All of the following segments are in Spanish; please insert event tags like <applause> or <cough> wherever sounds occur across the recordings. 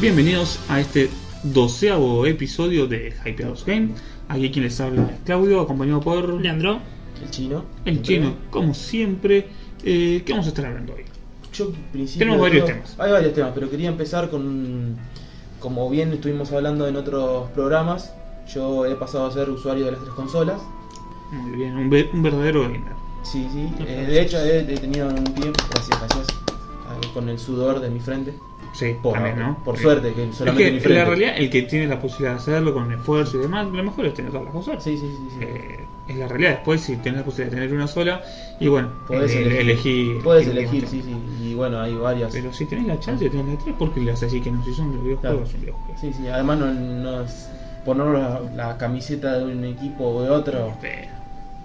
Bienvenidos a este doceavo episodio de Hypeados Game. Aquí quien les habla es Claudio, acompañado por Leandro, El chino. el chino, como siempre. Eh, ¿Qué vamos a estar hablando hoy? Yo, en principio, Tenemos varios creo- temas. Hay varios temas, pero quería empezar con. Como bien estuvimos hablando en otros programas, yo he pasado a ser usuario de las tres consolas. Muy bien, un, ve- un verdadero gamer. Sí, sí. Qué eh, de placer. hecho, he, he tenido un tiempo. Gracias, gracias. ah, Con el sudor de mi frente. Sí, Por, también, ¿no? por Sí. suerte, que Es solamente que mi en frente. la realidad, el que tiene la posibilidad de hacerlo con esfuerzo y demás, lo mejor es tener todas las cosas. Sí, sí, sí. sí. Eh, es la realidad. Después, si tenés la posibilidad de tener una sola, y bueno, Podés eh, elegir. elegí- Puedes elegí elegir, un sí, tema. sí. Y bueno, hay varias. Pero si tenés la chance de tener la 3, porque le haces así que no? Si son los videojuegos, Claro. son videojuegos. Sí, sí. Además, no, no es- ponernos la, la camiseta de un equipo o de otro. Pero-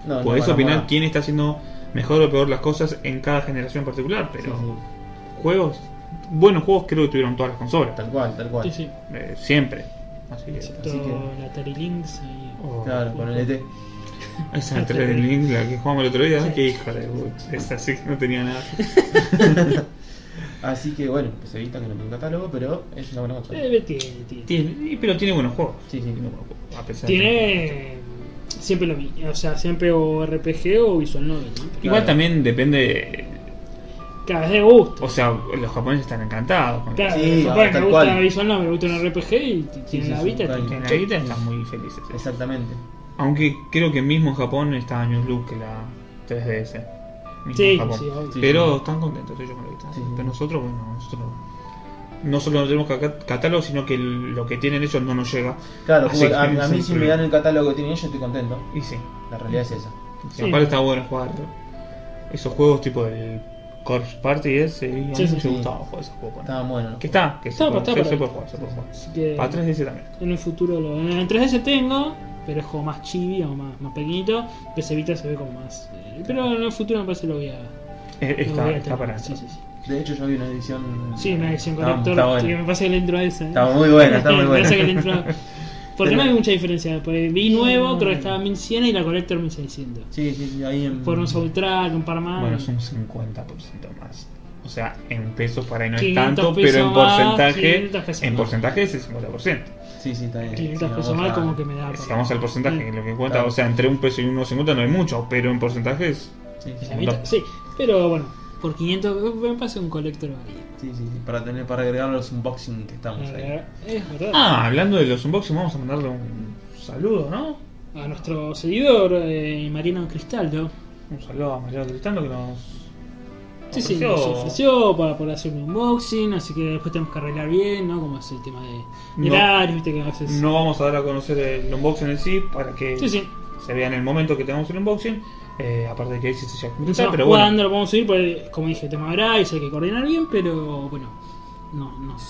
No, no Podés van a opinar molar. quién está haciendo mejor o peor las cosas en cada generación particular, pero Sí, juegos, buenos juegos creo que tuvieron todas las sí. consolas, Tal cual, tal cual. sí, sí, eh, siempre. Así que, excepto así que- la Atari Lynx y oh, Claro, con el ET. esa <laughs> entre el link, la que jugamos el otro día, que hija de puta, esa sí que no tenía nada. Así que bueno, pues evita que no tenga un catálogo, pero es una buena consola. Eh, tiene, tiene, Tiene- y- pero tiene buenos juegos. Sí, sí. Tiene buenos juegos, a pesar de- Tiene, eh, siempre lo mismo, o sea, siempre o RPG o visual novel, ¿no? Igual Claro. también depende, Cada vez de gusto. o sea, los japoneses están encantados con Claro, Sí, bueno, tal me gusta cual. la visual novel, me gusta un RPG y t- tiene sí, la sí, vida. tal. en la guita están muy felices. Exactamente. Aunque creo que mismo en Japón está años luz que la 3DS. Mismo Sí, en Japón. sí, obvio. Pero están contentos ellos con la vista. Sí. Pero nosotros, bueno, nosotros no solo no tenemos ca- catálogo, sino que el- lo que tienen ellos no nos llega. Claro, Así jugar- que a, a mí es si un me dan el catálogo que tienen ellos estoy contento. problema. Y sí. La realidad es esa. Sí, Sí. Aparte está bueno jugar esos juegos tipo el Corpse Party ese. Y a mí Sí, sí, me sí. gustaba jugar esos juegos. ¿no? Estaban buenos. ¿no? Que está, que Está, se, puede, está se- para- se puede jugar, se puede jugar. Así que- Para 3DS también. <laughs> En el futuro lo. En el 3DS tengo, pero es como más chibi o más, más pequeñito. PC Vita se ve como más. eh, pero en el futuro me parece lo voy a. Eh, lo voy Está, a está tener. para Sí, eso. sí, sí. De hecho yo vi una edición. Sí, una edición Está- con Está, actor. Que buena. me pasa el intro ese. ¿eh? Está muy buena, está muy Me buena. pasa que el intro. <laughs> Porque no Pero- hay mucha diferencia. Porque vi nuevo, Mm. creo que estaba 1100 y la Collector 1600. Sí, sí, sí, ahí en. Por un Soundtrack, un par más. Bueno, es un 50% más. O sea, en pesos para ahí no es 500 tanto, pesos pero en más, porcentaje, 500 pesos en más. porcentaje es el 50%. Sí, sí, está bien. 500 Sí, pesos vamos más, a- como que me Eh, da. Si vamos al porcentaje, que es lo que cuenta, Claro. o sea, entre un peso y un 1,50 no hay mucho, pero en porcentaje es... Sí, sí, La mitad, Sí, pero bueno, por 500 me pasa un Collector ahí. sí, sí, sí, para tener para agregar los unboxing que estamos ahí. Es verdad. Ah, hablando de los unboxing, vamos a mandarle un saludo, ¿no? A nuestro seguidor, eh, Mariano Cristaldo. Un saludo a Mariano Tristano que nos... Sí, sí, nos ofreció para poder hacer un unboxing, así que después tenemos que arreglar bien, ¿no? Como es el tema de del No. horario, viste que a veces. No vamos a dar a conocer el unboxing en sí para que Sí, sí. se vea en el momento que tengamos el unboxing. Eh, aparte de que existe ya Pensamos pero bueno, cuándo lo vamos a subir, porque, como dije, tema de horario, hay que coordinar bien, pero bueno, no, nos,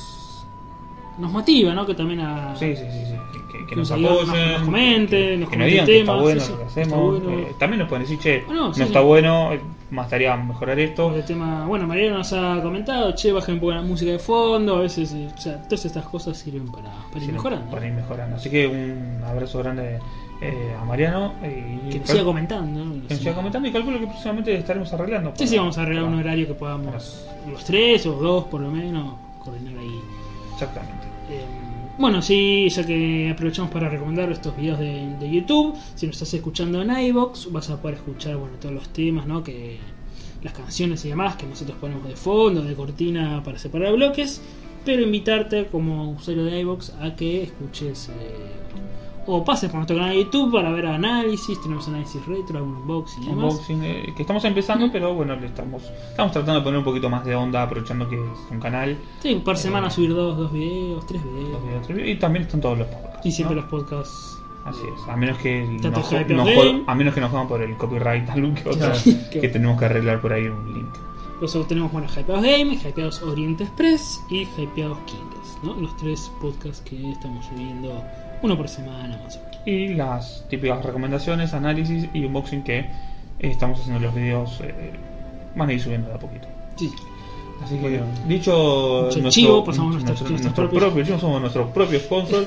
nos motiva, ¿no? Que también a. Sí, sí, sí, sí. Que, que Que nos nos digan, apoyen. nos- nos comenten, que- nos que comenten digan que está temas, bueno sí, lo que sí, está hacemos. bueno. Eh, también nos pueden decir, che, Ah, no, no, sí, está sí. bueno, eh, más estaría mejorar esto. Por el tema, bueno, Mariano nos ha comentado, che, bajen un poco la música de fondo, a veces, eh, o sea, todas estas cosas sirven para, para ir Sí, mejorando. Para ir mejorando. Así que un abrazo grande eh, a Mariano. eh, Y Que cal- nos siga comentando, ¿no? que nos siga comentando y calculo que próximamente estaremos arreglando. Sí, sí, vamos a arreglar para- un horario que podamos, los tres o dos por lo menos, coordinar ahí. Exactamente. Eh, bueno, sí, ya que aprovechamos para recomendar estos videos de, de YouTube, si nos estás escuchando en iBox, vas a poder escuchar bueno, todos los temas, ¿no? Que las canciones y demás que nosotros ponemos de fondo, de cortina para separar bloques, pero invitarte como usuario de iBox a que escuches eh, o pases por nuestro canal de YouTube para ver análisis, tenemos análisis retro, algún unboxing y demás. Unboxing, eh, que estamos empezando, pero bueno, le estamos, estamos tratando de poner un poquito más de onda, aprovechando que es un canal. Sí, por semana subir dos, dos videos, tres videos. los videos, Y también están todos los podcasts. Y siempre ¿no? los podcasts. Así es, a menos que Tanto nos, Hyper nos- Game. a menos que nos jodan por el copyright <laughs> algún que otro Sí, que que- tenemos que arreglar por ahí un link. Nosotros tenemos, bueno, Hypeados Game, Hypeados Oriente Express y Hypeados Kingdoms, ¿no? Los tres podcasts que estamos subiendo uno por semana más o menos. Y las típicas recomendaciones, análisis y unboxing que eh, estamos haciendo los videos eh, van a ir subiendo de a poquito. Sí. Así que, Bueno. dicho Mucho chivo, pasamos nuestros- nuestro, nuestros nuestro propios. propio, chino, somos nuestro propio sponsor.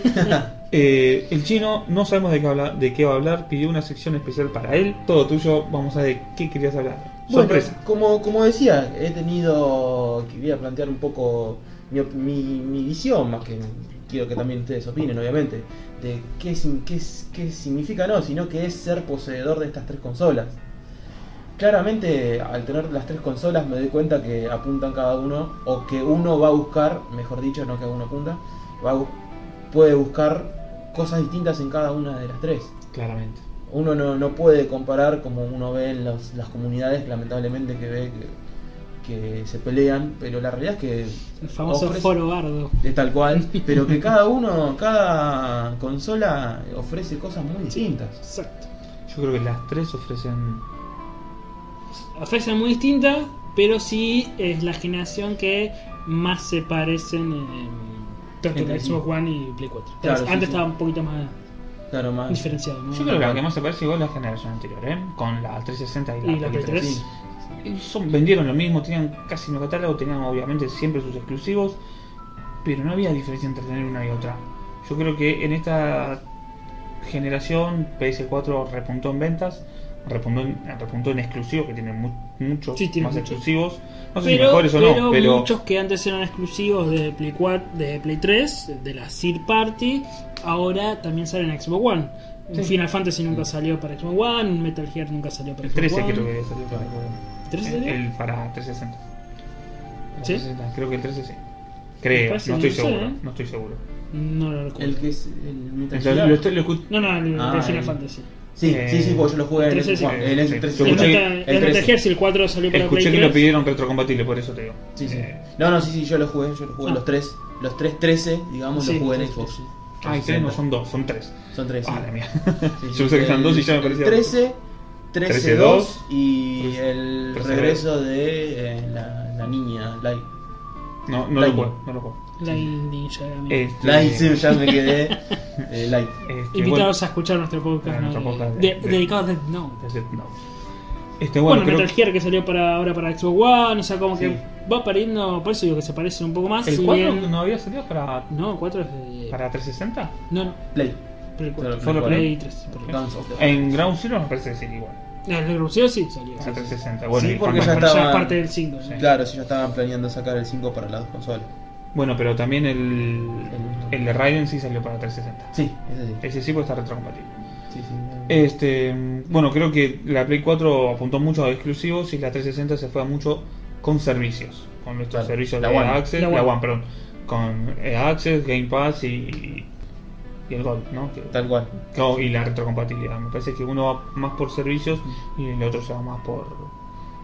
Eh, el chino, no sabemos de qué, habla, de qué va a hablar, pidió una sección especial para él. Todo tuyo, vamos a ver de qué querías hablar. Bueno, Sorpresa. Como, como decía, he tenido. que Voy a plantear un poco mi, op- mi- mi visión, más que quiero que también ustedes opinen, obviamente, de qué, sin- qué, es- qué significa no, sino que es ser poseedor de estas tres consolas. Claramente, al tener las tres consolas, me doy cuenta que apuntan cada uno, o que uno va a buscar, mejor dicho, no que uno apunta, va a bus- puede buscar cosas distintas en cada una de las tres Claramente. uno no, no puede comparar como uno ve en los- las comunidades, lamentablemente, que ve que, que se pelean, pero la realidad es que. El famoso ofrece- foro bardo. de tal <laughs> cual, pero que cada uno, cada consola ofrece cosas muy distintas. Exacto. Yo creo que las tres ofrecen. Ofrecen muy distinta, pero sí es la generación que más se parecen en, tanto en Entre sí. Xbox One y Play 4. Claro, Antes sí, sí. Ah, estaba un poquito más Claro, más. diferenciado, ¿no? Yo creo que la que más se parece igual es la generación anterior, ¿eh? Con la 360 y la, y la Play 3. Ah, sí. Y son- vendieron lo mismo, tenían casi un catálogo, tenían obviamente siempre sus exclusivos, pero no había diferencia entre tener una y otra. Yo creo que en esta generación PS4 repuntó en ventas, repuntó en, repuntó en exclusivos, que tienen mu- muchos Sí, tienen más muchos. exclusivos. No sé si pero, mejores o no, pero pero muchos que antes eran exclusivos de Play 4, de Play 3, de la Third Party, ahora también salen en Xbox One. Un Sí. Final Fantasy nunca salió para Xbox One, un Metal Gear nunca salió para Mm. el Xbox 13 One. creo que salió para, ¿13 el, salió? el para 360. El ¿Sí? 360, Creo que el 13 sí. Creo, no parece, estoy no sé, seguro, ¿eh? no estoy seguro. No lo recuerdo. El que es. El Metal Entonces, Gear. lo estoy- lo escu- No, no, el, Ah, el Final el- Fantasy. Sí, sí, sí, porque yo lo jugué en El el 3S. en el Sí. 3S. Yo El, escuché- Metal, el el Metal 3S. Gear, si el 4 salió para Escuché que Play lo 3. pidieron retrocompatible, por eso te digo. Sí, sí. Eh, No, no, sí, sí, yo lo jugué, yo lo jugué Ah. los tres, los tres 13, digamos, Sí, los jugué en los tres Xbox. 13. Ah, y tres no son dos, son tres. Son tres. Ah, sí. la mía. Sí, sí, <laughs> Yo pensé que eran el- dos y ya me parecía. 13, 13, 2 y 13, el 13. regreso de eh, la, la niña, Light. No, no lo Lightning. puedo, no lo puedo. La Ninja Gaiden. Este, Light, sí, ya me quedé. eh, Light. este, Invitados a escuchar nuestro podcast, Claro, ¿no? nuestro De- podcast eh, de- de- de- dedicado a Death Note. bueno. No. Este, Bueno, bueno, creo Metal Gear que salió para ahora para Xbox One, o sea, como Sí. que va perdiendo, por eso digo que se parecen un poco más. ¿El si 4 bien- no había salido para, No, 4 es de. para 360? No, no, Play. Play 4. Solo Play Play. 3. Play. Claro. Guns of the- En Ground Zero me parece decir igual. No, El Negro Museo sí salió. Para 360. Bueno, Sí, y porque Phantom Pero ya Estaba- es parte del 5. ¿no? Claro, si ya estaban planeando sacar el 5 para las dos consolas. Menace. Bueno, pero también el, el de Raiden sí salió para 360. Sí, ese sí. Ese sí puede estar retrocompatible. sí, sí. Este, bueno, creo que la Play 4 apuntó mucho a exclusivos y la 360 se fue a mucho con servicios, con nuestros Claro, servicios la de One. Access, La la, One. One, perdón, con EA Access, Game Pass y, y el Gold, ¿no? Que- Tal cual. no, y la retrocompatibilidad. Me parece que uno va más por servicios y el otro se va más por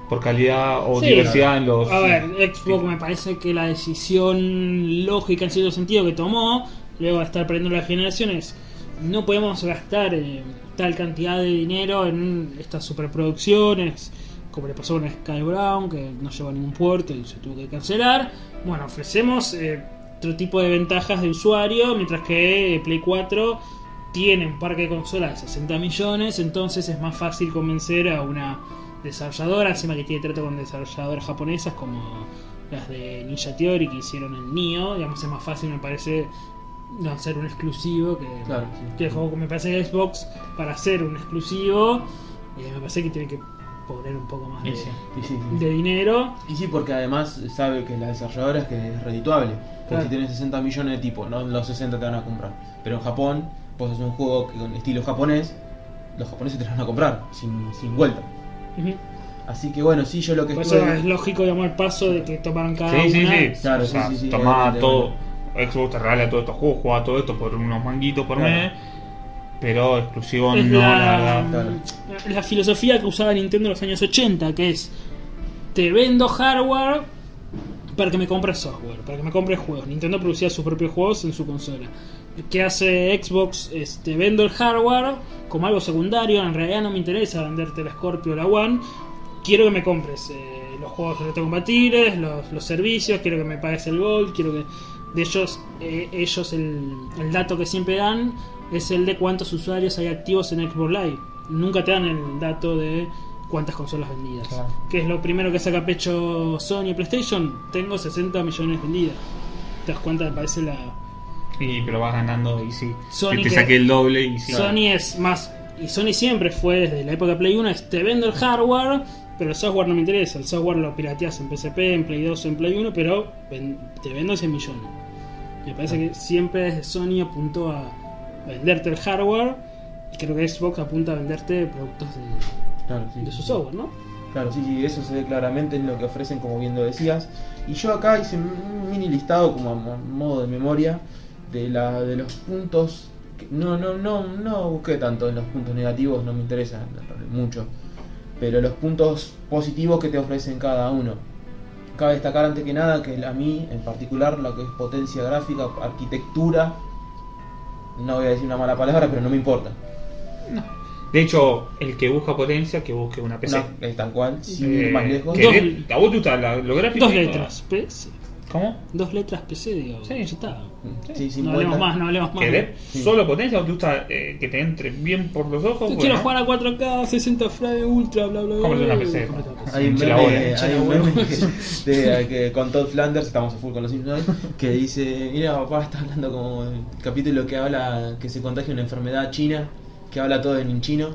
por calidad o Sí. diversidad en los A ver, Xbox me parece que la decisión lógica en cierto sentido que tomó, luego de estar perdiendo las generaciones, no podemos gastar eh, tal cantidad de dinero en estas superproducciones, como le pasó con Sky Brown, que no llegó a ningún puerto y se tuvo que cancelar. Bueno, ofrecemos eh, otro tipo de ventajas de usuario, mientras que eh, Play 4 tiene un parque de consolas de 60 millones, entonces es más fácil convencer a una desarrolladora, encima que tiene trato con desarrolladoras japonesas como las de Ninja Theory que hicieron el Nioh, digamos es más fácil me parece lanzar un exclusivo que, Claro, sí. que el juego que me parece que Xbox para hacer un exclusivo eh, me parece que tiene que poner un poco más Y de, sí. Y sí, sí. de dinero Y sí, porque además sabe que la desarrolladora es que es redituable. Porque Claro. si tenés 60 millones de tipos, no los 60 te van a comprar. Pero en Japón, vos haces un juego que- con estilo japonés, los japoneses te lo van a comprar, sin, sin vuelta. Ujú. Así que bueno, sí, yo lo que por Pues eso estuve- es lógico digamos el paso de que tomaron cada Sí, sí, una sí. Claro, o sea, sí, sí, sí, tomá obviamente, todo. Xbox te regala todos estos juegos, jugá todo esto por unos manguitos por Claro. mes. Pero exclusivo es no, la, la, verdad. la filosofía que usaba Nintendo en los años 80, que es te vendo hardware para que me compres software, para que me compres juegos. Nintendo producía sus propios juegos en su consola. ¿Qué hace Xbox? Este, vendo el hardware como algo secundario, en realidad no me interesa venderte la Scorpio o la One, quiero que me compres eh, los juegos retrocompatibles, los, los servicios, quiero que me pagues el Gold, quiero que... De ellos, eh, ellos el, el dato que siempre dan es el de cuántos usuarios hay activos en Xbox Live. Nunca te dan el dato de cuántas consolas vendidas. Claro. Que es lo primero que saca pecho Sony y PlayStation. Tengo 60 millones vendidas. ¿Te das cuenta? Me parece la... Y, pero vas ganando y sí. Sony que te que- saqué el doble y sí. Sony es más. Y Sony siempre fue desde la época de Play 1: es, te vendo el hardware, Pero el software no me interesa, el software lo pirateas en PSP, en Play 2, en Play 1, pero ven- te vendo ese millón. Me parece que siempre Sony apuntó a venderte el hardware y creo que Xbox apunta a venderte productos de, Claro, sí. de su software, ¿no? Claro, sí, sí, eso se ve claramente en lo que ofrecen, como bien lo decías. Y yo acá hice un mini listado, como a mo- modo de memoria, de, la, de los puntos. que- No, no, no, no busqué tanto en los puntos negativos, no me interesan mucho. Pero los puntos positivos que te ofrecen cada uno. Cabe destacar antes que nada que a mí, en particular, lo que es potencia gráfica, arquitectura, no voy a decir una mala palabra, pero no me importa. De hecho, el que busca potencia, que busque una PC. No, es tal cual, sin Eh, ir más lejos. que Dos- le- a vos te gusta la- lo gráfico. Dos letras, PC. ¿Cómo? Dos letras PC, digo. Sí. ya está. Sí, sin No hablemos vuelta. más, no hablemos más. ¿Querés Sí. solo potencia o te gusta eh, que te entre bien por los ojos? Yo Bueno, quiero jugar a 4K, 60 frames, ultra, bla, bla, bla. Cómprate una PC, Cómprate una pa. PC. Hay un Hincha la meme, bola. hay un Hincha la meme que, de- que con Todd Flanders, estamos a full con los Simpsons, que dice, mira papá está hablando como el capítulo que habla que se contagia una enfermedad china, que habla todo en chino.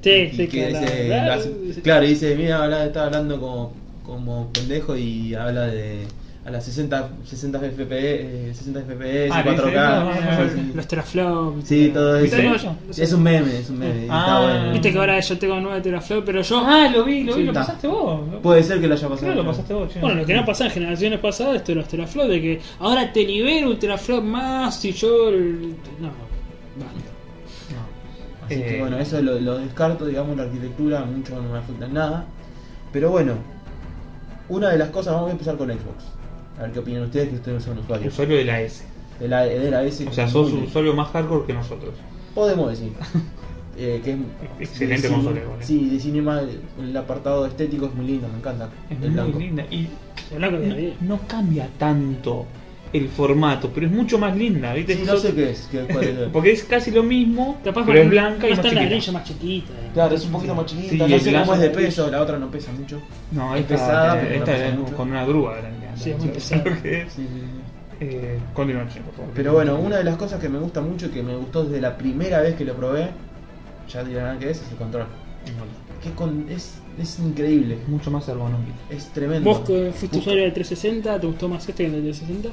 Sí, y sí, que claro. dice, hace- claro, dice, mira, habla, está hablando como, como pendejo y habla de a las 60, 60 FPS, eh, 60 FPS, Ah, le dice, no, no, no, 4K. no, Los teraflops. Sí, todo ¿Viste? eso. No, yo- Es un meme, es un meme. Ah, está bueno. Viste que ahora yo tengo 9 teraflops, pero yo. Ah, lo vi, lo vi, Sí, lo está. pasaste vos. Lo- Puede ser que lo haya pasado. Claro, lo pasaste vos, che. Bueno, lo que no pasaba en generaciones pasadas, esto de los teraflops, de que ahora te libero un teraflop más y yo. el- No, vale. No. Así que Eh, bueno, eso lo, lo descarto, digamos, la arquitectura, mucho no me afecta en nada. Pero bueno, una de las cosas, vamos a empezar con Xbox. A ver qué opinan ustedes, que ustedes son usuarios. Usuario de la S. De la, de la S. O sea, sos muy- un usuario más hardcore que nosotros. <laughs> Podemos decir. Eh, que es, Excelente de cine- consola, igual, eh. Sí, de cinema, el apartado estético es muy lindo, me encanta. Es el blanco. muy linda. Y El blanco de la vida. no, no cambia tanto el formato, pero es mucho más linda, ¿viste? Sí, no sé qué es. qué- cuál es el- <laughs> Porque es casi lo mismo, Capaz pero es no- blanca no y más está la chiquita. grilla más chiquita. eh. Claro, es un poquito más chiquita, Sí, no el sé cómo blanco- es de peso, la otra no pesa mucho. No, Es esta, pesada, pero no esta pesa es mucho. con una grúa grande. Sí, es <laughs> ¿no? muy pesada. Lo que es. Sí, sí, sí. Eh, continúa, che, por favor. Pero bueno, una de las cosas que me gusta mucho y que me gustó desde la primera vez que lo probé, ya dirán que es, es el control. Que con- es, es increíble, Es mucho más ergonómico. es tremendo. ¿Vos que eh, fuiste Justo. usuario del 360? ¿Te gustó más este que el del 360?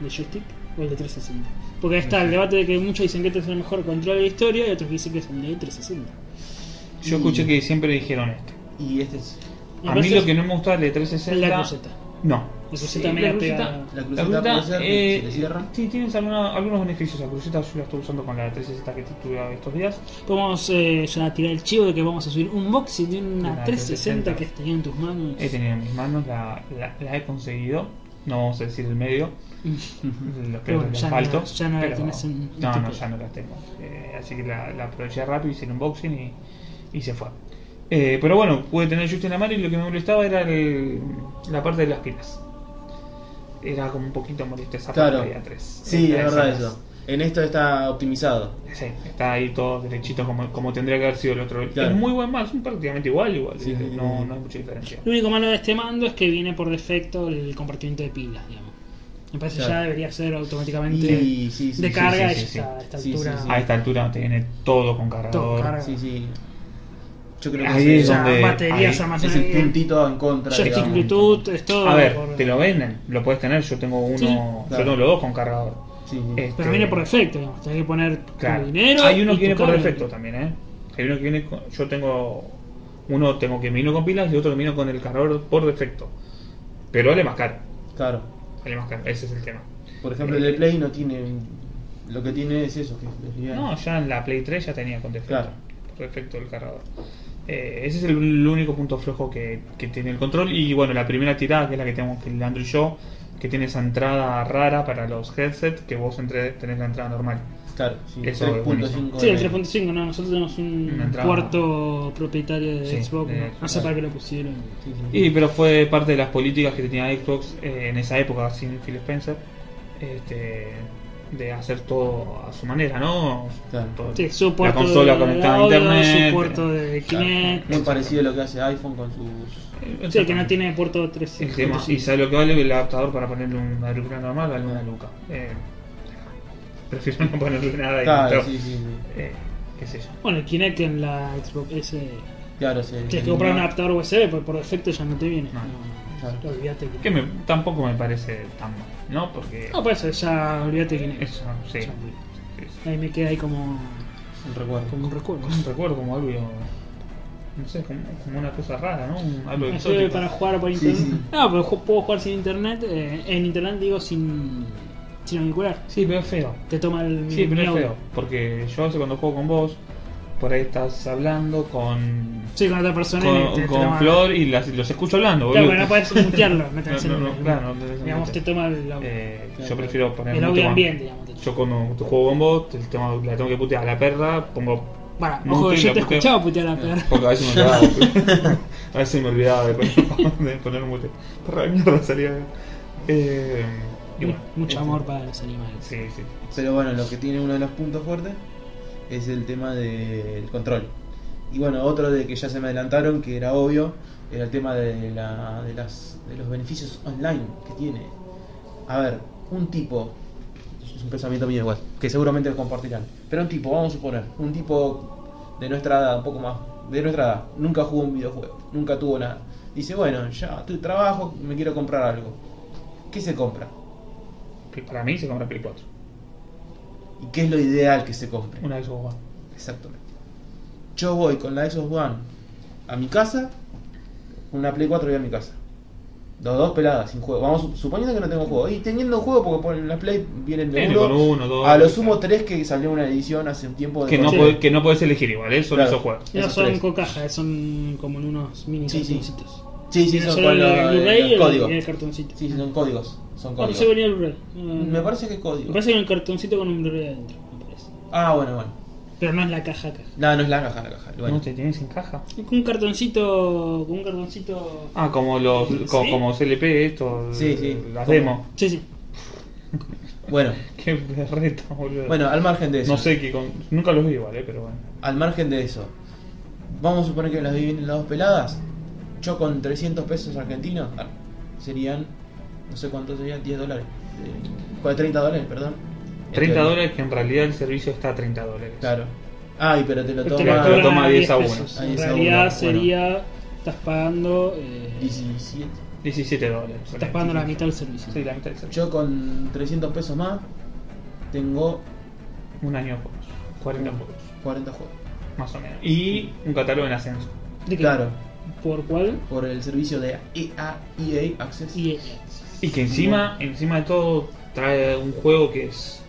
¿De joystick o el de 360? Porque ahí está el debate de que muchos dicen que este es el mejor control de la historia y otros que dicen que es el de 360. Yo Y- escuché que siempre dijeron esto. Y este es Me A mí parece lo que no me gustaba de es 360. la cruceta. No. La cruceta media pegada. la La cruceta, cruceta, puede ser, eh, se le cierra. sí, tienes alguna- algunos beneficios. La cruceta yo la estoy usando con la 360 que tuve estos días. Podemos eh, ya tirar el chivo de que vamos a subir un boxing de una Una 360 360. que has tenido en tus manos. He Este. tenido en mis manos, la, la- la he conseguido. No vamos a decir el medio, los que bueno, ya no- asfalto. ya no la pero- tenés en- en No, tu no, pie. ya no las tengo. Eh, así que la, la aproveché rápido, hice el unboxing y, y se fue. Eh, pero bueno, pude tener justo en la mano y lo que me molestaba era el- la parte de las pilas. Era como un poquito molesta esa Claro. parte de atrás. Sí, Eh, es verdad esas- eso. En esto está optimizado. Sí, está ahí todo derechito como, como tendría que haber sido el otro. Claro. Es muy buen mal, son prácticamente igual, igual. Sí, ¿viste? sí, no, sí. no hay mucha diferencia. <laughs> Lo único malo de este mando es que viene por defecto el compartimiento de pilas, digamos. Me parece que ya Claro. debería ser automáticamente Y, sí, sí, de sí, carga sí, y ya sí, sí. está, a esta Sí, sí, altura. sí. A esta altura tiene todo con cargador. Todo carga. Sí, sí. Yo creo que Ahí ese es ya donde- baterías ahí almacenadas. es el puntito en contra. Joystick digamos. Bluetooth, es todo. A ver, por- te lo venden, lo puedes tener, yo tengo uno, Sí, yo claro. tengo los dos con cargador. Sí, sí. Este, Pero viene por defecto, digamos. Tenés que poner claro. tu dinero. Hay uno y que viene tu por carga. defecto también, ¿eh? Hay uno que viene con, yo tengo uno tengo que vino con pilas y otro que vino con el cargador por defecto. Pero vale más caro, Claro. vale más caro, ese es el tema. Por ejemplo, el de Play no tiene. Lo que tiene es eso, que es liviano. No, ya en la Play 3 ya tenía con defecto, Claro. por defecto el cargador. Eh, ese es el, el único punto flojo que, que tiene el control y bueno, la primera tirada que es la que tenemos que Leandro y yo, que tiene esa entrada rara para los headsets que vos entre, tenés la entrada normal. Claro, sí. Eso 3.5. Sí, el de- 3.5, no, nosotros tenemos Una un entrada. puerto propietario de Sí, Xbox, de no, no sé Xbox. para qué lo pusieron. Sí, sí. Y pero fue parte de las políticas que tenía Xbox eh, en esa época sin Phil Spencer, este, de hacer todo a su manera, ¿no? Claro. Todo- Sí, su puerto consola de conectada a audio, internet. eh, Su puerto de Kinect. Muy parecido a lo que hace iPhone con sus. Eh, Sí, que no tiene puerto 3. el tema. Y sabe lo que vale el adaptador para ponerle un auricular normal, vale una luca. Eh, prefiero no ponerle nada y Claro, pero, sí, sí, sí. eh, qué sé yo. Bueno, el Kinect en la Xbox S Claro, sí. Tienes que comprar un adaptador USB, porque por defecto ya no te viene. No. No, Claro. Olvídate que. Que Ah, me- tampoco me parece tan mal, ¿no? Porque. No, por eso ya olvídate quién es. Eso, sí. Ya. Es Ahí me queda ahí como, Un recuerdo. como un recuerdo. un recuerdo como algo. No sé, como, como una cosa rara, ¿no? Un- algo Me sirve exótico. para jugar por Sí, internet. sí. No, pero ju- puedo jugar sin internet. eh, en internet digo sin, sin auricular. Sí, pero es feo. Te toma el. Sí, pero mi es audio. feo. Porque yo a veces cuando juego con vos, por ahí estás hablando con. Sí, con otra persona. y Con, te- te con toma- Flor y las- los escucho hablando, Claro, boludo. pero no <laughs> puedes mutearlo. No tenés No, el- no, no, claro, no tenés el Digamos, mute. te toma el, Eh, yo Claro. prefiero poner el un audio tema- ambiente. Digamos, te- Yo cuando te juego con vos, te tengo- la tengo que putear a la perra, pongo. Bueno, mute ojo, y yo la te puteo. escuchaba putear Ah, a la perra. Porque a veces me olvidaba. boludo. a veces me olvidaba de poner, de poner un mute. Perra de mierda salía. Eh, y bueno, <laughs> Mucho este, amor para los animales. Sí, sí. Pero bueno, lo que tiene uno de los puntos fuertes es el tema del control. Y bueno, otro de que ya se me adelantaron, que era obvio, era el tema de, la- de las, de los beneficios online que tiene. A ver, un tipo, es un pensamiento mío igual, que seguramente lo compartirán, pero un tipo, vamos a suponer, un tipo de nuestra edad, un poco más, de nuestra edad, nunca jugó un videojuego, nunca tuvo nada. Dice, bueno, ya estoy trabajo, me quiero comprar algo. ¿Qué se compra? Para mí se compra Play 4. ¿Y qué es lo ideal que se compre? Una vez jugado. Exactamente. Yo voy con la Xbox One a mi casa, una Play 4 voy a mi casa. Los dos peladas, sin juego. Vamos, suponiendo que no tengo juego. Y teniendo juego, porque por la Play vienen de Viene uno, con uno, dos, A lo tres, sumo claro. tres que salió una edición hace un tiempo. De Que no, Sí. consola. podés, que no podés elegir igual, ¿eh? son Claro. esos juegos. No Esos son tres. con caja, son como en unos mini Sí, sí. cartoncitos. Sí, sí, Tiene son solo con el los, Blu-ray y los el- códigos. y el cartoncito. Sí, sí, son códigos. Son Ah, no códigos. se venía el Blu-ray. Ah, No, Me no. parece que es Me código. parece que era un cartoncito con un Blu-ray adentro, me parece. Ah, bueno, bueno. Pero no es la caja caja. No, no es la caja, la caja. Bueno. ¿No te tienes en caja? Es con un cartoncito. Con un cartoncito. Ah, como los ¿Sí? co- como CLP, estos. Sí, sí. Las Como- demos. Sí, sí. bueno, Qué berreta, boludo. bueno, al margen de eso. no sé qué. Con... Nunca los vi igual, ¿eh? Pero bueno. Al margen de eso, vamos a suponer que las viven las dos peladas. Yo con 300 pesos argentinos ah, serían, no sé cuánto serían, 10 dólares. Eh, cua- 30 dólares, perdón. En 30 teoría. dólares, que en realidad el servicio está a 30 dólares. Claro. Ay, pero te lo Pero toma. te la Pero cobran toma a 10 a 10 uno. pesos. A En 10 a realidad uno, sería. Estás pagando. eh, 17. 17 dólares. estás pagando la mitad del servicio. Sí, la mitad del servicio. Yo con 300 pesos más tengo Un año de juegos. 40 juegos, 40 juegos. más o menos. Y un catálogo en ascenso. ¿De qué? Claro, ¿Por cuál? por el servicio de E EA, EA Access. Y Y que encima, encima de todo, trae un juego que es.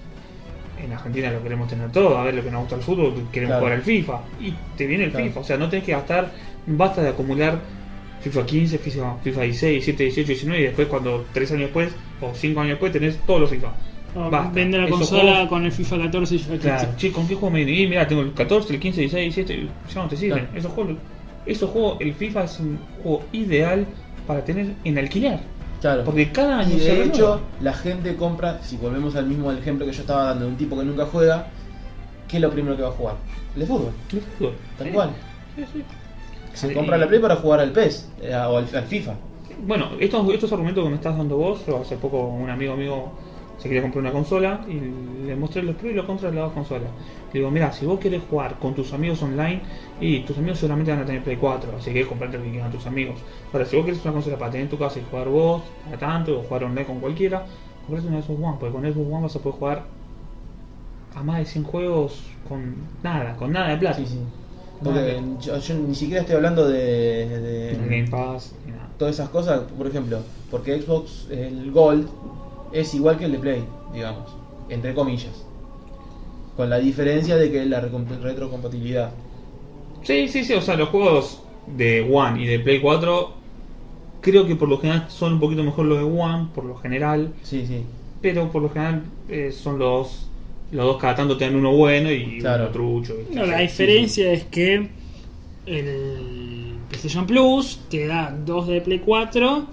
En Argentina lo queremos tener todo, a ver lo que nos gusta el fútbol, queremos Claro. jugar al FIFA. Y te viene el Claro. FIFA, o sea, no tenés que gastar, basta de acumular FIFA 15, FIFA, FIFA 16, 17, 18, 19 y después cuando tres años después o cinco años después tenés todos los FIFA. o Basta. Vende la Esos consola juegos- con el FIFA 14 y FIFA 15. Claro, che, ¿con qué juego me viene? Y mira, tengo el 14, el 15, el 16, el 17, ya no te sirven. Claro. Esos juegos, esos juegos, el FIFA es un juego ideal para tener en alquilar. Claro. Porque cada año Y se de renueva. hecho, la gente compra, si volvemos al mismo ejemplo que yo estaba dando de un tipo que nunca juega, ¿qué es lo primero que va a jugar? El de fútbol, El fútbol. tal Sí, cual. sí, sí. Se Sí. compra la Play para jugar al PES eh, o al, al FIFA. Bueno, estos, estos argumentos que me estás dando vos, yo hace poco un amigo mío se quería comprar una consola y le mostré los pros y los contras de las dos consolas. Le digo, mira, si vos querés jugar con tus amigos online, y tus amigos seguramente van a tener Play 4, así que comprarte lo que quieran tus amigos. Ahora, si vos querés una consola para tener en tu casa y jugar vos, para tanto, o jugar online con cualquiera, comprate una Xbox One, porque con Xbox One vas a poder jugar a más de 100 juegos con nada, con nada de plata. Ah, Sí, sí. Porque yo, yo ni siquiera estoy hablando de, de- Ni Game Pass, ni nada. todas esas cosas, por ejemplo, porque Xbox, el Gold, es igual que el de Play, digamos, entre comillas. Con la diferencia de que la recom- retrocompatibilidad. Sí, sí, sí, o sea, los juegos de One y de Play 4 creo que por lo general son un poquito mejor los de One, por lo general, Sí, sí. pero por lo general eh, son los los dos cada tanto te dan uno bueno y Claro. uno trucho. ¿viste? <laughs> No, la diferencia es que el PlayStation Plus te da 2 de Play 4,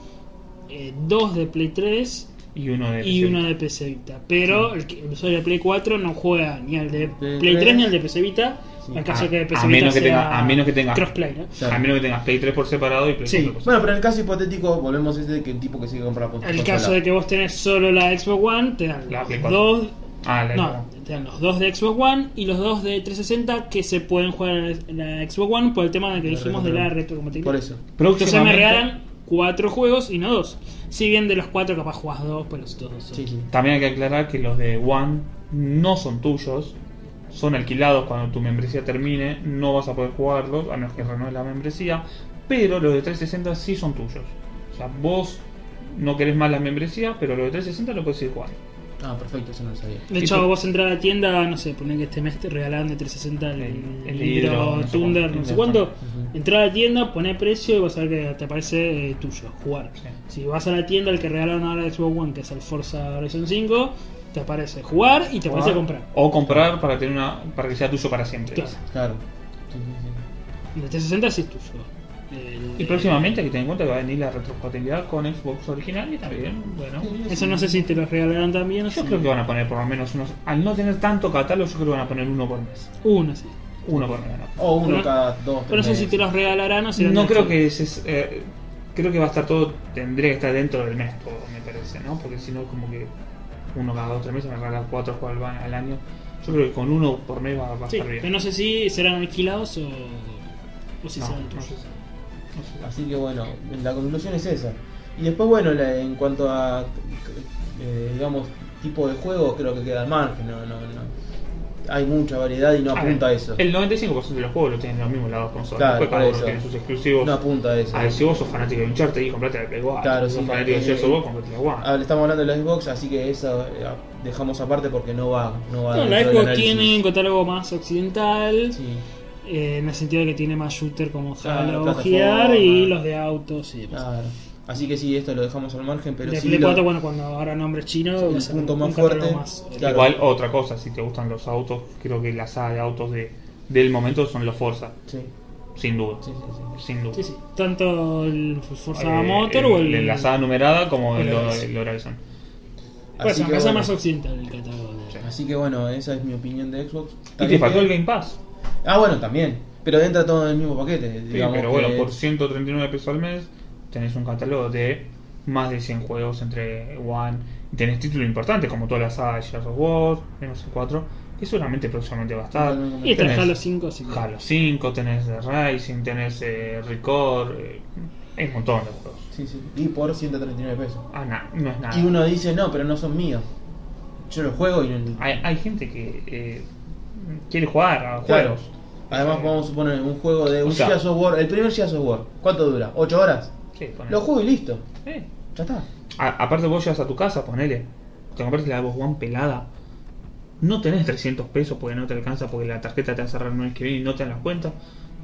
2 de Play 3 Y uno de... y 1 de PC Vita. Pero el, que- el usuario de Play 4 no juega ni al de De Play 3 ni tres. al de PC Vita. Sí. En caso A- de que el PC Ah, a Vita menos que sea tenga- a menos que tenga- crossplay, ¿no? A menos que tengas Play 3 por separado y Play Sí. 4 por separado. Bueno, pero en el caso hipotético, volvemos a ese de que el tipo que sigue comprar El caso de que vos tenés solo la Xbox One, te dan La Play 4. 2. Ah, la No, te Están los dos de Xbox One y los dos de 360 que se pueden jugar en la Xbox One por el tema de que La dijimos de la retro- retrocompatibilidad. Por eso. Entonces me Próximamente- regalan cuatro juegos y no dos. Si bien de los cuatro capaz jugás dos, pero los otros dos son. Sí, sí. También hay que aclarar que los de One no son tuyos, son alquilados cuando tu membresía termine, no vas a poder jugarlos, a menos que renueves la membresía, pero los de 360 sí son tuyos. O sea, vos no querés más la membresía, pero los de 360 lo puedes ir jugando. Ah, perfecto, eso no lo sabía. De Y hecho, por- vos entras a la tienda, no sé, ponen que este mes te regalaron de 360 el, El- el el libro, libro, no sé Thunder, cuánto, no sé el cuánto. Thunder. Ujú. Entrás a la tienda, poné precio y vas a ver que te aparece eh, tuyo, jugar. Sí. Si vas a la tienda, el que regalaron ahora de Xbox One, que es el Forza Horizon 5, te aparece jugar y te aparece comprar. Ah, O comprar para tener una para que sea tuyo para siempre. Claro. Claro. Sí, sí, sí. El de 360 sí es tuyo. El- Y próximamente hay que tener en cuenta que va a venir la retrocompatibilidad con Xbox original y también, ¿eh? bueno. eh, Eso no sé si te lo regalaron también o Yo si- creo que van a poner por lo menos unos. Al no tener tanto catálogo, yo creo que van a poner uno por mes. Uno, sí. Uno por mes. ¿no? O uno Pero- cada dos. Pero no sé tres si te los regalarán o si No creo que se, eh, creo que va a estar todo, tendría que estar dentro del mes todo, me parece, ¿no? Porque si no es como que uno cada dos tres meses me regala cuatro juegos al, al año. Yo creo que con uno por mes va, va a Sí, estar pero bien. no sé si serán alquilados o, o si No, serán no sé tuyos. si- no sé si- Así que bueno, la conclusión es esa. Y después, bueno, la- en cuanto a, eh, digamos, tipo de juego, creo que queda al margen. No, no, no. Hay mucha variedad y no Ah, apunta a eso. El 95% de los juegos lo tienen los mismos lados consolas. Claro, Después cada por uno eso. tiene sus exclusivos. No apunta a eso. A ver, si vos sos fanático de Uncharted y comprate la Play 4. Claro, si sí, sos fanático de eh, Gears of War, comprate la One. Ah, le estamos hablando de la Xbox, así que eso eh, dejamos aparte porque no va. No, va No, dentro la del Xbox análisis. tiene un catálogo más occidental, Sí. eh, en el sentido de que tiene más shooter como Claro, Halo, Ah, plataforma. Gear y los de autos y demás. Claro. Así que sí, esto lo dejamos al margen, pero de sí. Play lo- 4, bueno, cuando ahora nombre chino, Sí, va a el ser punto un más catálogo fuerte. más, eh, Claro. Igual, otra cosa, si te gustan los autos, creo que la saga de autos de, del momento son los Forza, Sí, sin duda. sí, sí, sí. Sin duda. Sí, sí. Tanto el Forza Eh, Motor el- o el. el- La saga numerada como el el, Horizon. el Horizon. Pues Así acá que, es bueno, más occidental el catálogo. de- Sí. así que bueno, esa es mi opinión de Xbox. Y te También faltó que- el Game Pass. Ah, bueno, también. Pero entra todo en el mismo paquete. Sí, digamos pero que- bueno, por 139 pesos al mes tenés un catálogo de más de 100 juegos entre One. y Tenés títulos importantes como toda la saga de Gears of War, menos el 4, que seguramente próximamente va a estar. Totalmente. Y está el Tenés Halo 5, así que- Halo 5, tenés The Rising, tenés eh, Record, eh, hay un montón de juegos. Sí, sí. Y por 139 pesos. Ah, na- no es nada. Y uno dice, no, pero no son míos. Yo los juego y no. Hay, hay gente que eh, quiere jugar a Claro. juegos. Además, Eh, vamos a suponer un juego de O un sea- Gears of War. El primer Gears of War, ¿cuánto dura? ¿8 horas? sí, ponele. Lo juego y listo. Eh. Ya está. A- aparte vos llegas a tu casa, ponele, te compras la Xbox One pelada, no tenés 300 pesos porque no te alcanza porque la tarjeta te va a cerrar el mes que viene y no te dan las cuentas,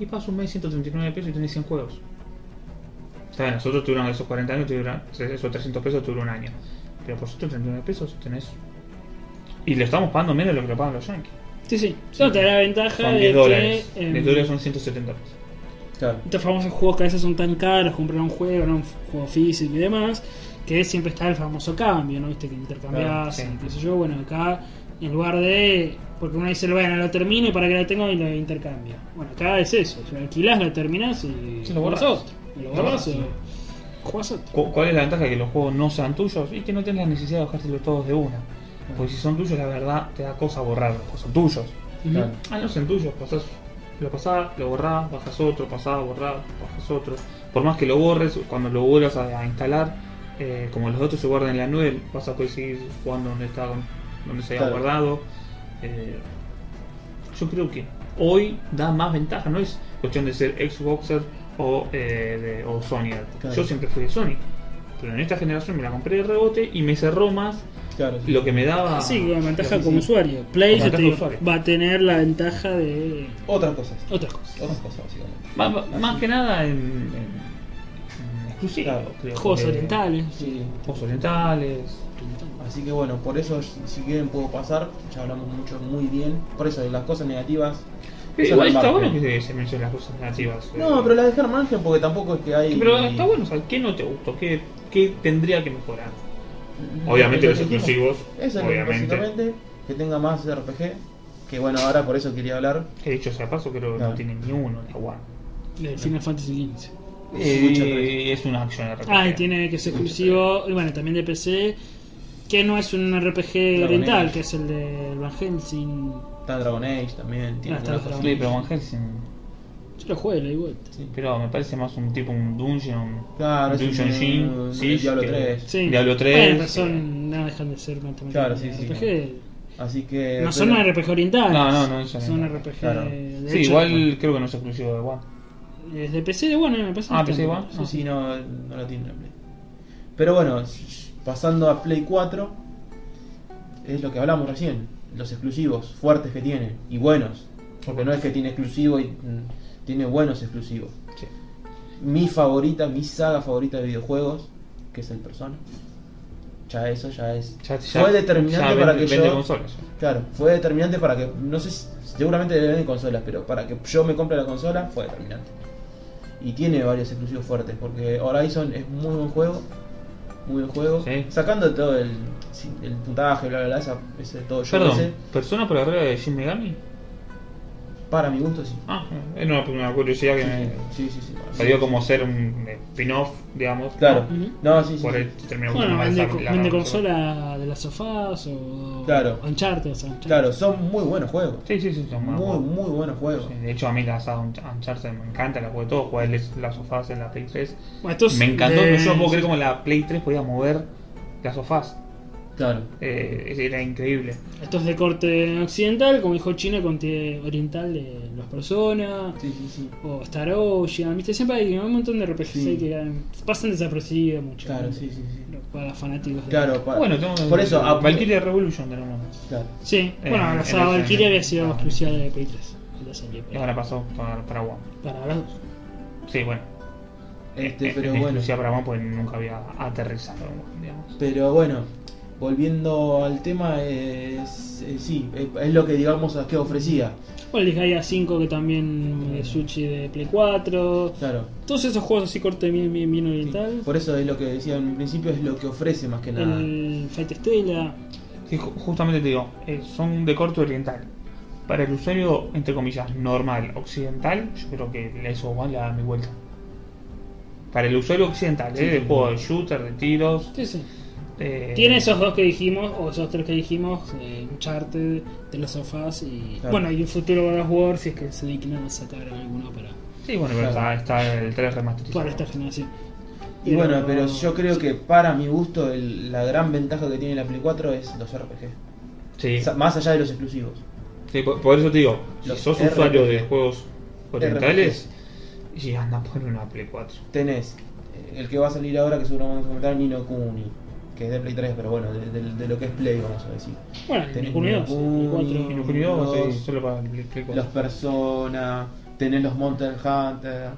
y pasa un mes 139 pesos y tenés 100 juegos. Está bien, nosotros tuvieron esos 40 años, tuvieron, esos 300 pesos tuvieron un año, pero por 139 pesos tenés... Y lo estamos pagando menos de lo que lo pagan los Yankees. Sí, sí. No, te da la ventaja Son de 10 dólares. que. em, 10 dólares son 170 pesos. Claro. Estos famosos juegos Este que a veces son tan caros, comprar un juego, ¿no? un juego físico y demás, que siempre está el famoso cambio, ¿no? Viste que intercambiás, Claro, sí. y qué sé yo, bueno, acá en lugar de. Porque uno dice, bueno, lo termino y para que lo tengo y lo intercambio. Bueno, acá es eso, lo alquilás, lo terminás y. Sí, lo borrás. jugás otro. Y Lo Lo borrás borrás, y sí. jugás otro. Cu- ¿Cuál es la ventaja? Que los juegos no sean tuyos y que no tenés la necesidad de bajártelos todos de una. Porque si son tuyos, la verdad, te da cosa borrarlos, porque son tuyos. Claro. Ujú. Ah, no son tuyos, pasás, lo pasás, lo borrás, bajas otro, pasás, borrás, bajas otro. Por más que lo borres, cuando lo vuelvas a, a instalar, eh, como los datos se guardan en la nube, vas a poder seguir jugando donde, está, donde se haya Claro. guardado. Eh, yo creo que hoy da más ventaja, no es cuestión de ser Xboxer o, eh, de- o Sonyer. Claro. Yo siempre fui de Sony, pero en esta generación me la compré de rebote y me cerró más Claro. sí. lo que me daba. Sí, con ventaja lo que- como usuario. Play Como ya ventaja te digo, usuario. va a tener la ventaja de Otras cosas. otras cosas. Otras cosas, básicamente. Más, más que nada en, en- en exclusivo, Claro. creo, Juegos porque- orientales. Sí. Juegos orientales. Así que bueno, por eso, si si quieren, puedo pasar. Ya hablamos mucho, muy bien. Por eso, de las cosas negativas. Pero eso igual al está margen. bueno que se, se mencionen las cosas negativas. eh. No, pero las dejar margen porque tampoco es que hay. Pero está bueno, o sea, ¿qué no te gustó? ¿Qué, qué tendría que mejorar? Mm, Obviamente lo los que dijimos. exclusivos, Eso es lo que obviamente. básicamente, que tenga más RPG. Que bueno, ahora por eso quería hablar. Que dicho sea paso, creo que no, Claro. tiene ni uno la One. Del Final Fantasy XV. Muchas gracias. Eh, es una acción RPG. Ah, y tiene que ser exclusivo, y bueno, también de PC. Que no es un RPG Dragon oriental, Age. que es el de Van Helsing. Está Dragon Age también. Tiene Ah, está algunas Dragon cosas. Sí, pero Van Helsing. Yo lo juego y lo di vuelta. Sí. Pero me parece más un tipo un dungeon. Claro, un es dungeon un- Shin, un Siege, Diablo que- 3. Sí. Diablo 3. Bueno, pero son, no dejan de ser matemáticas. Claro, sí, sí, RPG. Así que. No son pero- RPG orientales. No, no, no, eso Son no. RPG. Claro. De Sí, hecho, igual creo que no es exclusivo de One. Desde PC de bueno, me parece. Ah, que PC están. One. Sí, sí, no, no lo tiene la Play. Pero bueno, pasando a Play 4, es lo que hablamos recién. Los exclusivos fuertes que tiene y buenos. Porque no es que tiene exclusivo y mm, tiene buenos exclusivos. Sí. Mi favorita, mi saga favorita de videojuegos, que es el Persona. Ya eso ya es. Ya- fue ya- determinante ya para vende- que vende yo. consolas. Claro, fue determinante para que. No sé si. Seguramente deben consolas, pero para que yo me compre la consola fue determinante. Y tiene varios exclusivos fuertes, porque Horizon es muy buen juego. Muy buen juego. Sí. Sacando todo el, sí, el puntaje, bla bla bla, esa- ese todo yo Perdón, ese, ¿Persona por arriba de Shin Megami? Para mi gusto, sí. Ah, era una, una curiosidad que me Sí, sí, sí. sí. salió como ser un eh, spin-off, digamos. Claro. Ujú. No, sí, sí. Por sí. el término Ah. Bueno, que vende, la- co- la- vende la- consola de las sofás o. Claro. Uncharted, o sea, Uncharted. Claro, son muy buenos juegos. Sí, sí, sí, son más Muy, juegos. muy buenos juegos. Sí, De hecho, a mí la saga Unch- Uncharted me encanta, la jugué todo, jugué el- las sofás en la Play 3. Bueno, estos me encantó, de- no yo no puedo creer cómo la Play 3 podía mover las sofás. Claro. Eh, era increíble. Esto es de corte occidental, como dijo China, corte oriental de las personas. Sí, sí, sí. O Star Ocean, viste, siempre hay un montón de RPGs Sí. ahí que eran- pasan desapercibidos mucho. Claro, ¿no? sí, sí, sí. Para fanáticos de- Claro, para- Bueno, tengo Por eso, a- Valkyrie Revolution tenemos. Claro. Sí, bueno, Eh, en la saga el- Valkyria había sido en- exclusiva de Play 3. La salió Y ahora pasó para, para One. para las dos. Sí, bueno. Este, Eh, pero en bueno. exclusiva para One porque nunca había aterrizado en One, digamos. Pero bueno, volviendo al tema, es, eh, sí, es, es lo que digamos a que ofrecía. Bueno, el Disgaea 5 que también de Switch y de Play 4. Claro. Todos esos juegos así corte bien, bien, bien oriental. Por eso es lo que decía en principio, es lo que ofrece más que nada. el Fight Stella. Sí, ju- justamente te digo, eh, son de corte oriental. Para el usuario, entre comillas, normal occidental, yo creo que la hizo One le da mi vuelta. Para el usuario occidental, Sí, eh, de sí. juego de shooter, de tiros. Sí, sí. eh, Tiene esos dos que dijimos, o esos tres que dijimos, eh, Uncharted, de los sofás y. Claro. Bueno, y un futuro God of War si es que se dignan a sacar alguno para, Sí, bueno, pero está, Claro. está el 3 remasterizado. para esta generación. Y bueno, pero yo creo que para mi gusto, el- la gran ventaja que tiene la Play 4 es los RPG. Sí. Sa- Más allá de los exclusivos. Sí, por, por eso te digo, si Los sos RPG. usuario de juegos orientales, y anda por una Play 4. Tenés eh, el que va a salir ahora, que seguro vamos a comentar, Nino Kuni, que es de Play 3, pero bueno, de, de- de lo que es Play, vamos a decir. Bueno, el Tenés Nino Nino Kuni 2, el Kuni, Y Nino los Kuni unidos, los- sí, solo para Play Play 4. Los Persona, tenés los Monster Hunter,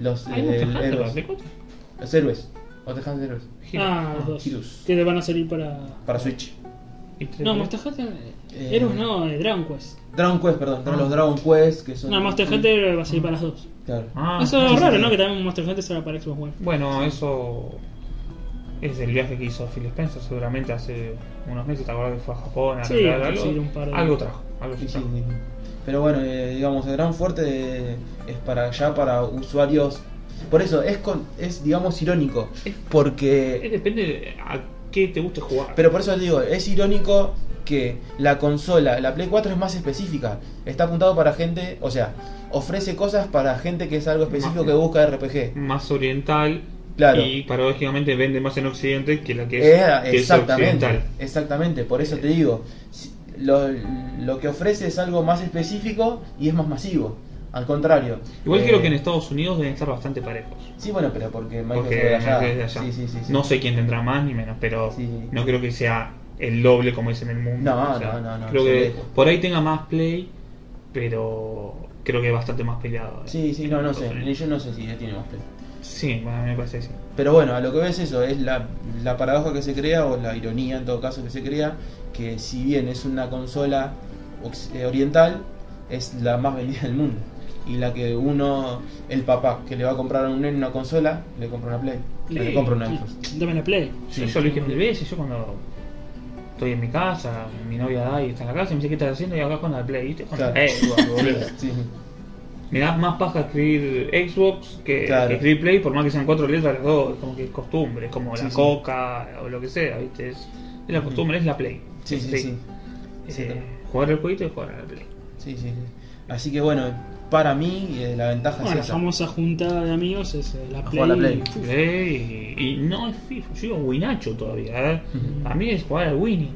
los, ¿Hay eh, muchos el- Hunter para héroes. Play 4? Los héroes. O Hunter héroes. dos. Ah, los dos. Heroes. Que te van a salir para. Para Switch. Y tres No, Play. Monster Hunter. Eh, Heroes no, eh, Dragon Quest. Dragon Quest, perdón. tenés Ah. Los Dragon Quest, que son. No, Monster Hunter va a salir para las dos. Claro. Ah, Eso sí, es raro, sí. ¿no? Que también Monster Hunter salga para Xbox One. Bueno, eso es el viaje que hizo Phil Spencer, seguramente hace unos meses, ¿te acuerdas que fue a Japón? A Sí, arreglar sí, algo? un par de- algo trajo, algo Sí, se sí, trajo. sí. Pero bueno, eh, digamos, el gran fuerte de- es para ya para usuarios. Por eso, es, con, es digamos, irónico. Es- Eh, Porque. Depende de a qué te guste jugar. Pero por eso digo, es irónico que la consola, la Play 4 es más específica. Está apuntado para gente. O sea, ofrece cosas para gente que es algo específico Más- que busca RPG. más oriental Claro. y paradójicamente vende más en Occidente que la que es, Eh, que es exactamente, occidental. Eh. exactamente, por eso te digo, si- lo, lo que ofrece es algo más específico y es más masivo, al contrario. Igual Eh, creo que en Estados Unidos deben estar bastante parejos. Sí, bueno, pero porque Microsoft Porque es de allá. es de allá. Sí, sí, sí, sí. No sé quién tendrá más ni menos, pero Sí, sí. no creo que sea el doble como dicen en el mundo. No, no, no, no, Creo se que ve. por ahí tenga más play, pero creo que es bastante más peleado. eh, Sí, sí, no, no sé, Sí, yo no sé si tiene más play. Sí, a mí me parece así. Pero bueno, a lo que ves eso, es la, la paradoja que se crea, o la ironía en todo caso que se crea, que si bien es una consola occ- eh, oriental, es la más vendida del mundo. Y la que uno, el papá que le va a comprar a un nene una consola, le compra una Play. Le Play, compra una sí. Xbox. Dame la Play. Yo, yo lo dije mil veces, yo cuando estoy en mi casa, mi novia da y está en la casa y me dice, ¿qué estás haciendo? Y acá con la play, ¿viste? Con la Claro. Play, Eh, boludo. Sí. Me da más paja escribir Xbox que, Claro. que escribir Play, por más que sean cuatro letras las dos, es como que es costumbre, es como Sí, la sí. coca o lo que sea, ¿viste? Es- Es la costumbre, es la Play. Sí, sí, Play. sí. Sí, Eh, tal. jugar al jueguito y jugar a la Play. Sí, sí, sí. Así que bueno, para mí eh, la ventaja Bueno, la es esa. famosa juntada de amigos es eh, la A Play. jugar a la Play. y- Play, y, y no es FIFA, yo digo Winacho todavía. ¿eh? Ujú. A mí es jugar al Winnie.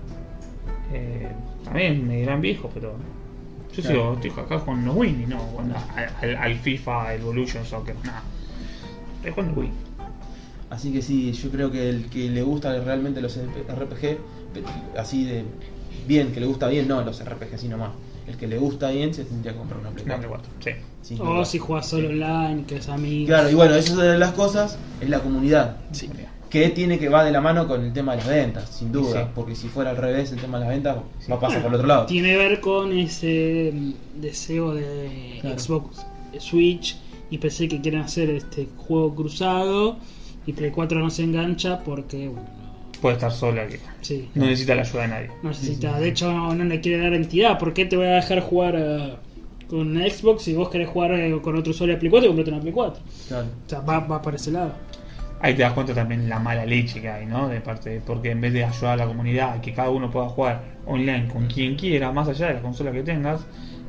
Eh, también me dirán viejo, pero yo Claro. sigo estoy acá con los Winnie, no con la- al, al FIFA, Evolution Soccer, nada. Es con el Winnie. Así que sí, yo creo que el que le gusta realmente los RPG, pe- así de bien, que le gusta bien, no los RPG así nomás. El que le gusta bien se tendría que comprar una Play No, 4. sí. Sí, O claro. Oh, si jugás solo online, que es amigos. Claro, y bueno, eso de las cosas es la comunidad, Sí. que tiene que va de la mano con el tema de las ventas, sin duda, Sí. porque si fuera al revés el tema de las ventas, va a pasar por el otro lado. Tiene que ver con ese mm, deseo de Claro. Xbox, eh, Switch y PC que quieren hacer este juego cruzado y Play 4 no se engancha porque, bueno, Puede estar sola que sí, no necesita la ayuda de nadie. no necesita. De hecho, no, no le quiere dar entidad. ¿Por qué te voy a dejar jugar eh, con una Xbox si vos querés jugar eh, con otro usuario de Play 4 y comprate una Play 4? Claro. O sea, va, va para ese lado. Ahí te das cuenta también la mala leche que hay, ¿no? De parte, de- porque en vez de ayudar a la comunidad a que cada uno pueda jugar online con quien quiera, más allá de la consola que tengas,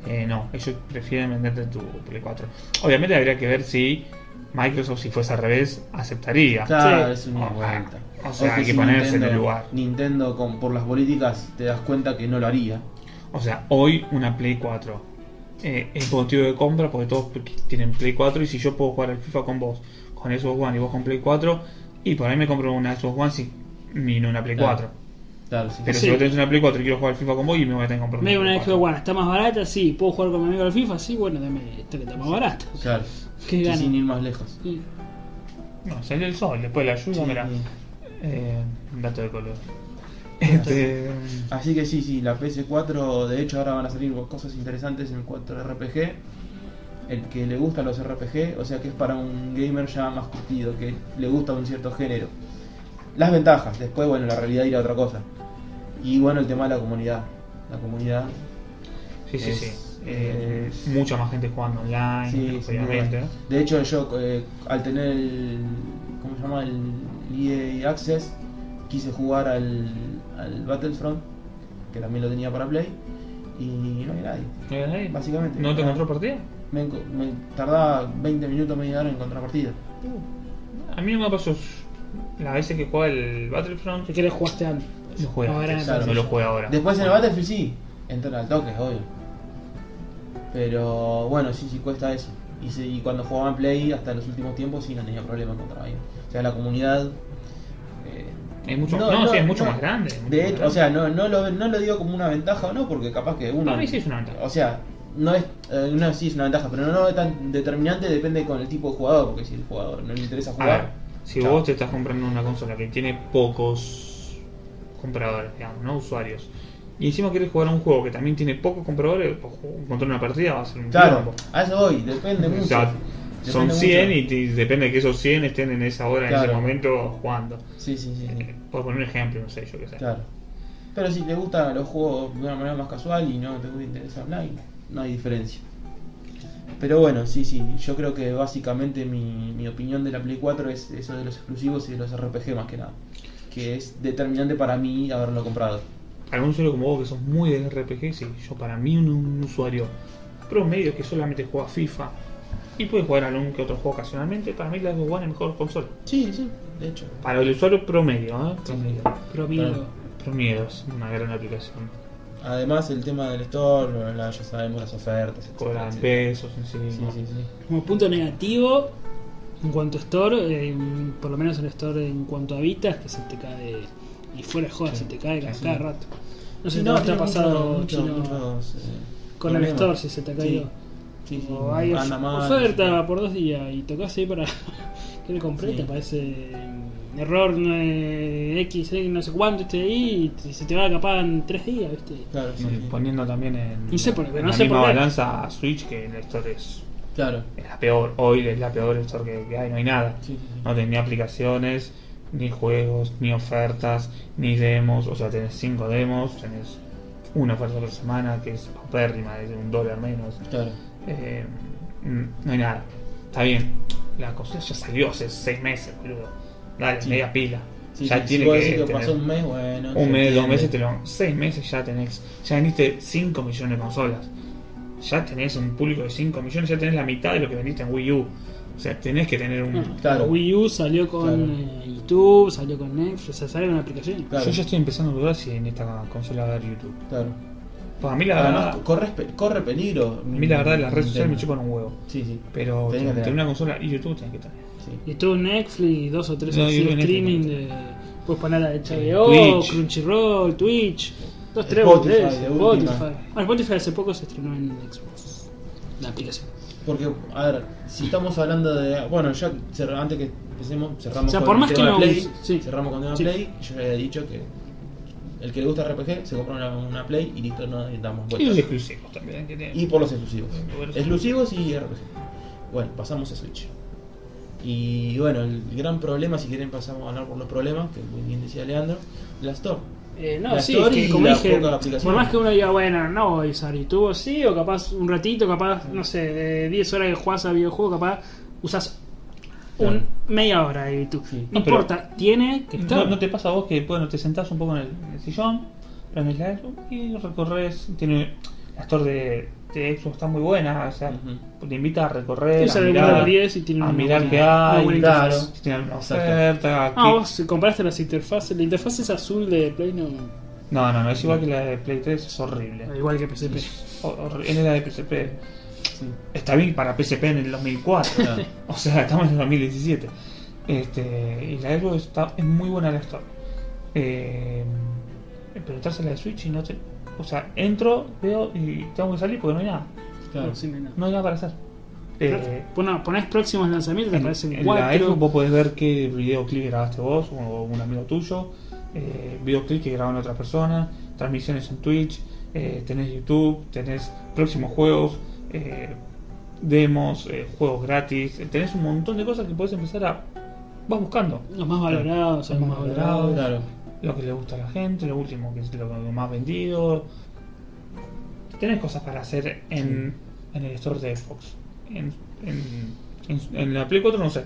eh, no, ellos prefieren venderte tu Play 4. Obviamente habría que ver si Microsoft, si fuese al revés, aceptaría. Claro, Sí. es una Ojalá. vuelta. O sea, hay Aunque que sí, ponerse en el lugar. Nintendo, con, por las políticas, te das cuenta que no lo haría. O sea, hoy una Play 4 eh, es motivo de compra porque todos tienen Play 4 y si yo puedo jugar al FIFA con vos, con Xbox One y vos con Play 4, y por ahí me compro una Xbox One si, y no una Play Claro. 4. Claro, sí. Pero Sí. si vos tenés una Play 4 y quiero jugar al FIFA con vos y me voy a tener que comprar Me digo una Play Xbox 4. One, está más barata, sí. ¿Puedo jugar con mi amigo al FIFA? Sí, bueno, dame esta que está más barata. Claro. ¿Qué Sí, gana? sin ir más lejos. Sí. No, salió el sol, después la lluvia, Sí, mirá. sí. Eh, un dato de color. Este, Así que sí, sí, la PS4, de hecho ahora van a salir cosas interesantes en 4RPG. El que le gustan los RPG, o sea que es para un gamer ya más curtido, que le gusta un cierto género. Las ventajas, después bueno, la realidad irá a otra cosa. Y bueno, el tema de la comunidad. La comunidad, sí, sí, es- sí. Eh, mucha más gente jugando online, sí, sin duda. obviamente. De hecho yo eh, al tener el, ¿cómo se llama? El EA Access, quise jugar al, al Battlefront, que también lo tenía para Play, y no hay nadie. Eh, Básicamente. ¿No te encontró partida? Me, enco- me tardaba 20 minutos, media hora en encontrar partida. A mí no me pasó. Las veces que jugaba el Battlefront, ¿Qué querés jugaste antes? no juega Ahora antes, claro. no lo juega ahora. Después en el Battlefield sí, entra al toque, obvio. Pero bueno, sí, sí cuesta eso. Y, sí, y cuando jugaba en Play, hasta los últimos tiempos, sí, no tenía problema encontrar ahí. O sea, la comunidad. eh, Es mucho, no, sí, es mucho no. más grande. es mucho De más hecho, grande. o sea, no, no, lo, no lo digo como una ventaja o no, porque capaz que uno. Para mí sí es una ventaja. O sea, no es. eh, no, sí es una ventaja, pero no es tan determinante, depende con el tipo de jugador, porque si el jugador no le interesa A jugar. ver, si chao. vos te estás comprando una consola que tiene pocos compradores, digamos, ¿no? Usuarios. Y encima querés jugar a un juego que también tiene pocos compradores, o ju- encontrar una partida va a ser un Claro, quilombo. a eso voy, depende mucho. O sea, Depende son mucho. 100 y, te- depende de que esos 100 estén en esa hora, en Claro. ese momento, jugando. Sí, sí, sí, sí, Eh, por poner un ejemplo, no sé, yo qué sé. claro. Pero si te gustan los juegos de una manera más casual y no te interesa online, no hay diferencia. Pero bueno, sí, sí, yo creo que básicamente mi, mi opinión de la Play 4 es eso de los exclusivos y de los RPG más que nada. Que es determinante para mí haberlo comprado. algún usuario como vos que sos muy de RPG, sí, yo para mí un, un usuario promedio que solamente juega FIFA y puede jugar algún que otro juego ocasionalmente, para mí la Xbox One es mejor consola. Sí, sí, de hecho. Para el usuario promedio, ¿eh? Promedio. Promedio. Claro. Promedio es una gran aplicación. Además el tema del store, bla, bla, bla, ya sabemos las ofertas, etcétera, Cobran etcétera. pesos en sí. Sí, ¿no? sí, sí. Como punto negativo, en cuanto a Store, en- por lo menos el Store en cuanto a Vita, es que se te cae. Y fuera de joda, se te cae sí. cada rato. No sé Sí, si no, te tiene ha pasado mucho- Chino, muchos, eh, con el problemas. Store, si se te ha caído. Sí, sí, sí. O hay Anda of- mal, oferta por dos días y tocas ahí para <laughs> que le compré, Sí. te aparece error no, eh, X, eh, no sé cuánto, este ahí, y se te va a capar en tres días, ¿viste? Claro, sí, Y sí. Poniendo también en, No sé por qué, en no la sé misma por qué. balanza a Switch que en el Store es, Claro. es la peor. Hoy es la peor Store que, que hay, no hay nada. Sí, sí, sí. No tenés ni aplicaciones, ni juegos, ni ofertas, ni demos. O sea, tenés 5 demos, tenés una oferta por semana que es paupérrima, de un dólar menos. Claro. Eh, mm, no hay nada. Está bien, la consola ya salió hace 6 meses, boludo. Dale, Sí. media pila. Sí, ya sí, tiene si vos que decís tener pasó un mes, bueno. Un se mes, dos entiende. meses, te lo, seis meses ya tenés. Ya vendiste 5 millones de consolas. Ya tenés un público de 5 millones, ya tenés la mitad de lo que vendiste en Wii U. O sea, tenés que tener un. Bueno, Claro. Ah, Wii U salió con Claro. eh, YouTube, salió con Netflix, o sea, salió con aplicación. Claro. Yo ya estoy empezando a dudar si en esta consola va a haber YouTube. Claro. Para mí, la Además, verdad, corre, pe- corre peligro. a mí la verdad, las redes Nintendo. sociales me chupan un huevo. Sí, sí. Pero Tenés que tener tener. una consola y YouTube tenés que tener. sí. Y todo Netflix, dos o tres No, así yo de creo que streaming Netflix de. Puedes poner la de HBO, Twitch. Crunchyroll, Twitch, dos, tres, Spotify, tres, de última. Spotify. Bueno, Spotify hace poco se estrenó en Xbox. La aplicación. Porque, a ver, si estamos hablando de. Bueno, ya cerra- antes que empecemos, cerramos O sea, con por el más tema que de no- Play. sí. Cerramos con tema Sí. Play. Yo ya había dicho que el que le gusta RPG se compra una, una Play y listo, no damos Y los vueltas. exclusivos también. que tienen. Y por los exclusivos. Por los Exclusivos y RPG. Bueno, pasamos a Switch. Y bueno, el gran problema, si quieren, pasamos a hablar por los problemas, que muy bien decía Leandro, la Store. Eh, no, La sí, Store es que y como la dije, poca aplicación. por más que uno diga, bueno, no voy a usar YouTube, sí, o capaz un ratito, capaz, no sé, de 10 horas que jugás a videojuego, capaz usas un Claro. media hora de YouTube. Sí. No No, pero- importa, tiene que estar. ¿No, no te pasa a vos que bueno, te sentás un poco en el, en el sillón, prendes la Xbox y recorres? Tiene, la store de, de Xbox está muy buena, o sea, Ujú. te invita a recorrer, Tienes a el mirar, 10 y tiene a una mirar buena- qué una hay, buena claro. interfaz. si tiene alguna Exacto. oferta. Ah, qué- vos comparaste las interfaces. La interfaz es azul de Play, no. No, no, no, es igual que la de Play 3, es horrible. Igual que PCP. O- horri- Es la de PSP. Sí. Está bien para PSP en el 2004, <laughs> Claro. o sea, estamos en el 2017. Este, y la Xbox está, es muy buena la Store. Eh, pero entrarse a la de Switch y no te. O sea, entro, veo y tengo que salir porque no hay nada. Claro. No, sí, no, no. No hay nada para hacer. Eh, Pon- ponés próximos lanzamientos, te en, aparecen en la Xbox 4. vos podés ver qué videoclip grabaste vos o un amigo tuyo, eh, videoclip que graban otra persona, transmisiones en Twitch, eh, tenés YouTube, tenés próximos juegos, eh, demos, eh, juegos gratis, eh, tenés un montón de cosas que podés empezar a... Vas buscando Los más valorados, los Los más más valorados. Claro. lo que le gusta a la gente, lo último que es lo más vendido. Tenés cosas para hacer en, en el store de Xbox. En, en, en- en la Play 4 no sé.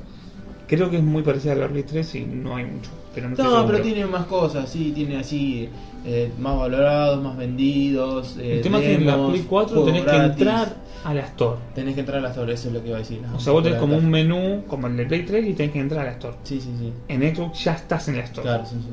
Creo que es muy parecida a la Play 3 y no hay mucho. Pero no, estoy No, seguro. pero tiene más cosas, sí, tiene así eh, más valorados, más vendidos. eh, El tema es que en la demos, Play 4 juegos tenés que gratis. entrar a la store. Tenés que entrar a la store, eso es lo que iba a decir. O sea, vos tenés como un menú como el de Play 3 y tenés que entrar a la store. Sí, sí, sí. En Xbox ya estás en la store. Claro, sí, sí.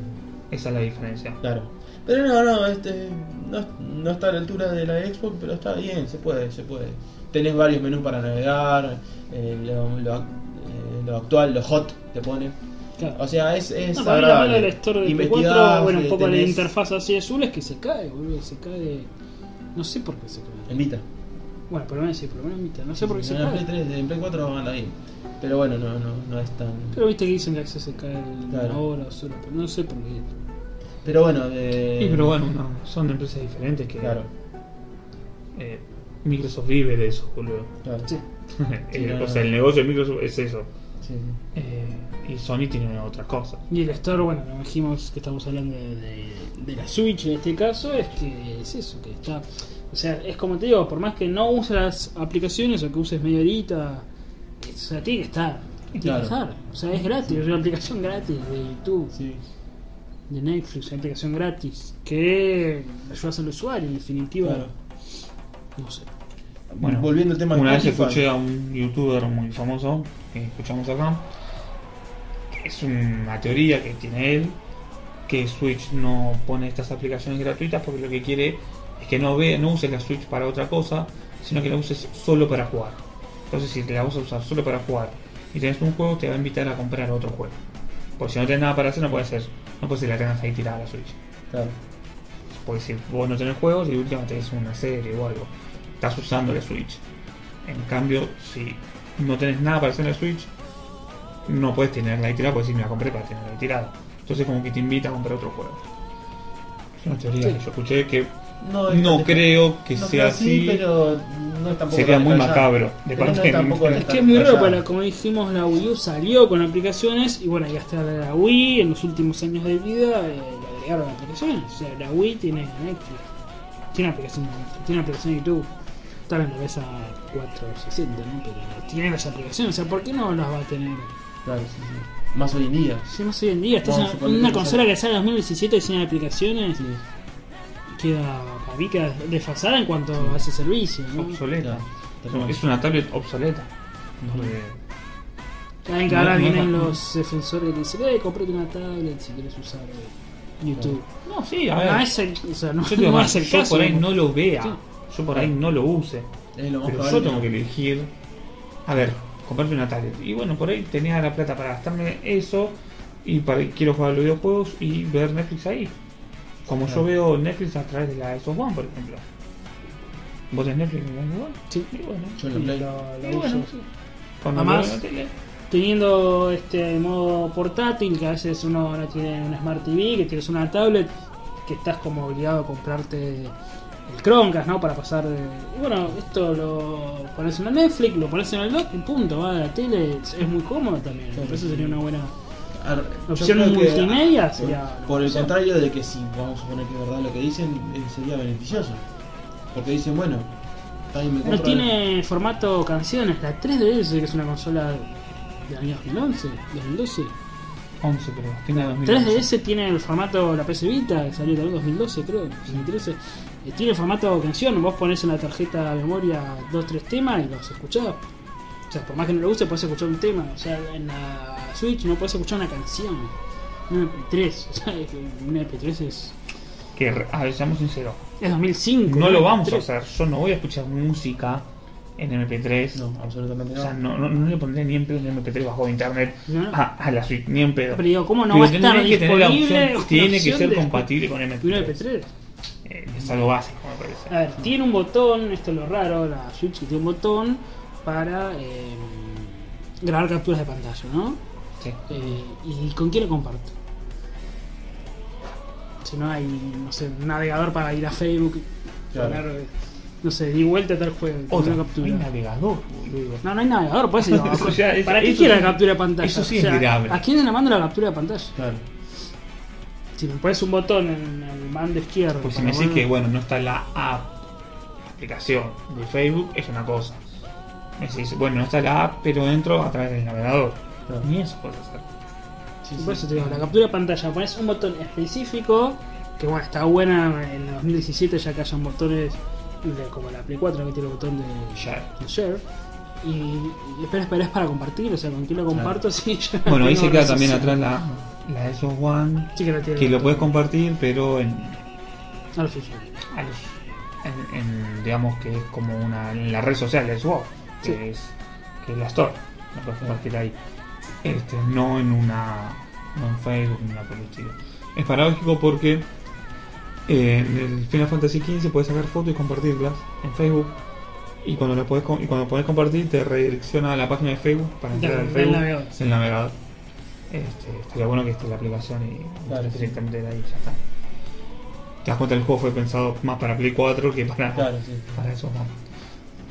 Esa es la diferencia. Claro. Pero no, no, este, no, no está a la altura de la Xbox, pero está bien, se puede, se puede. Tenés varios menús para navegar, eh, lo, lo ac- eh, lo actual, lo hot, te pone. Claro. O sea, es, es No, para mí la mala agradable. del store de Play Investigás, 4, bueno, un eh, poco la tenés- interfaz así azul es que se cae, boludo, se cae. No sé por qué se cae. En Vita. Bueno, por lo menos sí, por lo menos mitad. No sé por qué se en la Play cae. 3, en Play 4 anda bien. Pero bueno, no, no, no es tan. Pero viste que dicen que a veces se cae el Claro. hora o solo, pero no sé por qué. Pero bueno, eh, Sí, pero bueno, no, son de empresas diferentes que Claro, eh, Microsoft vive de eso, boludo. claro. Sí. <laughs> Eh, no, no, o sea, el no. negocio de Microsoft es eso. Sí, sí. Eh, y Sony tiene otras cosas. Y el store, bueno, lo dijimos que estamos hablando de, de- de la Switch en este caso, es que es eso, que está. O sea, es como te digo, por más que no uses las aplicaciones o que uses media horita, o sea, tiene que estar. Tiene Claro. que estar. O sea, es gratis, es una aplicación gratis de YouTube. Sí. de Netflix, una aplicación gratis, que ayudas al usuario, en definitiva. Claro. No sé. Bueno, volviendo al tema de Una vez Spotify. escuché a un youtuber muy famoso, que escuchamos acá, que es una teoría que tiene él, que Switch no pone estas aplicaciones gratuitas porque lo que quiere es que no, ve, no uses la Switch para otra cosa, sino que la uses solo para jugar. Entonces si te la vas a usar solo para jugar y tenés un juego, te va a invitar a comprar otro juego. Porque si no tenés nada para hacer, no puede ser. No puede ser que la tengas ahí tirada la Switch. Claro. Porque si vos no tenés juegos y últimamente tenés una serie o algo, estás usando la Switch. En cambio, si no tenés nada para hacer en la Switch, no puedes tenerla ahí tirada, porque si me la compré para tenerla ahí tirada. Entonces como que te invita a comprar otro juego. Es una teoría Sí. que yo escuché que No, es- no creo que no sea creo así. pero no es tampoco Sería muy detallado. macabro de Pero no parte de tampoco Nintendo. Es detallado. que es muy raro, porque la- como dijimos, la Wii U salió con aplicaciones y bueno, y hasta la Wii en los últimos años de vida eh, le agregaron aplicaciones. O sea, la Wii tiene Netflix, tiene aplicación de Netflix, tiene aplicación de YouTube. Tal vez la ves a 460, ¿no? Pero tiene las aplicaciones, o sea, ¿por qué no las va a tener Claro, sí, sí. Más hoy en día. Sí, más hoy en día. Estás Vamos a en suponer una que consola sea- que sale en 2017 y sin aplicaciones. Sí, Queda, para mí queda desfasada en cuanto a ese servicio. ¿no? Obsoleta. claro. Es una- Es una tablet obsoleta. Mm. Porque Cada vez que No, ahora no es vienen la- los defensores que te dicen, eh, comprate una tablet si quieres usar eh, YouTube. No, sí, a ver. No es el, o sea, no, yo, te digo no más, es el yo caso. eh. por ahí no lo vea, Sí. yo por ahí no lo use, Es lo más pero probable yo tengo que elegir, a ver, comprarme una tablet. Y bueno, por ahí tenía la plata para gastarme eso y para quiero jugar a los videojuegos y ver Netflix ahí. Como Claro. yo veo Netflix a través de la Xbox One, por ejemplo. ¿Vos tenés Netflix en la Xbox One? Sí. Y bueno, Yo en la y Play. lo- lo Y uso. bueno, Cuando Además- veo la tele, Teniendo este modo portátil, que a veces uno no tiene una Smart TV, que tienes una tablet, que estás como obligado a comprarte el Chromecast, ¿no? Para pasar. eh, y bueno, esto lo pones en el Netflix, lo pones en el dock y punto, va a la tele, es, es muy cómodo también. Claro. Por eso sería una buena. Ar- yo opción creo que, multimedia ah, sería- Por, por el sí. contrario de que si vamos a suponer que es verdad lo que dicen, eh, sería beneficioso. Porque dicen, bueno, también me No compro el- tiene formato canciones, la 3DS, que es una consola de año 2011, 2012. 11 creo, final de 2011. 3DS tiene el formato, la PS Vita, que salió también en 2012 creo, 2013, eh, tiene formato canción, vos pones en la tarjeta de memoria dos, tres temas y los escuchás. O sea, por más que no lo uses, podés escuchar un tema. O sea, en la Switch no podés escuchar una canción. Un MP3, <laughs> o sea, es que un MP3 es, Que, re- a ver, seamos sinceros, es 2005. no un lo vamos a MP3. usar, yo no voy a escuchar música en MP3. No, absolutamente O no. sea, no, no, no le pondré ni en pedo un MP3 bajo de internet No, no. a, a la suite, ni en pedo. Pero digo, ¿cómo no Pero va a estar tendría que tener disponible? la opción- <laughs> una tiene que opción ser de- compatible con de un MP3. MP3. Eh, es algo básico, me parece. A ver, tiene un botón, esto es lo raro, la Switch tiene un botón para eh, grabar capturas de pantalla, ¿no? Sí. Eh, ¿Y con quién lo comparto? Si no hay, no sé, un navegador para ir a Facebook, Claro. poner, eh, no sé, di vuelta a tal juego, con Otra, no una hay captura. navegador, boludo. No, no hay navegador, por <laughs> eso digo, O sea, es- ¿Para qué eso quiere sí- la captura de pantalla? eso sí O es sea, mirable. ¿A quién le mando la captura de pantalla? Claro. Si me pones un botón en el mando izquierdo. Pues si para me decís poner- que, bueno, no está la app, la aplicación de Facebook, es una cosa. Me decís, bueno, no está la app, pero entro a través del navegador. Claro. Ni eso puedes <laughs> hacer. Sí, Y Por sí. eso te digo, la captura de pantalla, pones un botón específico, que bueno, está buena en el 2017 ya que hayan botones de- como la Play 4 que tiene el botón de Ya. de share. Y, y espera, espera, es para compartir, o sea, con quién lo comparto, <laughs> sí, ya Bueno, ahí no se queda redes también atrás sociales. la, la de esos One, Sí que no tiene que lo botón. puedes compartir, pero en, No lo funciona. a los- en, en- digamos que es como una en la red social de WoW que Sí. es que es la store la puedes compartir ahí este no en una no en Facebook ni una por el estilo. es paradójico porque eh, en el Final Fantasy XV puedes sacar fotos y compartirlas en Facebook y cuando las podés com- y cuando podés compartir te redirecciona a la página de Facebook para Del- entrar al del Facebook navegador, sí. del navegador este, estaría bueno que esté la aplicación y Claro, entres sí. directamente de ahí ya está te das cuenta el juego fue pensado más para Play 4 que para, Claro, <clears throat> sí. para eso. ¿no?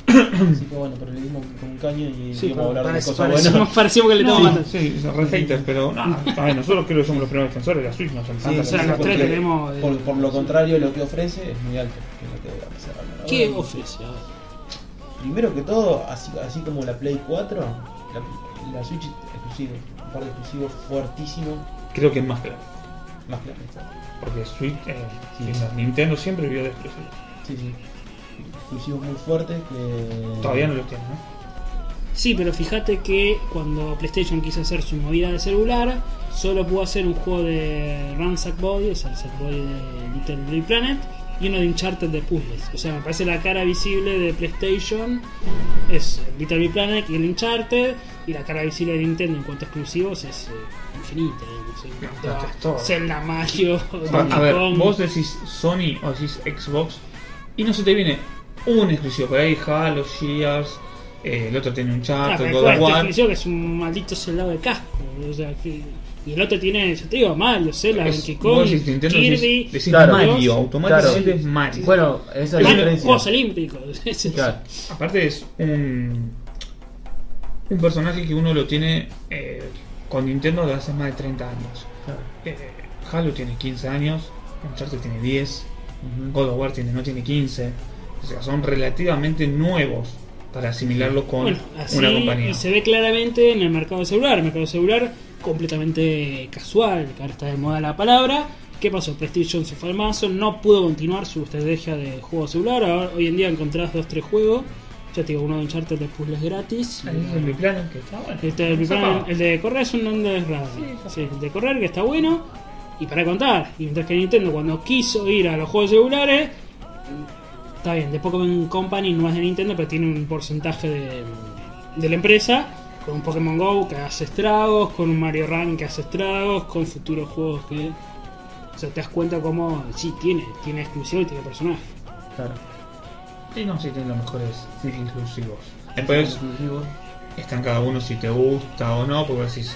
Así que bueno, pero le dimos con un caño y Sí, íbamos a hablar de <laughs> parece- cosas parecimos, buenas. parecimos que le estamos matando. sí, sí, son re haters, pero no, a ver, nosotros creo que somos los primeros defensores de la Switch, nos encanta. o sea, la los Switch. tres porque- tenemos, eh, Por, por lo contrario, lo que ofrece es muy alto. Que es lo que vamos a hablar ahora. ¿Qué ofrece? A ver. Primero que todo, así, así como la Play 4, la, la Switch exclusivo, un par de exclusivos fuertísimos, Creo que es más claro, más que la Play 4. porque Switch, eh, Sí. sí, no, Nintendo siempre vivió de exclusivos. Sí, sí. Exclusivos muy fuertes que. Todavía no los tiene, ¿no? Sí, pero fíjate que cuando PlayStation quiso hacer su movida de celular, solo pudo hacer un juego de Ransack Boy, o sea, el Sackboy de Little Big Planet, y uno de Uncharted de puzzles. O sea, me parece la cara visible de PlayStation es Little Big Planet y el Uncharted, y la cara visible de Nintendo en cuanto a exclusivos es eh, infinita. eh, no sé, en cuanto No, a es todo. Zelda Mario, Donkey A ver, Kong. vos decís Sony o decís Xbox y no se te viene un exclusivo, por ahí Halo, Gears, eh, el otro tiene un Ah, chart, pero God of este War. exclusivo que es un maldito soldado de casco. O sea, que- y el otro tiene, yo te digo, Mario, Zelda, Es- Donkey Kong, vos decís Nintendo, decís- Kirby, decís Claro. Mario, automáticamente Claro. es Mario. Bueno, esa es la Mario, diferencia. Juegos Olímpicos. <laughs> Es eso. Claro. Aparte es un, un personaje que uno lo tiene eh, con Nintendo de hace más de 30 años. Claro. Eh, Halo tiene 15 años, Uncharted tiene 10, Ujú. God of War tiene, no tiene 15. O sea, son relativamente nuevos para asimilarlos con Bueno, así una compañía. y se ve claramente en el mercado celular, el mercado celular completamente casual, que ahora está de moda la palabra. ¿Qué pasó? PlayStation se fue al mazo, no pudo continuar su estrategia de juego celular. Ahora, hoy en día encontrás dos, tres juegos. Ya te digo, uno de Uncharted de puzzles gratis. Ahí es el biplano, que está bueno. Este, El de, el Zapa. el de correr es un underground. Sí, el de correr que está bueno. Y para contar, y mientras que Nintendo cuando quiso ir a los juegos celulares, está bien, de Pokémon Company no es de Nintendo, pero tiene un porcentaje de, de la empresa. Con un Pokémon Go que hace estragos, con un Mario Run que hace estragos, con futuros juegos que. O sea, te das cuenta cómo. Sí, tiene, tiene exclusivo y tiene personaje. Claro. Y no sé si tienen los mejores sí, inclusivos. Después están cada uno si te gusta o no, porque decís,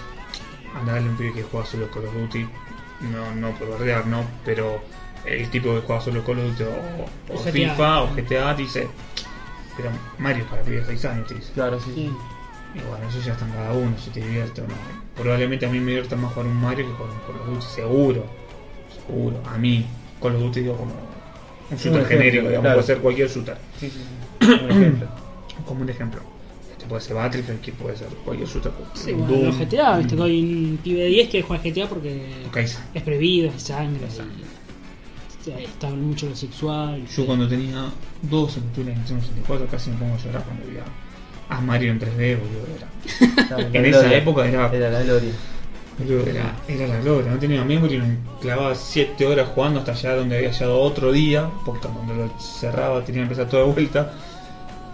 anda darle un pibe que juega solo Call of Duty, no, no por bardear, no, pero el tipo que juega solo Call of Duty o, o O GTA. FIFA o GTA te dice, pero Mario es para pibes de 6 años, te dice. Claro, sí. sí. Y bueno, eso ya están cada uno, si te divierte o no. Probablemente a mí me divierta más jugar un Mario que jugar un Call of Duty, seguro. Seguro, a mí. Call of Duty digo como un shooter ejemplo, genérico, digamos, claro. puede ser cualquier shooter. sí, sí, <coughs> sí. Un ejemplo. Como un ejemplo. Este puede ser Battlefield, que puede ser cualquier shooter. Sí, un bueno, los Doom, GTA, viste un- que hay un pibe de 10 que juega GTA porque. un Kaizen. es prohibido, es sangre. Es sangre. y- y ahí está mucho lo sexual. Yo cuando tenía dos aventuras en Nintendo 64 casi me pongo a llorar cuando veía a Mario en 3D, boludo. Era, Claro, en la esa gloria. época era, Era la gloria. boludo, era, era la gloria. No tenía memoria, me clavaba 7 horas jugando hasta llegar donde había llegado otro día, porque cuando lo cerraba tenía que empezar todo de vuelta.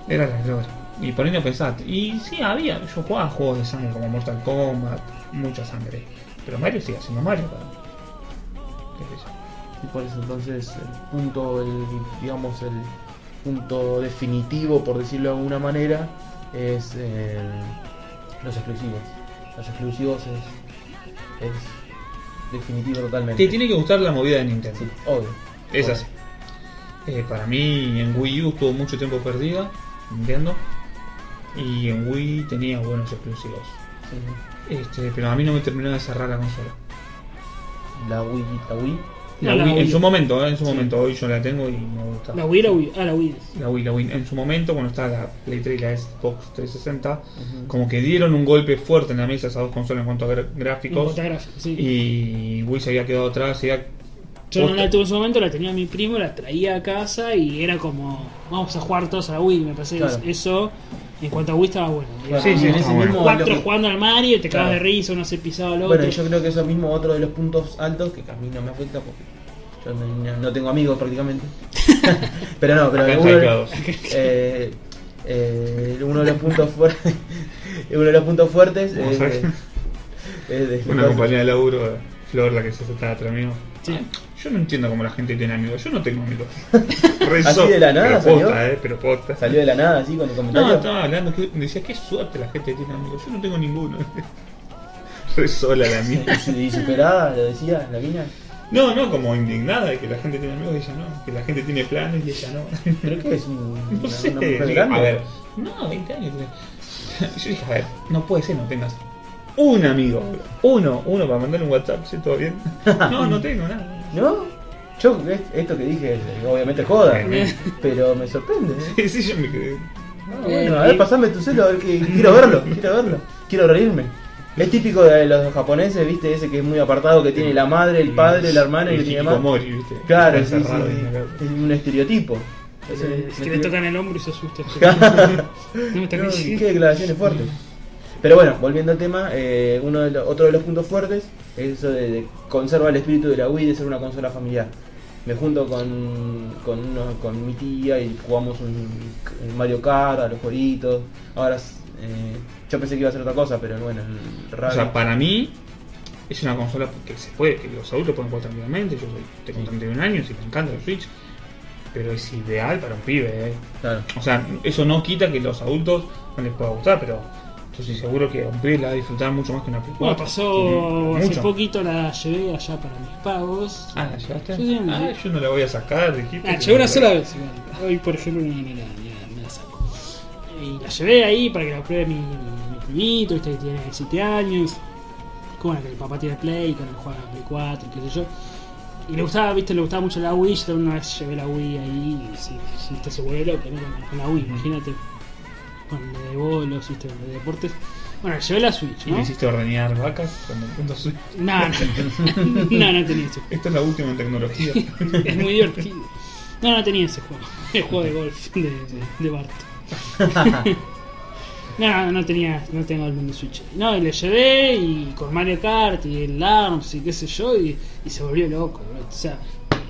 Era la gloria. Y por ahí no pensaste. Y sí, había, yo jugaba juegos de sangre como Mortal Kombat, mucha sangre. Pero Mario sigue siendo Mario para mí. Qué sé yo. Y por eso entonces el punto, el, digamos, el punto definitivo, por decirlo de alguna manera, es eh, los exclusivos. Los exclusivos es, es definitivo totalmente. Te tiene que gustar la movida de Nintendo. Sí, obvio. Es Obvio. así. Eh, para mí en Wii U estuvo mucho tiempo perdida, Nintendo. Y en Wii tenía buenos exclusivos. Sí, sí. Este, pero a mí no me terminó de cerrar la consola. La Wii, la Wii. La, No, la Wii, en Wii. su momento, eh, en su momento, hoy yo la tengo y me gusta. La Wii, la Wii, ah, la Wii. La Wii, la Wii. En su momento, cuando estaba la Play 3 y la Xbox 360, como que dieron un golpe fuerte en la mesa esas dos consolas en cuanto a gra- gráficos. Está gráfico, sí. Y Wii se había quedado atrás, se había Yo no la Posta. tuve en su momento, la tenía mi primo, la traía a casa y era como, vamos a jugar todos a la Wii. Me parece que Claro. eso, en cuanto a Wii, estaba bueno. Era Sí, sí, como en ese mismo Cuatro lo que- jugando al Mario, te cagas Claro. de risa, uno se pisaba al otro. Bueno, y yo creo que eso mismo otro de los puntos altos que a mí no me afecta porque yo no, no- no tengo amigos <laughs> prácticamente. pero no, pero Acá uno, encajados. eh, eh, uno de los puntos fuertes <laughs> uno de los puntos fuertes Vamos es, a de- ver. es de- Una compañía de laburo, eh. Flor, la que se sentaba atrás mío. Sí. Yo no entiendo cómo la gente tiene amigos. Yo no tengo amigos. Así de la nada Pero salió. posta, eh, pero posta. salió de la nada así con el No, comentario. estaba hablando. Que, decía, qué suerte la gente tiene amigos. Yo no tengo ninguno. <laughs> Re sola la mía. Y- y superada, lo decía la mina. No, no, como indignada de que la gente tiene amigos y ella no. Que la gente tiene planes y ella no. <laughs> Creo que es un, No sé. una mujer digo, grande. a ver. No, 20 años. tiene. <laughs> Yo dije, a ver, no puede ser, no tengas un amigo. Uno, uno para mandarle un WhatsApp, ¿sí? ¿Todo <laughs> bien? No, no tengo nada. <laughs> ¿No? Yo, es- esto que dije, es- obviamente joda, Bueno. pero me sorprende. ¿eh? Sí, sí, yo me quedé. Ah, bueno, a ver, pasame tu celo, a ver que quiero verlo, quiero verlo, quiero reírme. Es típico de los japoneses, viste, ese que es muy apartado, que tiene la madre, el padre, la hermana y el no tiene más. hikikomori, ¿viste? Claro, Está sí, sí, encerrado sí. en la casa. es un estereotipo. Es un Eh, es que le estere- tocan el hombro y <laughs> se asusta. no me No, tenés qué declaraciones fuertes. Pero bueno, volviendo al tema, eh, uno de los- otro de los puntos fuertes es eso de, de conserva el espíritu de la Wii de ser una consola familiar. Me junto con, con, uno- con mi tía y jugamos un, un Mario Kart, a los jueguitos. Ahora, eh, yo pensé que iba a ser otra cosa, pero bueno, el O raro. sea, para mí es una consola que se puede, que los adultos pueden jugar tranquilamente. Yo soy, tengo Sí. 31 años y me encanta el Switch. Pero es ideal para un pibe, ¿eh? Claro. O sea, eso no quita que los adultos no les pueda gustar, pero yo estoy seguro que a un pibe la va a disfrutar mucho más que una Play Bueno, 4. pasó Sí, hace mucho. poquito, la llevé allá para mis pagos. Ah, ¿la llevaste? Sí, sí, ah, sí. yo no la voy a sacar, dijiste. Ah, que llevé no una la- sola vez. igual. Hoy, por ejemplo, no, no, no, me la saco. Y la llevé ahí para que la pruebe mi, mi primito, este que tiene 7 años. Que bueno, que el papá tiene Play, que no juega a Play 4, qué sé yo. Y le gustaba, viste, le gustaba mucho la Wii. Yo una vez llevé la Wii ahí y sí, sí, te se vuelve loco, ¿no? Con- Con la Wii, imagínate. con lo de bolos, ¿viste? con lo de deportes. Bueno, llevé la Switch, ¿Y le ¿no? hiciste ordeñar vacas con Nintendo Switch? No, no, <laughs> no, no tenía eso. <laughs> Esta es la última en tecnología. <laughs> <laughs> Es muy divertido. No, no tenía ese juego. <laughs> El juego de golf de, de Bart. <laughs> No, no, no tenía, no tengo el mundo Switch. No, y le llevé y con Mario Kart y el ARMS y qué sé yo, y, y se volvió loco. bro. O sea,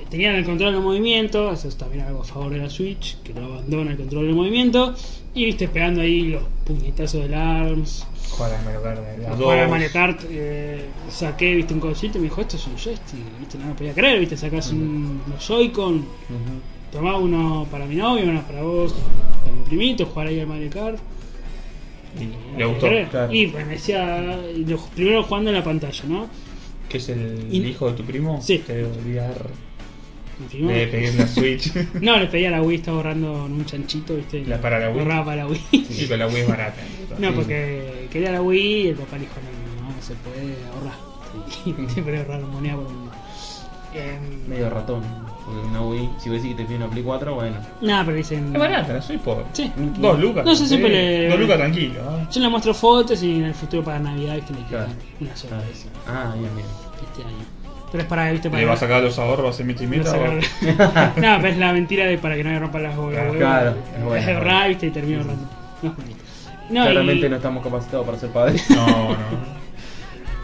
tenían el control del movimiento, eso es también algo a favor de la Switch, que no abandona el control del movimiento, y viste pegando ahí los puñetazos del ARMS. Jugar a Mario Kart. la dos. Jugar a Mario Kart, eh, saqué, viste, un cosito y me dijo, esto es un joystick, viste, no me podía creer, viste, sacás un, unos Joy-Con, Ujú. tomá uno para mi novio, uno para vos, para mi primito, jugar ahí al Mario Kart. Y Le gustó. Claro. claro. Y pues me decía, lo- primero jugando en la pantalla, ¿no? Que es el Y- hijo de tu primo. Sí. Te debe olvidar Me filmó. de pedir la Switch. <laughs> No, le pedía a la Wii, estaba borrando en un chanchito, ¿viste? La para la Wii. Borraba para la Wii. Sí, con la Wii es barata. <laughs> No, pues- porque quería la Wii y el papá le dijo, no, no, no se puede ahorrar. <laughs> Y te puede ahorrar moneda por un... Em, Medio ratón. Porque una Wii, si vos decís que te pide una Play 4, bueno. Nada, pero dicen... Es barata, la Switch por Sí. dos lucas. No, yo siempre le- Dos lucas tranquilo. ¿ah? Yo le muestro fotos y en el futuro para Navidad, ¿viste? Le queda Claro. una sola Ah, de esas Ah, bien, bien. este año. Pero es para, ¿viste? Para Le va a sacar los ahorros en meta y No, meta. o- <laughs> no, pero es la mentira de para que no me rompa las bolas. Claro, huevos. claro, <laughs> es Es buena, de es verdad, buena. viste, y termino ahorrando. No es bonito. No, Claramente y, no estamos capacitados para ser padres. <laughs> No, <laughs> no.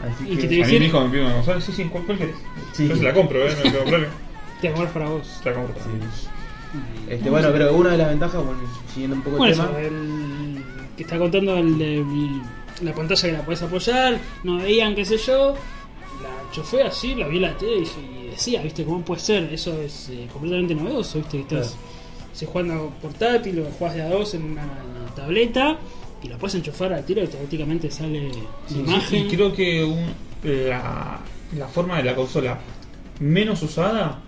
Así Y que que. te- A mí decir- mi hijo me pide una consola. Sí, sí, ¿cuál, cuál querés? Sí. Yo se la compro, ¿eh? No <laughs> tengo problema. Te amor para vos. Se la compro. Sí. Este, bueno, pero una de las ventajas, bueno, siguiendo un poco Bueno, el Pues tema. eso, el que está contando el de mi- la pantalla que la puedes apoyar, no veían, qué sé yo. La chofé así, la vi en la tele y, dije- y decía, viste, cómo puede ser. Eso es eh, completamente novedoso, viste, que estás se jugando portátil o jugás de a dos en una tableta y la puedes enchufar al tiro y automáticamente sale Sí, la sí, imagen. Y creo que un- la, la forma de la consola menos usada,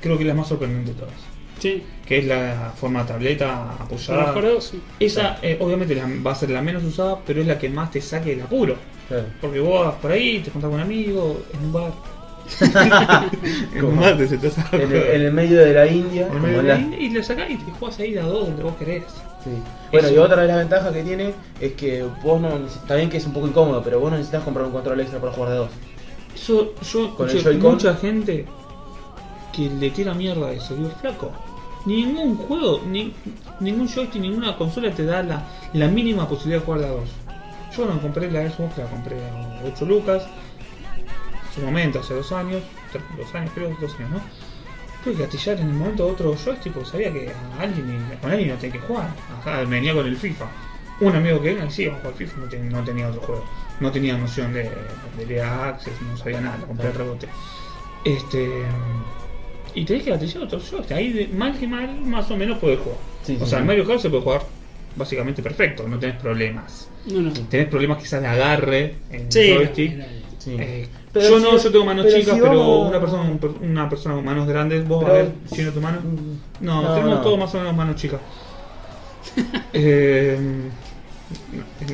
creo que es la más sorprendente de todas. Sí, Que es la forma tableta para apoyada. jugar de dos, sí. Esa eh, obviamente la- va a ser la menos usada, pero es la que más te saque del apuro. Claro. Porque vos vas por ahí, te juntás con un amigo, en un <laughs> bar. <laughs> en un ¿Cómo? bar te sentás a En el, jugar. en el medio de la India. En el como medio en de la- ahí, Y le sacás y te jugás ahí de a dos donde vos querés. Sí. Bueno, Eso. y otra de las ventajas que tiene es que vos no. neces- Está bien que es un poco incómodo, pero vos no necesitas comprar un control extra para jugar de dos. Eso, yo Con el escuché Joy-Con. mucha gente que le tira mierda a eso. Digo, flaco, ningún juego, ni- ningún joystick, ninguna consola te da la, la mínima posibilidad de jugar de a dos. Yo no compré la Xbox, la compré a 8 lucas. En su momento, hace dos años, tres- dos años creo, dos años, ¿no? Tuve que gatillar en el momento otro joystick porque sabía que a alguien, con alguien no tenía que jugar. Ajá, venía con el FIFA. Un amigo que venía, sí, vamos a jugar FIFA, no, ten- no tenía otro juego. No tenía noción de, de EA Access, no sabía nada, lo compré al rebote. Este. Y tenés que gatillar otro joystick. Ahí, de, mal que mal, más o menos puedes jugar. Sí, o sí, sea, sí. el Mario Kart se puede jugar básicamente perfecto, no tenés problemas. No, no. Tenés problemas quizás de agarre en el Sí, joystick. no, era- este Sí. Eh, Pero yo si- no, yo tengo manos pero chicas, si pero vamos- una persona un per- una persona con manos grandes, vos Pero- Mm. a ver, chino tu mano. No, No, tenemos no. todos más o menos manos chicas. <laughs> Eh,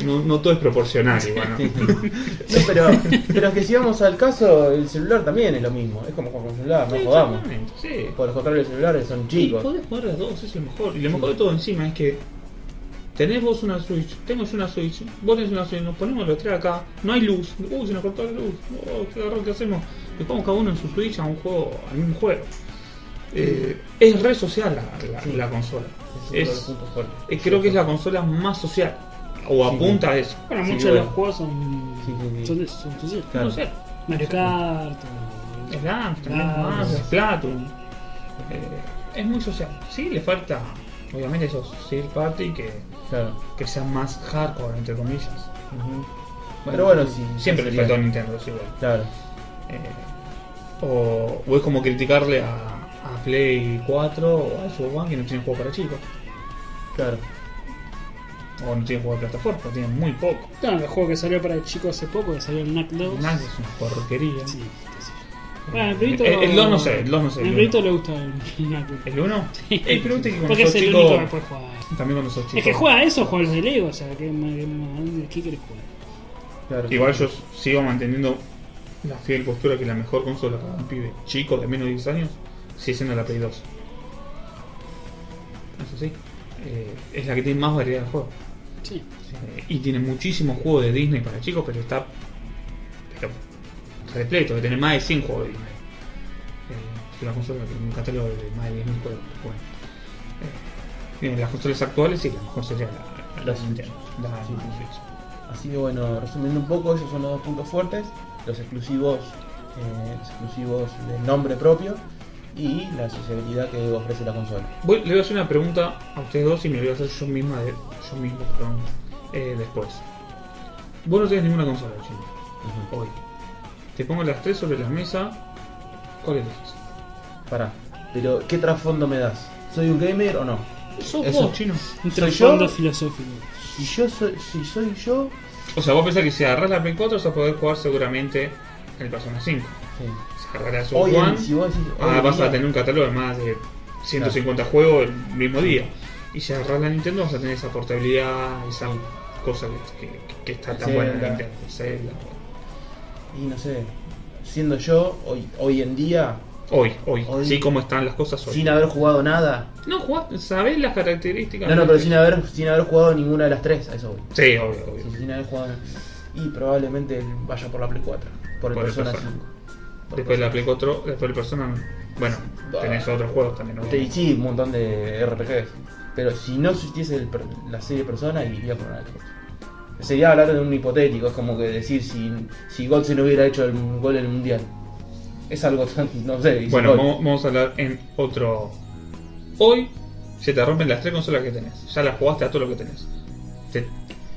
no, no todo es proporcional, igual. ¿no? <laughs> No, pero, pero es que si vamos al caso, el celular también es lo mismo. Es como jugar con el celular, <laughs> no jodamos. Exactamente, sí. Por los controles celulares son Y chicos. podés jugar a dos, es lo mejor. Y lo Sí. mejor de todo encima es que tenés vos una Switch, tengo yo una Switch, vos tenés una Switch, nos ponemos los tres acá, no hay luz, uy, se nos cortó la luz, oh, qué garrón, ¿qué hacemos? Le ponemos cada uno en su Switch a un juego, a un juego. Eh, es re social la, la- Sí. la consola. Es uno de Es, los puntos fuertes. eh, creo que es la consola más social, o Sí. apunta a eso. Bueno, Sí, muchos de bueno. los juegos son. Sí, sí, sí. Son, de- son sociales. Claro. No sé, Mario Kart. el Dance, también Ah, más, sí. el Splatoon. Eh, es muy social. Sí, le falta, obviamente, esos third party que. Claro. que sean más hardcore, entre comillas. Ujú. Pero bueno, sí. Siempre le sería. faltó a Nintendo, es igual. Claro. Eh, o, o es como criticarle a, a Play 4 o a Xbox One que no tienen juego para chicos. Claro. O no tienen juego de plataforma, tienen muy poco. No, Este el juego que salió para el chico hace poco, que salió el Knack 2. Nada, es una porquería. Sí, qué sé yo. Bueno, el perrito. Eh, el dos no sé, el dos no sé, El el perrito uno. le gusta el <laughs> Knack. ¿El 1? Sí. pero viste que cuando Porque sos es el chico- único que puede jugar. También cuando sos chico. Es que juega ¿eh? a eso, juega a los de Lego. O sea, ¿qué, más- qué, más- qué querés jugar? Claro. Igual yo sigo manteniendo la fiel postura que la mejor consola para un pibe chico de menos de 10 años sigue siendo la Play 2. Eso sí. Eh, es la que tiene más variedad de juegos. Sí. Eh, y tiene muchísimos juegos de Disney para chicos, pero está pero repleto, de tener más de 100 juegos de Disney. Eh, es una consola con un catálogo de más de 10.000 juegos. Bueno. Eh, bien, las consolas actuales sí, la mejor sería la, la, La Switch. Nintendo, la Sí, sí, Switch. Así que bueno, resumiendo un poco, esos son los dos puntos fuertes, los exclusivos, eh, los exclusivos de nombre propio y la sociabilidad que ofrece la consola. Voy- le voy a hacer una pregunta a ustedes dos y me la voy a hacer yo misma de, yo mismo, perdón, eh, después. Vos no tenés ninguna consola, chino, hoy. Te pongo las tres sobre la mesa. ¿Cuál elegís? Pará, pero ¿qué trasfondo me das? ¿Soy un gamer o no? Sos Eso. vos, chino. Un ¿Soy trasfondo yo? filosófico. Si yo soy, si soy yo, O sea, vos pensás que si agarrás la Play 4 vas a poder jugar seguramente el Persona 5. sí. Si agarrás la hoy en- One, si vos decís, hoy ah, en vas día, a tener un catálogo de más de 150 juegos el mismo día. Y si agarrás la Nintendo vas a tener esa portabilidad, esa cosa que, que- que está tan buena en Zelda. la Nintendo. Zelda. y no sé, siendo yo hoy, hoy en día, Hoy, hoy, Hoy. sí, cómo están las cosas hoy. sin haber jugado nada. No, jugás, sabés las características. No, no, pero sin haber, sin haber jugado ninguna de las tres, a eso voy. Sí, obvio, obvio. Sí, sin haber jugado nada. Pues, Y probablemente vaya por la Play 4, por el Por el Persona Persona. 5. Por el Después de la Persona Play 4, después el Persona. Bueno, Bah. tenés otros juegos también. Te- y obviamente. sí, un montón de RPGs. Pero si no existiese el per- la serie Persona, iría por una Xbox. Sería hablar de un hipotético, es como que decir si, si Götze no hubiera hecho el gol en el Mundial. Es algo tan, no sé, hizo Bueno, gol. vamos, vamos a hablar en otro. Hoy se te rompen las tres consolas que tenés. Ya las jugaste a todo lo que tenés. Te,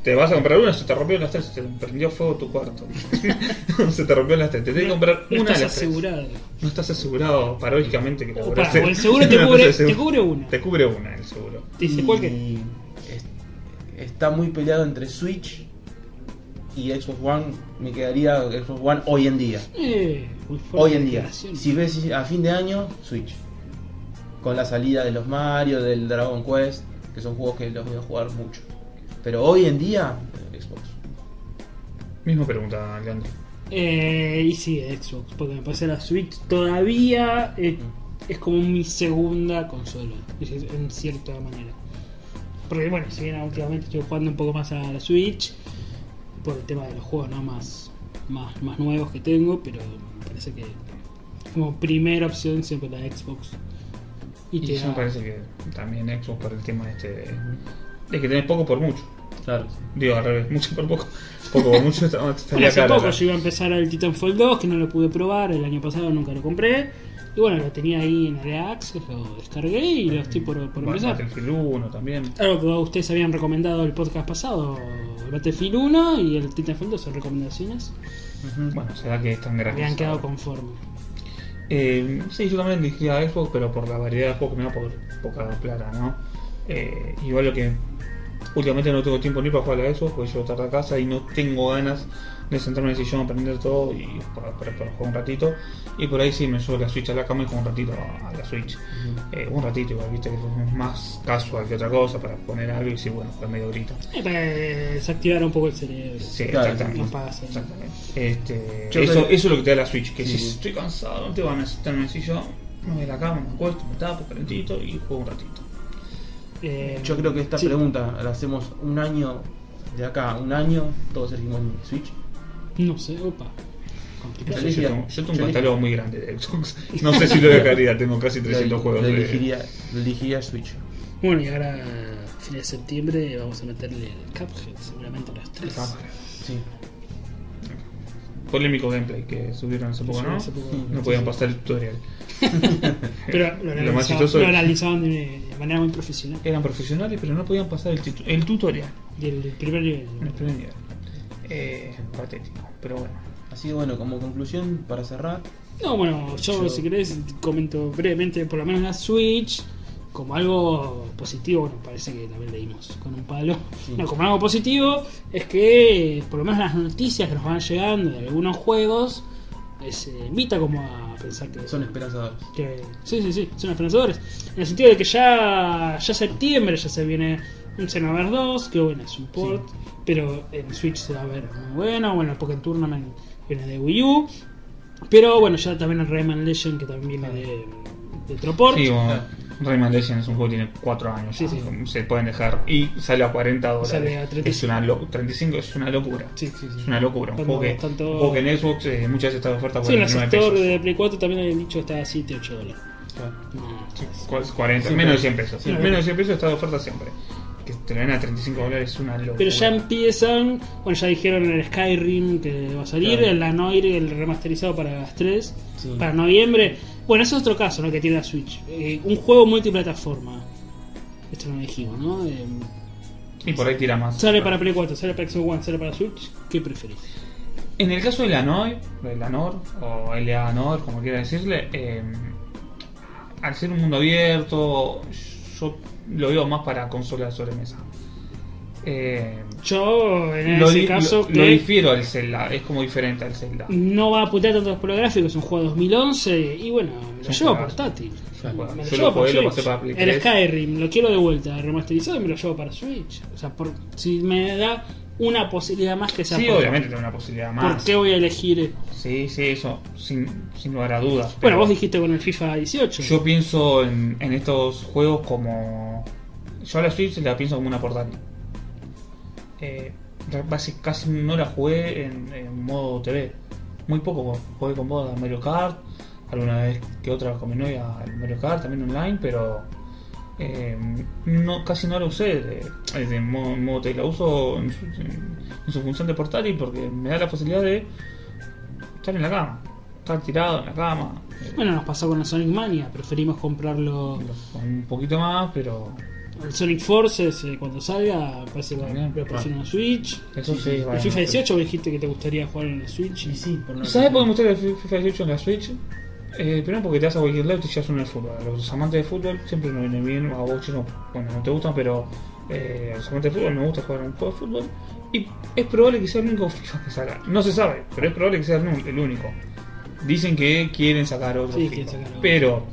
te vas a comprar una, se te rompieron las tres, se te prendió fuego tu cuarto. <laughs> se te rompieron las tres. Te tenés que comprar no una estás de las tres. asegurado. No estás asegurado paradójicamente que O cobraste. pará, o <laughs> el seguro te Una cubre- cosa de seguro. te cubre una. Te cubre una el seguro. Te dice, Y ¿cuál que? es- Está muy peleado entre Switch y Xbox One. Me quedaría Xbox One hoy en día. Eh, muy fuerte Hoy en día. declaración. Si ves a fin de año, Switch. Con la salida de los Mario, del Dragon Quest, que son juegos que los voy a jugar mucho. Pero hoy en día, Xbox. Misma pregunta, Leandro. Eh, y sí, Xbox, porque me pasé a la Switch. Todavía eh, Mm. es como mi segunda consola, en cierta manera. Porque bueno, si bien últimamente estoy jugando un poco más a la Switch, por el tema de los juegos no más, más, más nuevos que tengo, pero me parece que como primera opción siempre la Xbox. Y, Y te eso da- me parece que también Xbox por el tema este de, de que tenés poco por mucho. Claro. Digo, al revés, mucho por poco. Poco por mucho <laughs> está- Bueno, estaría hace cara poco la- yo iba a empezar al Titanfall 2, que no lo pude probar, el año pasado nunca lo compré. Y bueno, lo tenía ahí en Early Access, lo descargué y lo estoy por, por Bueno, empezar. Battlefield 1 también. Algo que ustedes habían recomendado el podcast pasado, el Battlefield 1 y el Titanfall 2 son recomendaciones. Bueno, se da que están gratis. Habían quedado ahora. conformes. Eh, sí, yo también elegiría a Xbox, pero por la variedad de juegos que me da por poca plata, ¿no? Eh, igual lo que últimamente no tengo tiempo ni para jugar a Xbox, porque llego tarde a casa y no tengo ganas de sentarme en el sillón, aprender todo y para, para- para jugar un ratito. Y por ahí sí me llevo la Switch a la cama y juego un ratito a, a la Switch. Eh, un ratito igual, viste, que es más casual que otra cosa para poner algo y sí, bueno, jugar medio horita. Eh, para desactivar un poco el cerebro. Sí, Claro, exactamente. no pagas el- Exactamente. Este, Yo eso, creo- eso es lo que te da la Switch, que Sí. si estoy cansado, no te van a necesitar en el sillón, me voy a la cama, me acuesto, me tapo, calentito y juego un ratito. Eh, Yo creo que esta sí. pregunta la hacemos un año de acá, un año, todos elegimos Switch. No sé, opa. Complicado. Yo, Yo elegiría- tengo, yo tengo yo un catálogo muy grande de Xbox. <laughs> No sé si lo dejaría, tengo casi 300 Lo- juegos. lo de- elegiría, lo elegiría Switch. Bueno, y ahora, fin de septiembre, vamos a meterle el Cuphead, seguramente los tres. Sí. Polémico gameplay que subieron hace poco, ¿no? Hace poco. Sí. No podían pasar el tutorial. Pero lo, Lo más analizaban- chistoso lo es- analizaban de, de manera muy profesional. Eran profesionales, pero no podían pasar el, titu- el tutorial. Del primer En el nivel. primer nivel. Eh, patético, pero bueno. Así que bueno, como conclusión, para cerrar, No, bueno, yo, Yo- si querés comento brevemente, por lo menos la Switch, como algo positivo, bueno, parece que también leímos con un palo. Sí. No, como algo positivo es que eh, por lo menos las noticias que nos van llegando de algunos juegos eh, se invita como a pensar que son esperanzadores. que- sí, sí, sí, son esperanzadores. En el sentido de que ya, ya septiembre ya se viene un Xenoverse 2, que bueno, es un port, pero en Switch se va a ver muy bueno. Bueno, el Pokémon Tournament viene de Wii U. Pero bueno, ya también el Rayman Legend, que también viene de, de otro port. Sí, bueno, Ah. Rayman Legends es un juego que tiene 4 años. Sí, ya, sí. como Se pueden dejar. Y sale a 40 dólares. Sale a 35. Es una lo- 35 es una locura. Sí, sí, sí. Es una locura. Un Cuando juego que, están todos- un juego que en Xbox eh, muchas veces está de oferta por Sí, en la 49 sector pesos. de Play 4 también habían dicho que estaba a 7, 8 dólares. Claro. No, es- Cu- 40, Siempre. menos de 100 pesos. Siempre. Menos de 100 pesos está de oferta siempre. Que te lo den a 35 dólares es una locura. Pero ya empiezan, bueno, ya dijeron el Skyrim que va a salir, Claro. el Anoir, el remasterizado para las 3, Sí. para noviembre. Bueno, ese es otro caso, ¿no? Que tiene la Switch. Eh, un juego multiplataforma. Esto no lo dijimos, ¿no? Eh, Y por ahí tira más. sale para Play 4, sale para Xbox One, sale para Switch. ¿Qué preferís? En el caso del Anor, del Anor o el Anor, como quiera decirle, eh, al ser un mundo abierto, yo lo veo más para consola de sobremesa. Eh, Yo, en Em, lo, ese di- caso, Mm, lo- que lo difiero al Zelda, es como diferente al Zelda. no va a apuntar tanto a los gráficos, es un juego 2011 y bueno, me lo Es un llevo juegazo. portátil. Es un juegazo. Me Yo llevo lo jugué, por lo Switch. pasé para Play 3. El Skyrim, lo quiero de vuelta, remasterizado y me lo llevo para Switch. O sea, por, si me da una posibilidad más que sea Sí, por- obviamente tiene una posibilidad ¿Por más. qué voy a elegir? eh, Sí, sí, eso, sin, sin lugar a dudas. Bueno, pero- vos dijiste con el FIFA 18. Yo pienso en, en estos juegos como. Yo a la Switch la pienso como una portátil. Eh, ra- basi- casi no la jugué en, en modo TV. Muy poco ju- jugué con vos a Mario Kart. Alguna vez que otra con mi novia al Mario Kart, también online, pero. eh, no, casi no la usé de, de modo, en modo TV. La uso en su, en- en su función de portátil porque me da la posibilidad de estar en la cama. Estar tirado en la cama. eh, Bueno, nos pasó con el Sonic Mania, preferimos comprarlo. con un poquito más, pero El Sonic Forces eh, cuando salga, me parece que va- Bien. lo prefiero en Switch. eso sí. El bueno. FIFA 18 vos dijiste que te gustaría jugar en el Switch. Y sí, por una- ¿Sabes por qué me gusta el FIFA 18 en la Switch? Eh, primero porque te vas a cualquier lado y te llevas uno de fútbol. A los amantes de fútbol siempre nos viene bien, a vos chino, bueno, no te gustan, pero eh, a los amantes de fútbol nos gusta jugar un juego de fútbol. Y es probable que sea el único FIFA que salga. No se sabe, pero es probable que sea el nu- el único. Dicen que quieren sacar otro Sí, quieren FIFA, sacar otro. pero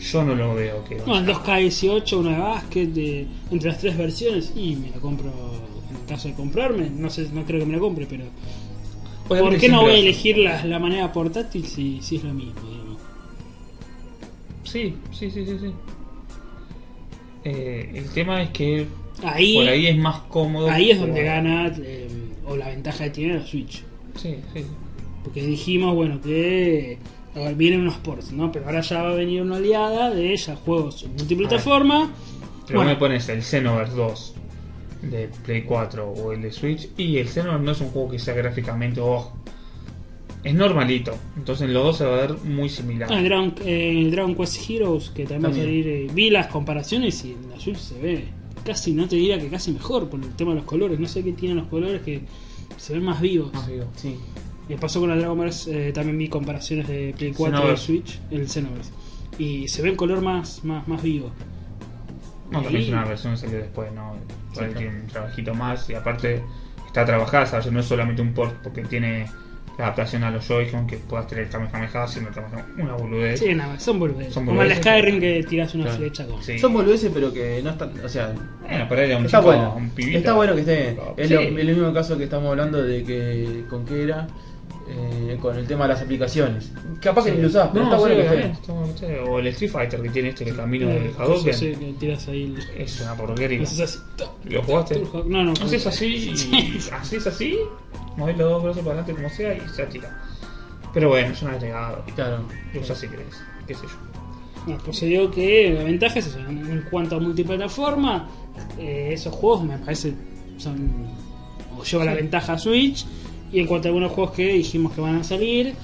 yo no lo veo que No, el 2K18, uno de básquet, de- entre las tres versiones, y me lo compro en caso de comprarme. No sé, no creo que me lo compre, pero. ¿Por qué no voy a elegir la, la manera portátil si, si es lo mismo? digamos? Sí, sí, sí, sí, sí. Eh, el tema es que Ahí, por ahí ahí, es más cómodo. es donde jugar. gana, eh, o la ventaja que tiene la Switch. Sí, sí. Porque dijimos, bueno, que a ver, vienen unos ports, ¿no? Pero ahora ya va a venir una oleada de ya juegos multiplataforma. Pero Bueno. me pones el Xenoverse 2 de Play 4 o el de Switch y el Xenoverse no es un juego que sea gráficamente oh, es normalito. Entonces los dos se va a ver muy similar. Ah, el, Dragon, eh, el Dragon Quest Heroes, que también, va a También. salir. eh, vi las comparaciones y en la Switch se ve casi, no te diría que casi mejor por el tema de los colores. No sé qué tienen los colores que se ven más vivos. Más vivo. Sí. Me pasó con el Dragon Quest, eh, también vi comparaciones de Play 4 de Xenoverse. Switch, el Xenoverse. Y se ve el color más, más, más vivo. No, también Sí. es una versión que salió después, ¿no? Por ahí Sí, claro. tiene un trabajito más y aparte está trabajada, ¿sabes? no es solamente un port porque tiene la adaptación a los Joy-Con que puedas tener el Kamehameha, sino el Kamehameha, una boludez. Sí, nada, son boludeces. Son Como el boludeces. Skyrim que tiras una Claro. flecha con. Sí. Son boludeces, pero que no están. O sea, Bueno, para él era un está chico, bueno. un pibito. Ah, Está bueno que esté. Es Sí. lo- el mismo caso que estamos hablando de que. ¿Con qué era? Eh, con el tema de las aplicaciones. Capaz que ni lo usás, pero No, está bueno sí, que eh, esté. está bueno que esté. O el Street Fighter que tiene este el camino Eh, del cosas, Hadouken. sí, que tiras ahí. el- Es una porquería. haces así, ta, ¿Lo jugaste? ta, ta, No, pues, no. Haces así, <laughs> y haces así, movés los dos brazos para adelante como sea y se atira. Pero bueno, es un agregado. Claro. Lo usás si querés, qué sé yo. No, pues yo digo que la ventaja es eso. En en cuanto a multiplataforma, eh, esos juegos me parece son. o lleva la Sí. ventaja a Switch. Y en cuanto a algunos juegos que dijimos que van a salir,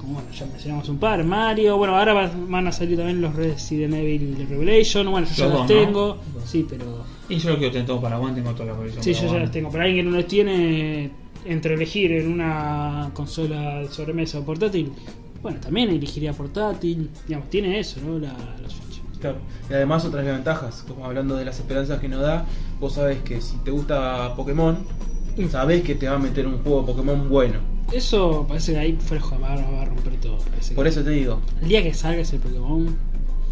como bueno, ya mencionamos un par, Mario, bueno, ahora va- van a salir también los Resident Evil Revelation. Bueno, yo ya Los los dos, ¿no? tengo. Sí, pero. Y yo lo quiero tener todo para One, tengo toda la colección. Sí, para yo ya One. los tengo. Para alguien que no los tiene entre elegir en una consola de sobremesa o portátil, bueno, también elegiría portátil. Digamos, tiene eso, ¿no? La, la Switch. Claro. Y además otras ventajas, como hablando de las esperanzas que nos da, vos sabés que si te gusta Pokémon, sabés que te va a meter un juego Pokémon bueno. Eso parece que ahí fue jamás va a romper todo. parece que- Por eso te digo. El día que salga ese Pokémon.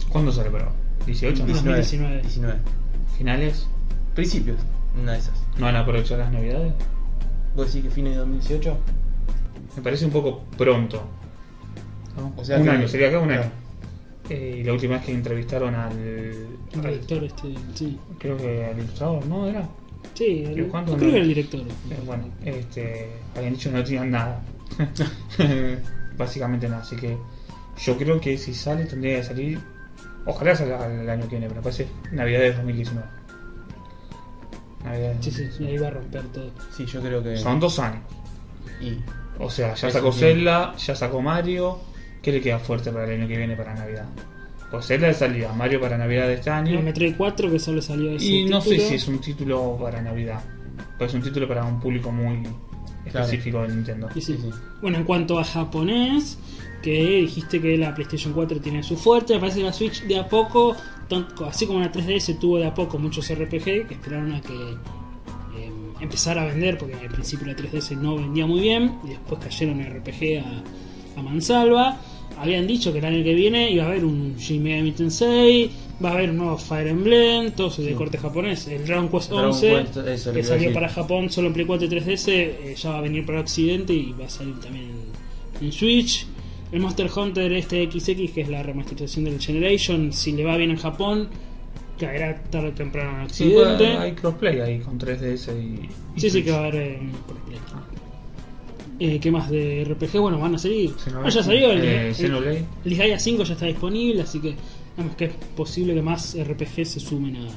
¿Cuándo sale, pero? ¿18? ¿no? 19. 19. 19. ¿Finales? Principios, una de esas. ¿No van a aprovechar las navidades? ¿Vos decís que fines de 2018? Me parece un poco pronto. ¿no? O sea un que- año, sería acá un Claro. año. Eh, y la última vez que entrevistaron al. El al- director este, sí. creo que al ilustrador, ¿no? Era. Sí, el- ¿Y cuánto creo que no? era el director. Eh, bueno, este, habían dicho que no tenían <laughs> nada. Básicamente nada, así que yo creo que si sale tendría que salir. Ojalá salga el año que viene, pero parece Navidad de 2019. Navidad de Sí, sí, sí, ahí va a romper todo. Sí, yo creo que. Son dos años. Y O sea, ya Eso sacó sí. Zelda, ya sacó Mario. ¿Qué le queda fuerte para el año que viene para Navidad? Pues Zelda de salida, Mario para Navidad de este Y año. el Metroid 4 que solo salió de Y su no sé título. si es un título para Navidad, pero es un título para un público muy específico de Nintendo. Y sí. Sí, sí. Bueno, en cuanto a japonés, que dijiste que la PlayStation 4 tiene su fuerte, me parece que la Switch de a poco, tan- así como la 3DS tuvo de a poco muchos RPG que esperaron a que eh, empezara a vender, porque al principio la 3DS no vendía muy bien, y después cayeron RPG a, a mansalva. Habían dicho que el año que viene iba a haber un Shin Megami Tensei, va a haber un nuevo Fire Emblem, todo eso de Sí. corte japonés, el Dragon Quest Dragon 11, Quest, eso es lo que que iba a salió decir. para Japón solo en Play 4 y 3DS, eh, ya va a venir para Occidente y va a salir también en, en Switch. El Monster Hunter este XX, que es la remasterización del Generation, si le va bien en Japón, caerá tarde o temprano en Sí, Occidente. bueno, hay crossplay ahí con 3DS y. y Sí, sí, Switch. que va a haber eh, por Play. Eh, ¿Qué más de RPG? Bueno, van a salir. Xenoblade, Ah, ya salió el, eh, el- Xenoblade. el Disgaea 5 ya está disponible, así que vamos que es posible que más RPG se sumen a.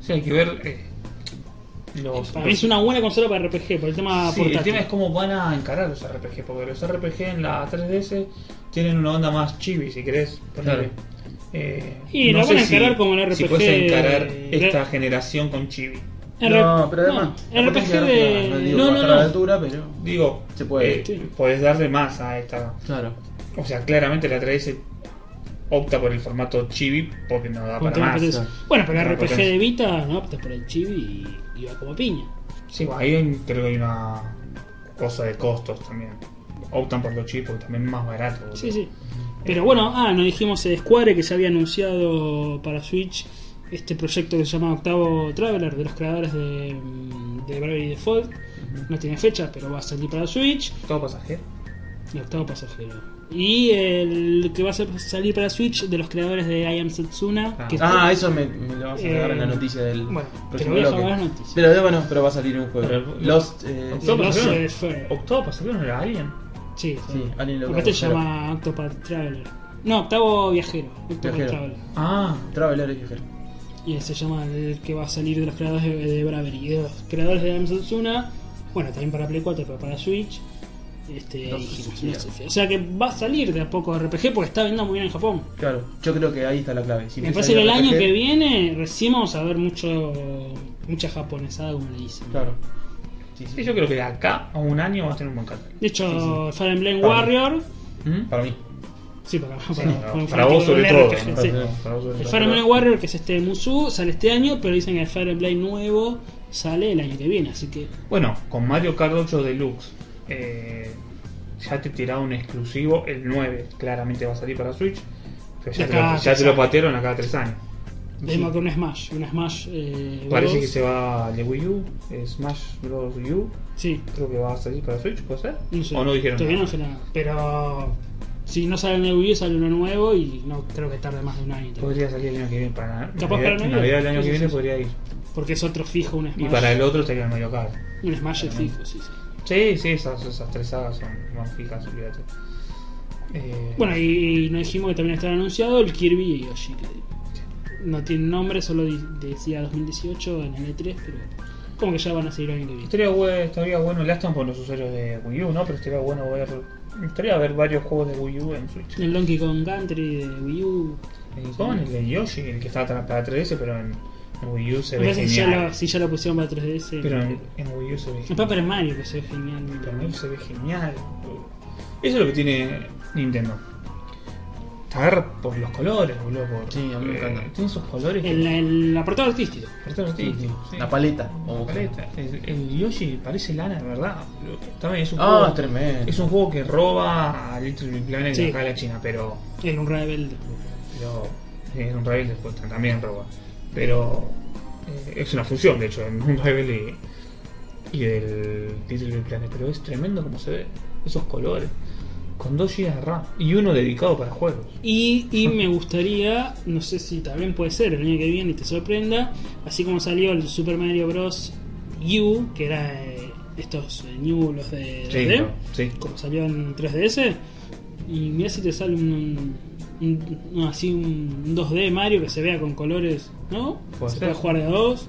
Sí, hay que ver. eh, los, Para mí es una buena consola para RPG, por el tema Sí, el portátil. tema es cómo van a encarar los RPG, porque los RPG en la 3DS tienen una onda más chibi, si querés. ponerle. Claro. Eh, Y la sé van a encarar como el Si RPG puedes encarar de- esta generación con chibi. R- No, pero además. no, tampoco RPG es que de. no, no, digo no, que no, bajar a la no. altura, pero. Digo, Se puede. eh, Sí. podés darle más a esta. Claro. O sea, claramente la 3DS opta por el formato chibi porque no da Con para tema más. potencia. claro. Bueno, pero el Con tema RPG potencia. de Vita no opta por el chibi y, y va como piña. Sí, bueno, ahí hay- creo que hay una cosa de costos también. Optan por los chibi porque también es más barato. boludo. Sí, sí. Pero bueno, ah, nos dijimos eh, Square que ya había anunciado para Switch este proyecto que se llama Octavo Traveler, de los creadores de, mm, de Bravely Default. No tiene fecha, pero va a salir para Switch. Todo pasajero. El octavo pasajero. Y el que va a ser- salir para Switch de los creadores de I Am Setsuna. Ah. que Ah, eso me, me lo vas a agregar en la Eh, noticia del. bueno, te lo próximo voy a bloque. dejar las noticias. Pero de- bueno, pero va a salir un juego. Pero- Lost. eh, Octopus. Octavo no pasajero. sé, fue- Octavo pasajero no era Alien. Sí, Sí, alguien lo Porque este se conocerá. llama Octopath Traveler. No, octavo viajero. Octopath Viajero. Traveler. Ah, Traveler es viajero. Y se llama el que va a salir de los creadores de, de Bravery. De los creadores de Amazona. Bueno, también para Play 4, pero para Switch. Este, No ahí se dijimos, suicida. no se suicida. o sea que va a salir de a poco RPG porque está vendiendo muy bien en Japón. Claro, yo creo que ahí está la clave. Si Me me parece que el sale año RPG, que viene recién vamos a ver mucho mucha japonesada, como le dicen. Claro. Sí, sí, yo creo que de acá a un año va a tener un buen catálogo. De hecho, Sí, Fire Emblem Para- Warrior. ¿Mm? Para mí. Sí, para, Sí, para, para un para, para vos fanático sobre del todo. RPG, ¿no? sí. Para- para vos sobre El todo. Fire Emblem Warrior, que es este de Musu, sale este año, pero dicen que el Fire Emblem nuevo sale el año que viene, así que. Bueno, con Mario Kart 8 Deluxe eh, ya te tiraron un exclusivo, el 9 claramente va a salir para Switch, pero ya, De te lo, acá a ya tres te lo años. patearon acá a 3 años. Vemos que un Smash, un Smash. Eh, Parece Bros. que se va de Wii U, eh, Smash Bros. U, Sí, creo que va a salir para Switch, ¿puede ser? no sé. ¿O no dijeron? Todavía no nada? dijeron nada. Pero. Si no sale en el Wii, U, sale uno nuevo y no creo que tarde más de un año. Podría salir el año que viene para Capaz Navidad, para Navidad. Navidad del año Sí, que sí, viene sí. podría ir. Porque es otro fijo, un Smash. Y para el otro sería el Mario Kart. Un Smash es fijo, sí, sí. Sí, sí, esas, esas tres sagas son más fijas, olvídate. Eh, Bueno, y, y nos dijimos que también estaba anunciado el Kirby y Yoshi, que no tiene nombre, solo di- decía 2018 en el E3, pero como que ya van a seguir el año que viene. Estaría, bue- estaría bueno el Aston por los usuarios de Wii U, ¿no? Pero estaría bueno ver. Estaría ver varios juegos de Wii U en Switch. El Donkey Kong Country de Wii U. El con el de Yoshi, el que estaba tan- para 3DS, pero en, en Wii U se Me ve parece que ya genial. lo, si ya lo pusieron para 3DS. Pero en, en Wii U se ve El genial. Paper Mario que se ve genial. ¿no? Pero en él se ve genial. Eso es lo que tiene Nintendo. Te agarra por los colores, boludo. Por, eh, Sí, a mí me encanta. Tiene esos colores. El, el apartado artístico. Aparte artístico, sí. La paleta. La paleta. El, el Yoshi parece lana, de verdad. boludo. También es un Ah, juego. tremendo. Es un juego que roba a Little Big Planet Sí. acá de la China, pero. El Unravel. de- pero en un Rebel después también roba. Pero. eh, es una fusión, de hecho, en un Rebel y, y del Little Big Planet. Pero es tremendo como se ve. Esos colores. con 2 GB de RAM y uno dedicado para juegos. Y, y <laughs> me gustaría, no sé si también puede ser el año que viene y te sorprenda, así como salió el Super Mario Bros. U, que era eh, estos eh, New, los de 3D, no, sí. como salió en 3DS, y mira si te sale un, un- no, así un 2D Mario que se vea con colores, ¿no? Puede se ser. puede jugar de a dos.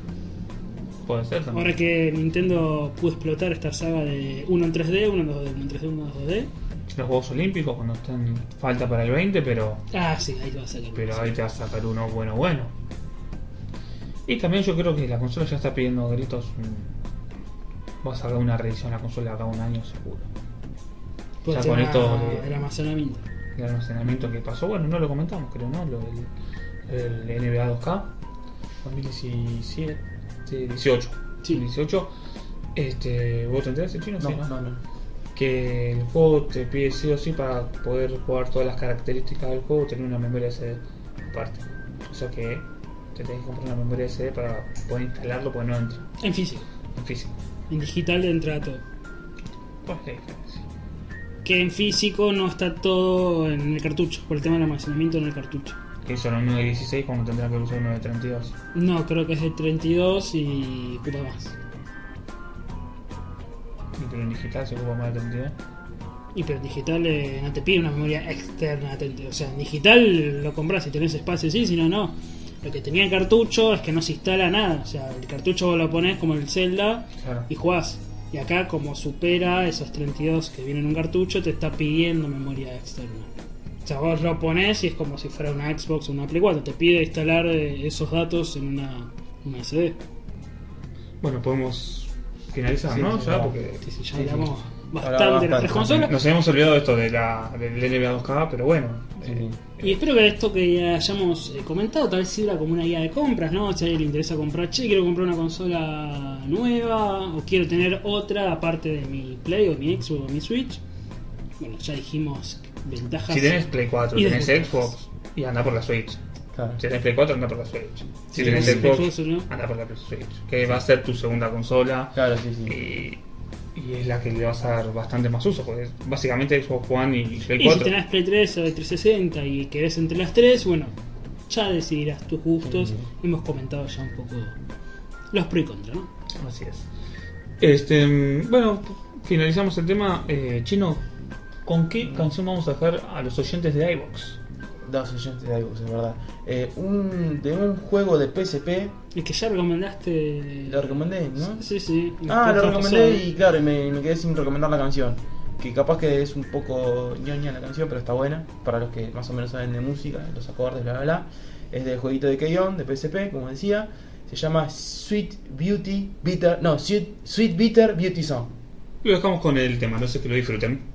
Puede ser también. Ahora que Nintendo pudo explotar esta saga de uno en 3D, uno en 2D, uno en 3D, uno en 2D. Los Juegos Olímpicos cuando están falta para el 20, pero, Ah, sí, ahí te va a salir. pero ahí te va a sacar uno bueno bueno. Y también yo creo que la consola ya está pidiendo a gritos. mm, Va a sacar una revisión a la consola cada un año seguro. Porque ya con era- esto- Era almacenamiento. El almacenamiento que pasó, bueno, no lo comentamos, creo, ¿no? Lo del el NBA 2K 2017, 18. Sí. 18. Este, ¿Vos te enteraste, chino? No, Sí, no, no. que el juego te pide sí o sí para poder jugar todas las características del juego tener una memoria SD aparte. O sea que te tenés que comprar una memoria SD para poder instalarlo porque no entra En físico. en físico. Pues En digital entra todo. ¿Cuál es la diferencia? Que en físico no está todo en el cartucho, por el tema del almacenamiento en el cartucho. Que eso era uno de 16 cuando tendrán que usar uno de 32. No, creo que es de 32 y puta más. Y pero en digital se ocupa más de 32. Y pero en digital eh, no te pide una memoria externa. te- o sea, en digital lo compras si tenés espacio, sí, si no, no. Lo que tenía el cartucho es que no se instala nada. O sea, el cartucho vos lo pones como el Zelda Claro. y jugás. Y acá, como supera esos 32 que vienen en un cartucho, te está pidiendo memoria externa. O sea, vos lo pones y es como si fuera una Xbox o una Play 4. Te pide instalar eh, esos datos en una, una SD. Bueno, podemos finalizar, Sí, ¿no? sí, ya, claro. porque Sí, sí, ya Sí, sí. hablamos Ahora bastante de las bastante. tres consolas. nos habíamos olvidado de esto de la, del NBA 2K, pero bueno. Sí, eh, sí. Y espero que esto que hayamos eh, comentado tal vez sirva como una guía de compras, ¿no? Si a alguien le interesa comprar, che, quiero comprar una consola nueva o quiero tener otra aparte de mi Play o mi Xbox o mi Switch. Bueno, ya dijimos Ah, ventajas. si tenés Play 4, Y tenés desventajas. Xbox y anda por la Switch. Claro. Si tenés Play 4, anda por la Switch. Si Sí, tenés sí. Xbox, Xbox, ¿no? anda por la Switch. Que va a ser tu segunda consola. Claro, sí, sí. Y, y es la que le vas a dar bastante más uso. Porque es básicamente Xbox One y Play Y si 4. tenés Play 3 o 360 y querés entre las tres, bueno, ya decidirás tus gustos. Sí. Hemos comentado ya un poco los pro y contra, ¿no? Así es. Este, mm, bueno, finalizamos el tema. Eh, Chino, ¿con qué Mm. canción vamos a dejar a los oyentes de iBox? Dos oyentes de iVoox, es verdad. Eh, un, de un juego de PSP, El que ya recomendaste. lo recomendé, ¿no? Sí, sí. Ah, lo Podcast recomendé pasado. y claro, y me, me quedé sin recomendar la canción. Que capaz que es un poco ñoña la canción, pero está buena. Para los que más o menos saben de música, los acordes, bla bla bla. Es del jueguito de Keyon, de PSP, como decía. Se llama Sweet Beauty Bitter. No, Sweet, Sweet Bitter Beauty Song. Lo dejamos con el tema, no sé que lo disfruten.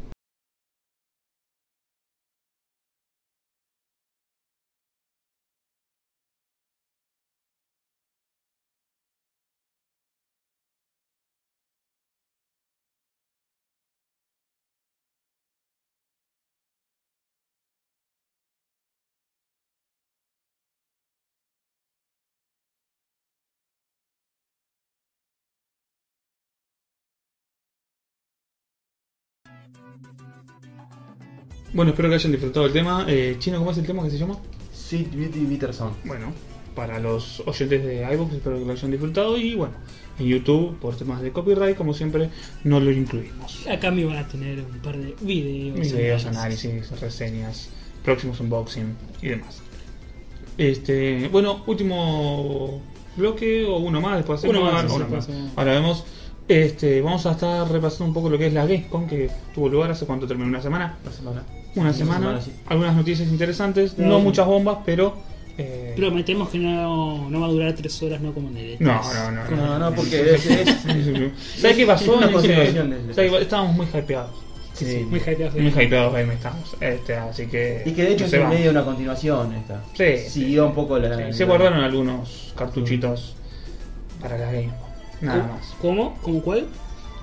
Bueno, espero que hayan disfrutado el tema. Eh, Chino, ¿cómo es el tema que se llama? Sweet Beauty Bitter Song. Bueno, para los oyentes de iVoox, espero que lo hayan disfrutado. Y bueno, en YouTube, por temas de copyright, como siempre, no lo incluimos. A cambio van a tener un par de videos. Videos, análisis, reseñas, próximos unboxing y demás. Este, bueno, último bloque o uno más, después hacemos Uno más, ahora- sí, uno sí, más. pasamos. Ahora vemos, este, vamos a estar repasando un poco lo que es la Gamescom que tuvo lugar hace cuánto terminó una semana. La semana. Una Una semana, semana, sí. algunas noticias interesantes, no, No. muchas bombas, pero eh, Prometemos que no, no va a durar tres horas, no como en el E3. No, no, no. No, no, porque es. es- ¿Sabes qué pasó? Una Dice- continuación del- ¿sabes qué pa- Estábamos muy hypeados. sí, Muy hypeado. Muy hypeados ahí estamos. Este, así que. Y que de hecho no es se en va. medio de una continuación esta. Sí, sí, Siguió un poco la. sí, Se guardaron algunos cartuchitos para la Game. Nada más. ¿Cómo? ¿Cómo cuál?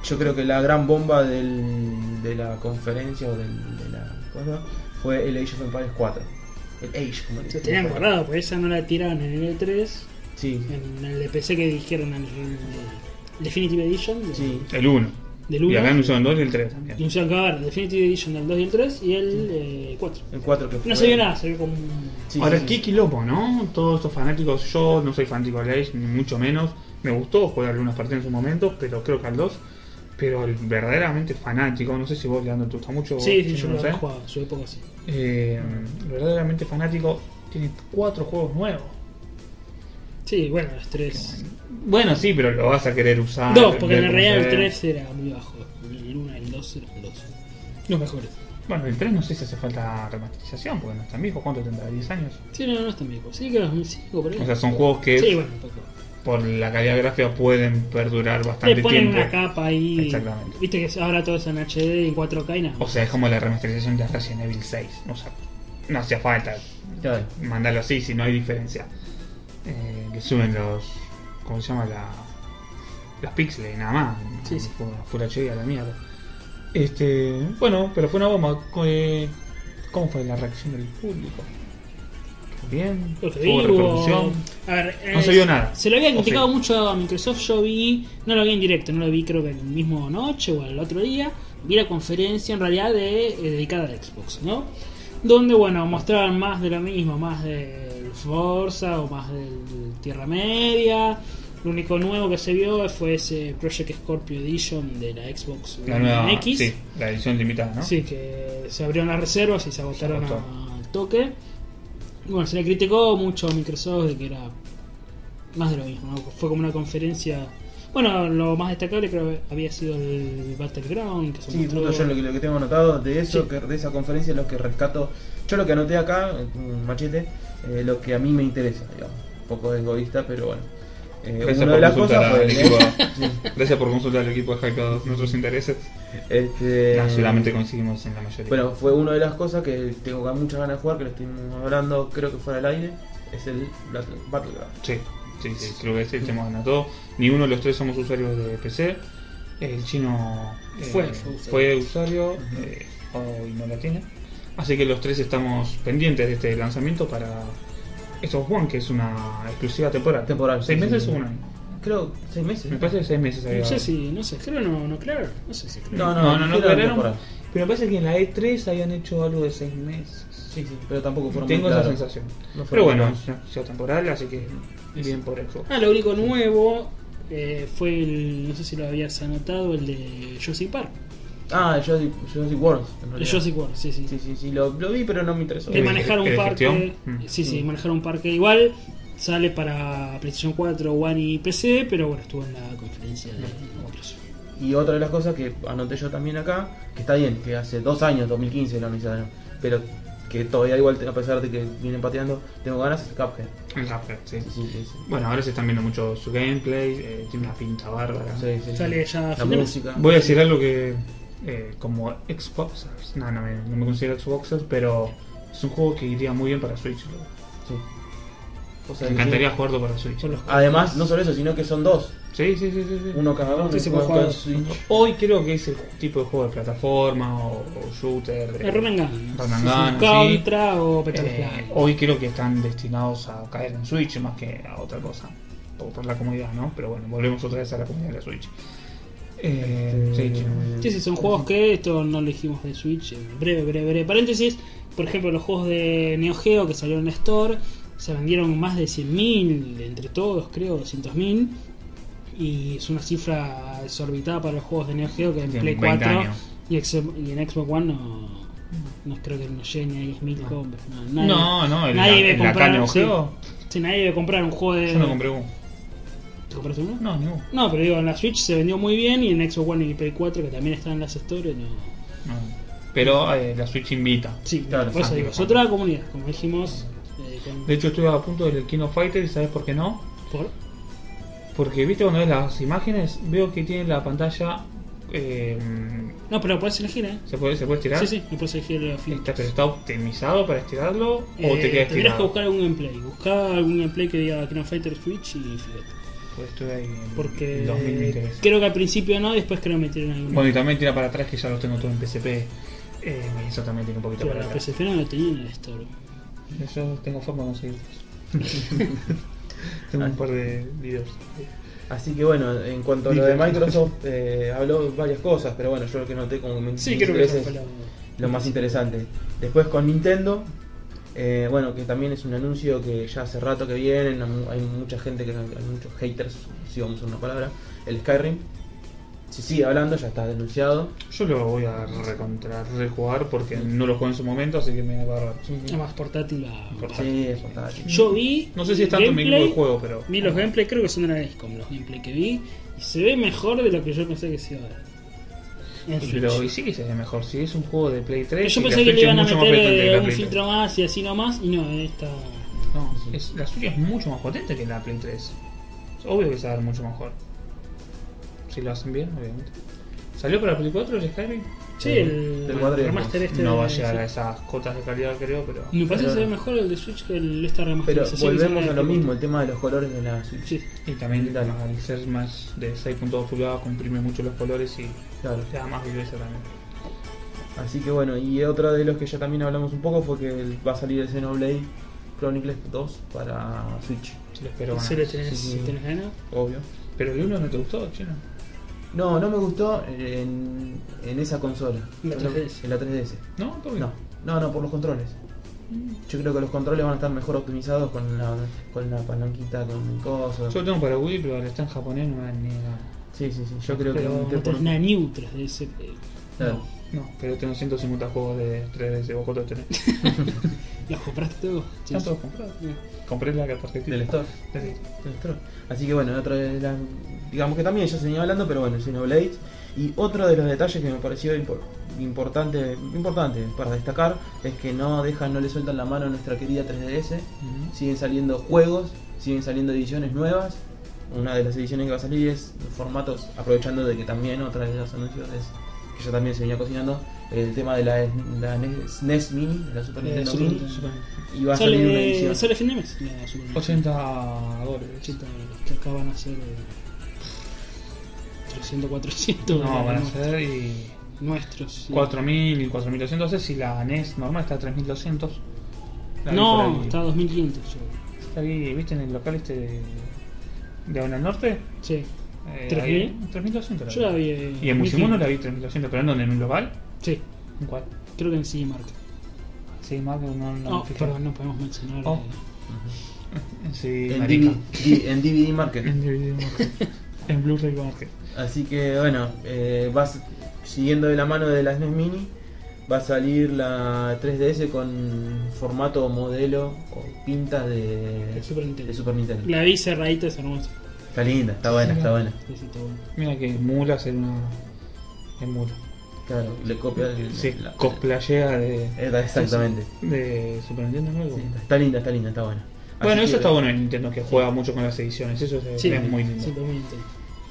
Yo creo que la gran bomba del, de la conferencia o del, de la cosa fue el Age of Empires 4. El Age, como le Se dicen. tenían guardado, pues esa no la tiraron en el E3. Sí, En el de PC que dijeron en el Definitive Edition. de- sí. El 1. Del Y 1. acá anunciaron dos y el 3 Y también. un acabar Definitive Edition del 2 y el 3 y el eh, 4. El 4 que fue. No se vio nada, se vio como. un- Sí, Ahora, sí, sí. qué quilombo, ¿no? Todos estos fanáticos, yo no soy fanático de Age, ni mucho menos. Me gustó jugar algunas partes en su momento, pero creo que al 2. Pero el verdaderamente fanático, no sé si vos, Leandro, te gusta mucho. Sí, sí, yo no lo sé. he jugado en su época, sí. Eh, el verdaderamente fanático tiene cuatro juegos nuevos. Sí, bueno, los 3. Bueno, sí, pero lo vas a querer usar. Dos, porque ver en realidad cómo el se ve. 3 era muy bajo. El 1 y el 2 eran los dos. Los mejores. Bueno, el 3 no sé si hace falta remasterización, porque no es tan viejo. ¿Cuánto tendrá? ¿10 años? Sí, no, no es tan viejo. Sí, que 2005 por ahí. O sea, son juegos que Sí, bueno, un poco. por la calidad gráfica pueden perdurar bastante Le ponen tiempo. una capa ahí. Exactamente. Viste que ahora todo es en HD y en 4K y nada. O sea, es como la remasterización de Resident Evil 6. O sea, no hacía falta Claro. mandarlo así si no hay diferencia. Eh, que suben los. ¿Cómo se llama? La, los píxeles y nada más. Sí, sí. Fue una full HD a la mierda. Este, bueno, pero fue una bomba. Co- eh, ¿Cómo fue la reacción del público? ¿Estuvo ¿Bien? Lo que ¿Hubo digo, repercusión? A ver, No eh, se vio nada. Se lo había ¿O criticado sí? mucho a Microsoft. Yo vi, no lo vi en directo, no lo vi creo que el mismo noche o el otro día. Vi la conferencia en realidad de, eh, dedicada a Xbox, ¿no? Donde, bueno, mostraban más de lo mismo, más del Forza o más del Tierra Media. Lo único nuevo que se vio fue ese Project Scorpio Edition de la Xbox La One nueva. X. Sí, la edición limitada, ¿no? Sí, que se abrieron las reservas y se agotaron Se agotó. al toque. Y Bueno, se le criticó mucho a Microsoft de que era más de lo mismo, ¿no? Fue como una conferencia. Bueno, lo más destacable creo que había sido el Battleground. Que se Sí, mostró- justo yo lo que, lo que tengo anotado de eso, Sí. que, de esa conferencia, lo que rescato, yo lo que anoté acá, un machete, eh, lo que a mí me interesa, digamos. Un poco egoísta, pero bueno. Eh, Gracias una por de las consultar cosas al fue. equipo. <laughs> Sí. Gracias por consultar al equipo de Hackados nuestros intereses. Este, Nah, Ah, solamente coincidimos en la mayoría. Bueno, fue una de las cosas que tengo muchas ganas de jugar, que lo estoy hablando, creo que fuera al aire, es el Battle- Battleground. Sí, sí, sí, creo que sí, tenemos ganado todo. Ni uno de los tres somos usuarios de PC. El chino eh, Fue, fue usuario. fue usuario, eh, hoy no la tiene. Así que los tres estamos pendientes de este lanzamiento para Xbox One, que es una exclusiva temporal. Temporal, ¿Seis sí, meses sí. o un año? Creo, seis meses. Me parece que seis meses. había No sé dado. si, no sé, creo no, no, claro. No sé si creo. No, no, no, no, no, dijeron aclararon, temporal. Pero me parece que en la E3 habían hecho algo de seis meses. Sí, sí, pero tampoco fueron Tengo muy esa claros. sensación. No fueron Pero bueno, muy es una exclusiva temporal, así que bien por Xbox. Ah, lo único nuevo eh, fue el. No sé si lo habías anotado, el de Jurassic Park. Ah, yo Jurassic World. en El realidad. Jurassic World, sí, sí. Sí, sí, sí, lo, lo vi, pero no me interesó. de Eh, manejar eh, un de parque. gestión. Mm. Sí, sí, Mm. manejar un parque igual. Sale para PlayStation 4, One y PC, pero bueno, estuvo en la conferencia de Microsoft. Y otra de las cosas que anoté yo también acá, que está bien, que hace dos años, 2015 lo anunciaron, pero que todavía igual, a pesar de que vienen pateando, tengo ganas, es Cuphead. El Cuphead, sí. Sí, sí, sí, sí. Bueno, ahora se están viendo mucho su gameplay, eh, tiene una pinta bárbara. Sí, sí, sí. Sale ya a la fin de mes. música. Voy a decir algo que, eh, como Xboxers, no, no me, no me considero Xboxers, pero es un juego que iría muy bien para Switch. loco. Sí. O sea, Me que encantaría sí. jugarlo para Switch. Ah, Son los- Además, no solo eso, sino que son dos. Sí, sí, sí, sí. sí. Uno cada uno. Sí, se uno puede jugar. en Switch. Hoy creo que es el tipo de juego de plataforma o, o shooter. eh, El Run and Gun. Run and Sí, sí, Gun, sí. Contra o Petal Eh, Flight. hoy creo que están destinados a caer en Switch más que a otra cosa. Por, por la comodidad, ¿no? Pero bueno, volvemos otra vez a la comodidad de la Switch. Eh, sí, chino. Sí, sí, son juegos que esto no lo dijimos de Switch. en Breve, breve, breve. Paréntesis. Por ejemplo, los juegos de Neo Geo que salieron en Store se vendieron más de 100.000 entre todos, creo, 200.000. Y es una cifra exorbitada para los juegos de Neo Geo que en Sí, Play 20 4 años. y, ex- y en Xbox One no. No creo que no lleguen ni a 10.000 No. compras. No, Ah. No, no, el- nadie la- ve el acá Neo sí. Geo. Sí, nadie debe comprar un juego de. Yo no compré uno. ¿Te compraste uno? No, ninguno. No, pero digo, en la Switch se vendió muy bien y en Xbox One y Play 4, que también están en las stores, no. No. Pero eh, la Switch invita. Sí, Claro, por eso sí, digo, es sí. otra comunidad, como dijimos. eh, con- De hecho, estuve a punto del King of Fighters, ¿sabes por qué no? por- Porque, viste, cuando ves las imágenes, veo que tiene la pantalla. eh, No, pero puedes elegir, ¿eh? ¿se, puede, ¿Se puede estirar? Sí, sí, no puedes elegir la Está, pero está optimizado para estirarlo o te queda Tendrás estirado. Eh, que buscar algún gameplay. Buscá algún gameplay que diga Kino Fighter Switch y fíjate. Pues estuve ahí en Porque 2000 me interesa. creo que al principio no, después creo que metieron algún. Bueno, y también tira para atrás que ya los tengo todos en PSP. Eh, eso también tiene un poquito pero para la atrás. PSP no lo tenía en el store. <laughs> Ah. Yo tengo forma de conseguirlos. tengo un par de videos. Así que bueno, en cuanto a lo de <laughs> Microsoft, eh, habló varias cosas, pero bueno, yo lo que noté como me- Sí, mis creo que eso intereses, fue lo, lo más interesante. Después con Nintendo, eh, bueno, que también es un anuncio que ya hace rato que vienen, hay mucha gente, que hay muchos haters, si vamos a una palabra, el Skyrim. Si sigue hablando, ya está denunciado. Yo lo voy a recontra rejugar porque Mm. no lo juego en su momento, así que me va a agarrar. lo más portátil a- Portátil. Sí, es fantástico. Yo vi. No sé si es tanto mi gameplay, equipo de juego, pero. Vi los gameplay, creo que son de la Gamescom los gameplay que vi. Y se ve mejor de lo que yo pensé que se iba a ver. En Pero y Switch. sí que sería mejor, si es un juego de Play 3. Yo y la pensé que Switch le es iban a mucho más meter potente que eh, la un Play tres. filtro más y así nomás. Y no, esta. No, es- la suya es mucho más potente que la Play 3. Es obvio que se va a ver mucho mejor. Si lo hacen bien, obviamente. ¿Salió para Play 4 el Skyrim? Sí, Del- el, del cuadrilátero. remaster este. no de- va a llegar sí. a esas cotas de calidad, creo, pero. Me parece que se ve Pero- mejor el de Switch que el, esta Pero remasterización. que volvemos sale a lo de- mismo, el tema de los colores de la Switch. Sí. Y también Dale. al ser más de 6.2 pulgadas comprime mucho los colores y Claro. le da más viveza también. Así que bueno, y otra de los que ya también hablamos un poco fue que el- va a salir el Xenoblade Chronicles 2 para Switch, Se lo espero ¿Se le ganas. tenés, sí, sí. tenés ganas? obvio. Pero el 1 no te gustó, chino. No, no me gustó en, en esa consola. La 3DS. En la 3DS. No, ¿Por qué? No, no, no, por los controles. Mm. Yo creo que los controles van a estar mejor optimizados con la, con la palanquita, con el coso. Yo lo tengo para Wii, pero al estar en japonés no me dan ni idea. Sí, sí, sí. Yo creo que Pero van a meter no tenés por- nada neutras de ese. eh, Claro. No, pero tengo 150 juegos de 3DS, vos cuántos tenés. ¿Los compraste Eh, todos? Ya todos comprados. Compré la Del tarjetita. store. Del- del store. Así que bueno, otra de las- digamos que también ya se venía hablando, pero bueno, el Xenoblade. Y otro de los detalles que me pareció impor- importante, importante para destacar es que no dejan, no le sueltan la mano a nuestra querida 3DS. Siguen saliendo juegos, siguen saliendo ediciones nuevas. Una de las ediciones que va a salir es formatos, aprovechando de que también otra de los anuncios es que ya también se venía cocinando, el tema de la, la E SNES Mini, de la Super Eh, Nintendo Super Mini, Nintendo. y va a salir una Sale, edición. sale fin de mes. la Super Nintendo. 80 dólares. 80 dólares, que acá van a ser eh, 300, 400 No, van a nuestros, ser y nuestros. sí. 4000 y 4200. No sé si la NES normal está a 3200. La vi por No, ahí. está a 2500. yo. La vi, ¿Viste en el local este de, de Avenida Norte? Sí, Eh, ¿Tres ahí- mil? 3200. la yo la vi. eh, Y en Musimundo 1500. la vi 3200, pero ¿en dónde? ¿En un local? Sí, ¿En cuál? creo que en Cinemark. Sí, más que no, no No, me fijé. perdón, no podemos mencionar. Oh. eh, Sí, En marica. DVD en DVD Market. En DVD Market. <laughs> En Blu-ray Market. Así que bueno, eh, vas siguiendo de la mano de la SNES Mini, va a salir la 3DS con formato, modelo o pintas de, De Super Nintendo. de Super Nintendo. La vi cerradita, es hermosa. Está linda, está buena, está buena. Sí, sí, está bueno. Mira que emula hacer una. Emula. Claro, le copia el, Se la- cosplayea de, Esta- Exactamente. de Super Nintendo nuevo. Sí, está- está linda, está linda, está buena. Bueno, Así eso que- está bueno en Nintendo, que juega mucho con las ediciones. Eso es, Sí, es muy lindo. sí, está muy lindo.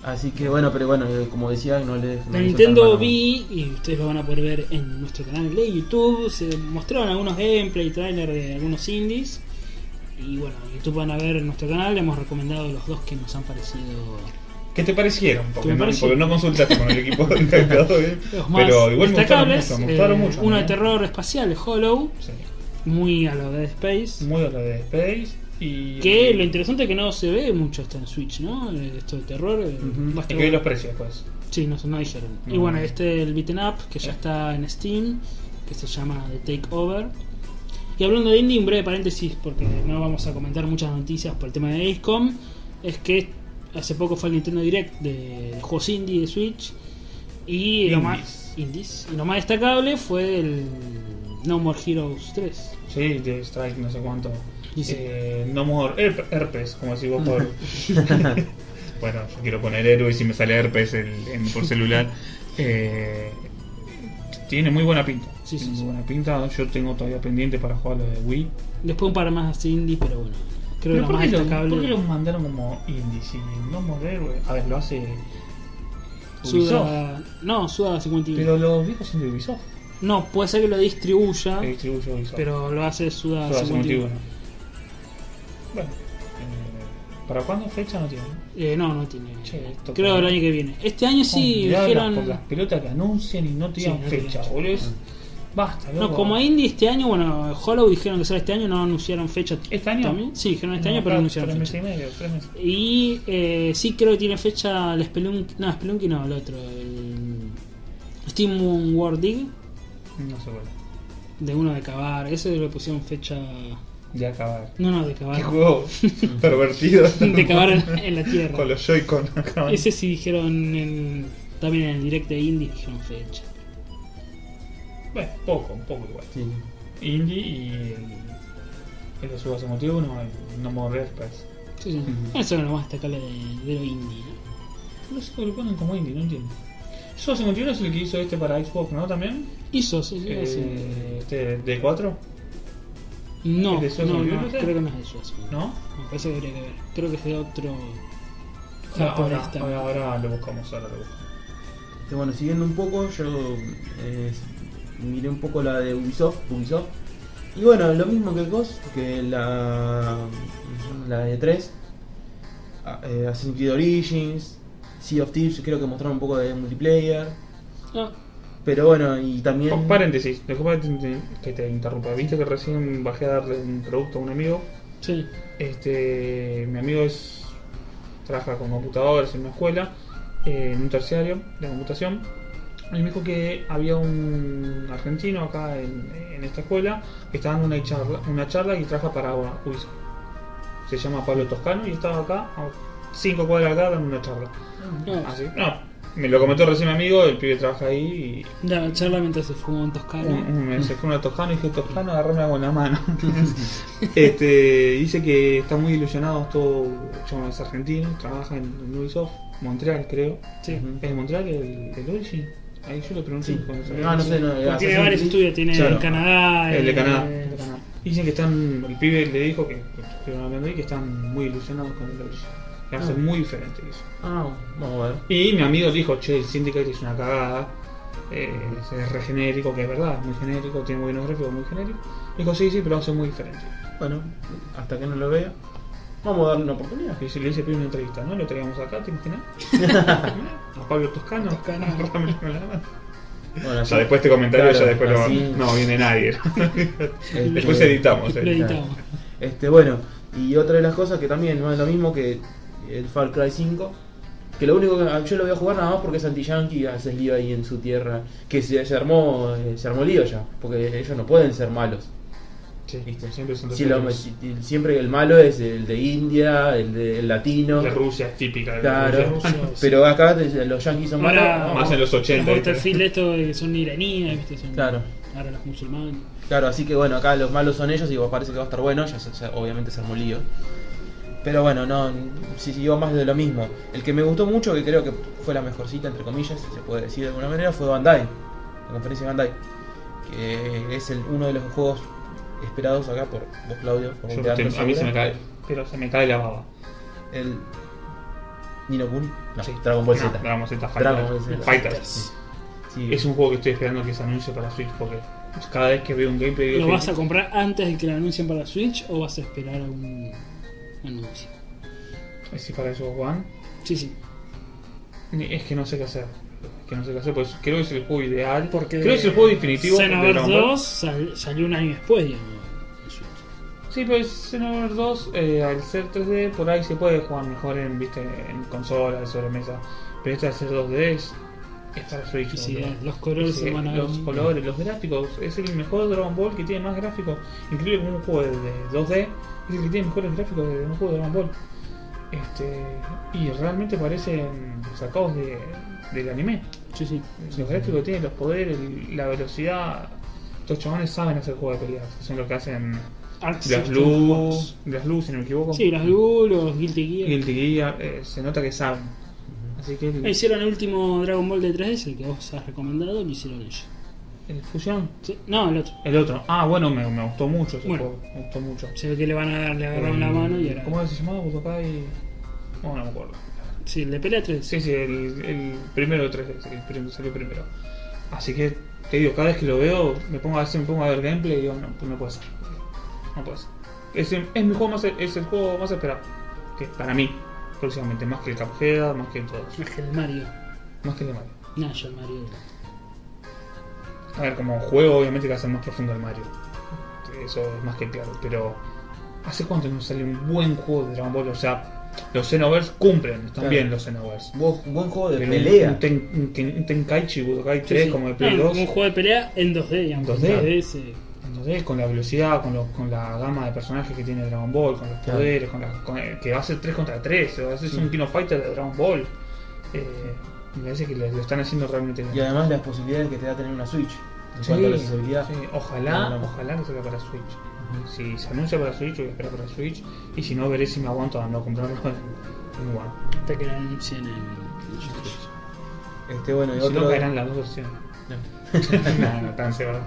Así que bueno, pero bueno, eh, como decía, no le. no La le Nintendo soltaron- vi, y ustedes lo van a poder ver en nuestro canal de YouTube, se mostraron algunos gameplay, trailer de algunos indies. Y bueno, en YouTube van a ver en nuestro canal, hemos recomendado los dos que nos han parecido ¿Qué te parecieron? ¿Qué Porque, me no, pareció? porque no consultaste con el equipo de encargado, ¿eh? los más Pero igual me gustaron destacables. mucho. Me gustaron eh, mucho uno de ¿no? terror espacial, el Hollow, Sí. muy a lo de Space. Muy a lo de Space. Y. que lo interesante es que no se ve mucho hasta en Switch, ¿no? Eh, Esto de terror. eh, va Ujú. a Hay estar que ver bueno. los precios, pues. Sí, no, no dijeron. Y No. Eh. bueno, este el beaten up que ya está en Steam, que se llama The Takeover. Y hablando de indie, un breve paréntesis, porque no vamos a comentar muchas noticias por el tema de Acecom, es que hace poco fue el Nintendo Direct de juegos indie de Switch. Y lo más indies. Y lo más destacable fue el No More Heroes 3. Sí, de Strike, no sé cuánto. Y sí. Eh, no more herp- herpes, como decís vos <laughs> por. <laughs> bueno, yo quiero poner héroe y si me sale herpes en- en- por celular. Eh, tiene muy buena pinta. Sí, sí, Tiene muy sí. buena pinta. Yo tengo todavía pendiente para jugar lo de Wii. Después un par más así indie, pero bueno, creo que Pero lo ¿por, qué más lo- destacable. por qué los mandaron como indie? Si no more héroe. A ver, lo hace. Ubisoft. Suda, no, Suda 51. Pero los viejos son de Ubisoft. No, puede ser que lo distribuya. Que distribuye Ubisoft. Ah. Pero lo hace Suda Suda 51. 51. Bueno. eh, ¿Para cuándo fecha no tiene? Eh, no, no tiene. Che, esto Creo el para- año que viene. Este año sí Olvidá las- dijeron. por las pelotas que anuncian y no te Sí, digan no te fecha, Mm. digan. boludo. es- Basta, No, loco. como indie este año, bueno, Hollow dijeron que sale este año, no anunciaron fecha. ¿Este año? también. Sí, dijeron este No, año, pero acá no anunciaron tres fecha. meses y medio, tres meses. Y eh, sí creo que tiene fecha el Spelunky, no, Spelunky no, el otro, el Steam Moon War Dig, Mm, No se vuelve. de uno de cavar, ese lo pusieron fecha... De acabar. No, no, de cavar. ¿Qué <laughs> juego pervertido? <laughs> De cavar en, en la Con tierra. los <laughs> Joy-Con. Ese sí dijeron en- también en el direct de Indie, dijeron fecha. Bueno, poco, un poco igual. Sí. Indie y el, el de subas emotivo, no, el No More Express. Sí, sí. Ujú. Eso era lo más destacable de, de lo indie, ¿no? No sé por qué lo ponen como indie, no entiendo. Subas emotivo es el que hizo este para Xbox, ¿no? También. Hizo, sí, sí, Eh, sí. Este de 4, No, ¿el de Suez no, Review no, no sé? creo que no es de Suez. ¿no? Me parece que habría que ver. Creo que es de otro No, ahora, japonés también. ahora, ahora lo buscamos, ahora lo buscamos. Este, bueno, siguiendo un poco, yo eh, miré un poco la de Ubisoft, Ubisoft. Y bueno, lo mismo que el Ghost, que la, la de 3. Ah, eh, Assassin's Creed Origins, Sea of Thieves, creo que mostraron un poco de multiplayer. Ah, Pero bueno, y también... Oh, Paréntesis, disculpa que te- que te interrumpa. Viste que recién bajé a darle un producto a un amigo. sí. Este, mi amigo es trabaja con computadoras en una escuela, eh, en un terciario de computación. Y me dijo que había un argentino acá en, en esta escuela que está dando una charla, una charla y trabaja para Ubisoft. Se llama Pablo Toscano y estaba acá, a cinco cuadras de acá, dando una charla. No, Ah, Así, no, me lo comentó recién mi amigo, el pibe trabaja ahí la charla mientras se fumó un y toscano. un- un- me acercó una Toscano y dije, Toscano, agarrame algo en la mano. <laughs> este, dice que está muy ilusionado, todo, yo, es argentino, trabaja en, en Ubisoft, Montreal creo. Sí. Ujú. ¿Es de Montreal el, el Origin? Ahí yo lo pregunté. Sí. cuando se- Ah, no sé, no, Porque Assassin's tiene varios Creed. estudios, tiene Claro. en Canadá. El de eh, Canadá. el de Canadá. Dicen que están, el pibe le dijo que, que, que, hablando ahí, que están muy ilusionados con el Origin. Que va a ser Ah. muy diferente eso. Ah, vamos a ver. Y mi amigo dijo, che, el Syndicate es una cagada, eh, es re genérico, que es verdad, es muy genérico, tiene muy buenos gráficos, muy genérico. Dijo, sí, sí, pero va a ser muy diferente. Bueno, hasta que no lo vea, vamos a darle una oportunidad. Y si le hice pedir una entrevista, ¿no? Lo traíamos acá, ¿te <laughs> imaginas? A Pablo Toscano. <laughs> Toscano. Ramiro con la mano. Bueno, Ya después te comentario, Claro, ya después no- así- no, viene nadie. <laughs> este, después editamos. eh. Lo editamos. Este, bueno, y otra de las cosas que también no es lo mismo que el Far Cry 5. Que lo único que ah, yo lo voy a jugar nada más porque es anti-yankee, hace lío ahí en su tierra. Que se, se armó eh, se armó lío ya, porque ellos no pueden ser malos. Sí, siempre son Si lo- si- siempre el malo es el de India, el de el latino. La Rusia es típica. de Claro, Rusia. pero acá te- los yankees son Ahora- malos. Más en los 80. Los ¿viste? este perfil esto de que son iraníes, ¿viste? Son, Claro. Ahora los musulmanes. Claro, así que bueno, acá los malos son ellos y vos parece que va a estar bueno, ya se- se- obviamente se armó lío. Pero bueno, no, si siguió más de lo mismo. El que me gustó mucho, que creo que fue la mejorcita, entre comillas, si se puede decir de alguna manera, fue Bandai, la conferencia de Bandai, que es el, uno de los juegos esperados acá por vos, Claudio. por Yo un teatro, tengo- a mí se seguro. me cae, pero se me cae la baba. El. Nino Kuni? No, Sí. Dragon Ball No, Z. Dragon Ball Z Dragon Ball Fighters. Z. Fighters. Sí. Es un juego que estoy esperando que se anuncie para Switch porque cada vez que veo un gameplay digo, ¿Lo "Sí, vas a comprar antes de que lo anuncien para Switch o vas a esperar a un anuncio? ¿es para eso One? Sí, sí. Es que no sé qué hacer. Es que no sé qué hacer, pues creo que es el juego ideal. Porque creo que es el juego definitivo de Xenoverse Dragon Ball. 2 sal- salió un año después, digamos. en Switch. Sí, pero es Xenoverse 2, eh, al ser 3D, por ahí se puede jugar mejor en, viste, en consola, de sobremesa. Pero este al ser 2D es, es para Switch. Y sí, boludo. eh, los colores Sí, se van a ver los un- colores, los gráficos. Es el mejor Dragon Ball que tiene más gráficos. Incluye como un juego de de 2D. Es el que tiene mejores gráficos de un juego de Dragon Ball. Este, y realmente parecen sacados de, del anime. Sí, sí. Los gráficos que tienen, los poderes, la velocidad. Estos chavales saben hacer juego de peleas. Son los que hacen Arc las System Luz, Works. las Luz, si no me equivoco. Sí, las Blue, los Guilty Gear. Guilty Gear, eh, se nota que saben. Así que el, Ah, Hicieron el último Dragon Ball de 3DS, el que vos has recomendado, lo hicieron ellos. el Fusion, Sí, No, el otro. el otro. Ah, bueno, me, me gustó mucho ese Bueno. juego. Me gustó mucho. Se ve que le van a dar, le agarraron la El- mano y ahora. ¿Cómo se llamaba? Budokai. No, no me acuerdo. Sí, el de pelea 3. Sí, sí, el, el primero de 3D, el prim- salió primero. Así que te digo, cada vez que lo veo, me pongo a veces me pongo a ver gameplay y digo, no, pues no puede ser. No puede ser. Es, el- es mi juego más es el juego más esperado. Que para mí, próximamente, más que el Cuphead, más que todos. Más que el Mario. Más que el de Mario. No, yo el Mario. A ver, como juego, obviamente que va a ser más profundo el Mario. Eso es más que claro. Pero, ¿hace cuánto no sale un buen juego de Dragon Ball? O sea, los Xenoverse cumplen, están Claro. bien los Xenoverse. Buen, buen juego de Pero un- pelea. Un, ten, un Ken- un Tenkaichi Budokai Sí, 3 sí. como de Ah, Play 2. un juego de pelea en 2D, digamos. 2D. sí. Entonces, con la velocidad, con, los- con la gama de personajes que tiene Dragon Ball, con los Claro. poderes, con la- con el- que va a ser 3 contra 3, va a ser Sí. un Kino Fighter de Dragon Ball. Eh, me parece que lo, lo están haciendo realmente bien. Y además las posibilidades que te da tener una Switch. En Sí, cuanto a la accesibilidad. sí, Ojalá, No, no. ojalá que salga para Switch. Si se anuncia para Switch, voy a esperar para Switch. Y si no, veré si me aguanto a no comprarlo en, en One. Hasta que lo anuncien en en Switch. Este, bueno, y Si no, otro. caerán las dos versiones. <laughs> no, no, tan cebado.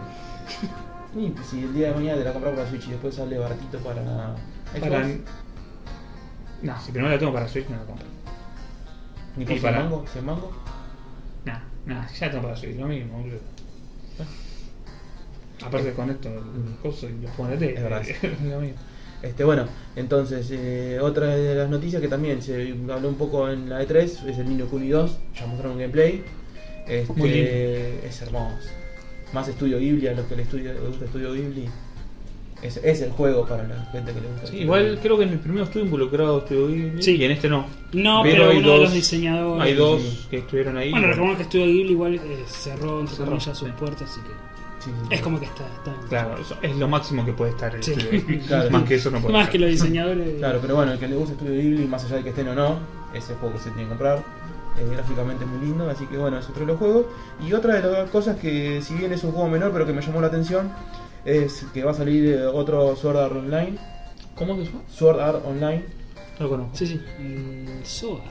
Y si el día de mañana te la compras para Switch y después sale baratito para. Para- Xbox, No, si primero la tengo para Switch, no la compro. Ni con y 100 para- mango. 100 mango. Nah, nah, ya tengo para subir lo mismo, boludo. Aparte con esto, el coso y los ponete. Ah. Mm. <laughs> Es verdad. lo mismo. Este, bueno, entonces, eh, otra de las noticias que también se habló un poco en la E3 es el Nino Kuni 2. Ya mostraron gameplay. Este, Muy lindo. Es hermoso. Más estudio Ghibli, a los que le, estudio, le gusta estudio Ghibli. Es, es el juego para la gente que le gusta. Sí, Estudio igual Ghibli. creo que en el primero estuve involucrado, estuve bien, Sí. y en este no. No, Pero pero, hay uno de los dos- diseñadores. Hay dos que estuvieron ahí. Bueno, recordemos que Estudio Ghibli igual eh, cerró, entre Cerró, comillas, sus sí. puertas, así que Sí, sí, sí. es como que está. está Claro, eso es lo máximo que puede estar el Sí. estudio. Claro. Más que eso no puede Más estar. que los diseñadores. Claro, pero bueno, el que le gusta Studio Ghibli, más allá de que estén o no, ese juego que se tiene que comprar. eh, gráficamente es muy lindo, así que bueno, es otro de los juegos. Y otra de las cosas que, si bien es un juego menor, pero que me llamó la atención, es que va a salir eh, otro Sword Art Online. ¿Cómo se llama? Sword Art Online. Lo conozco. Sí, sí. El SOA.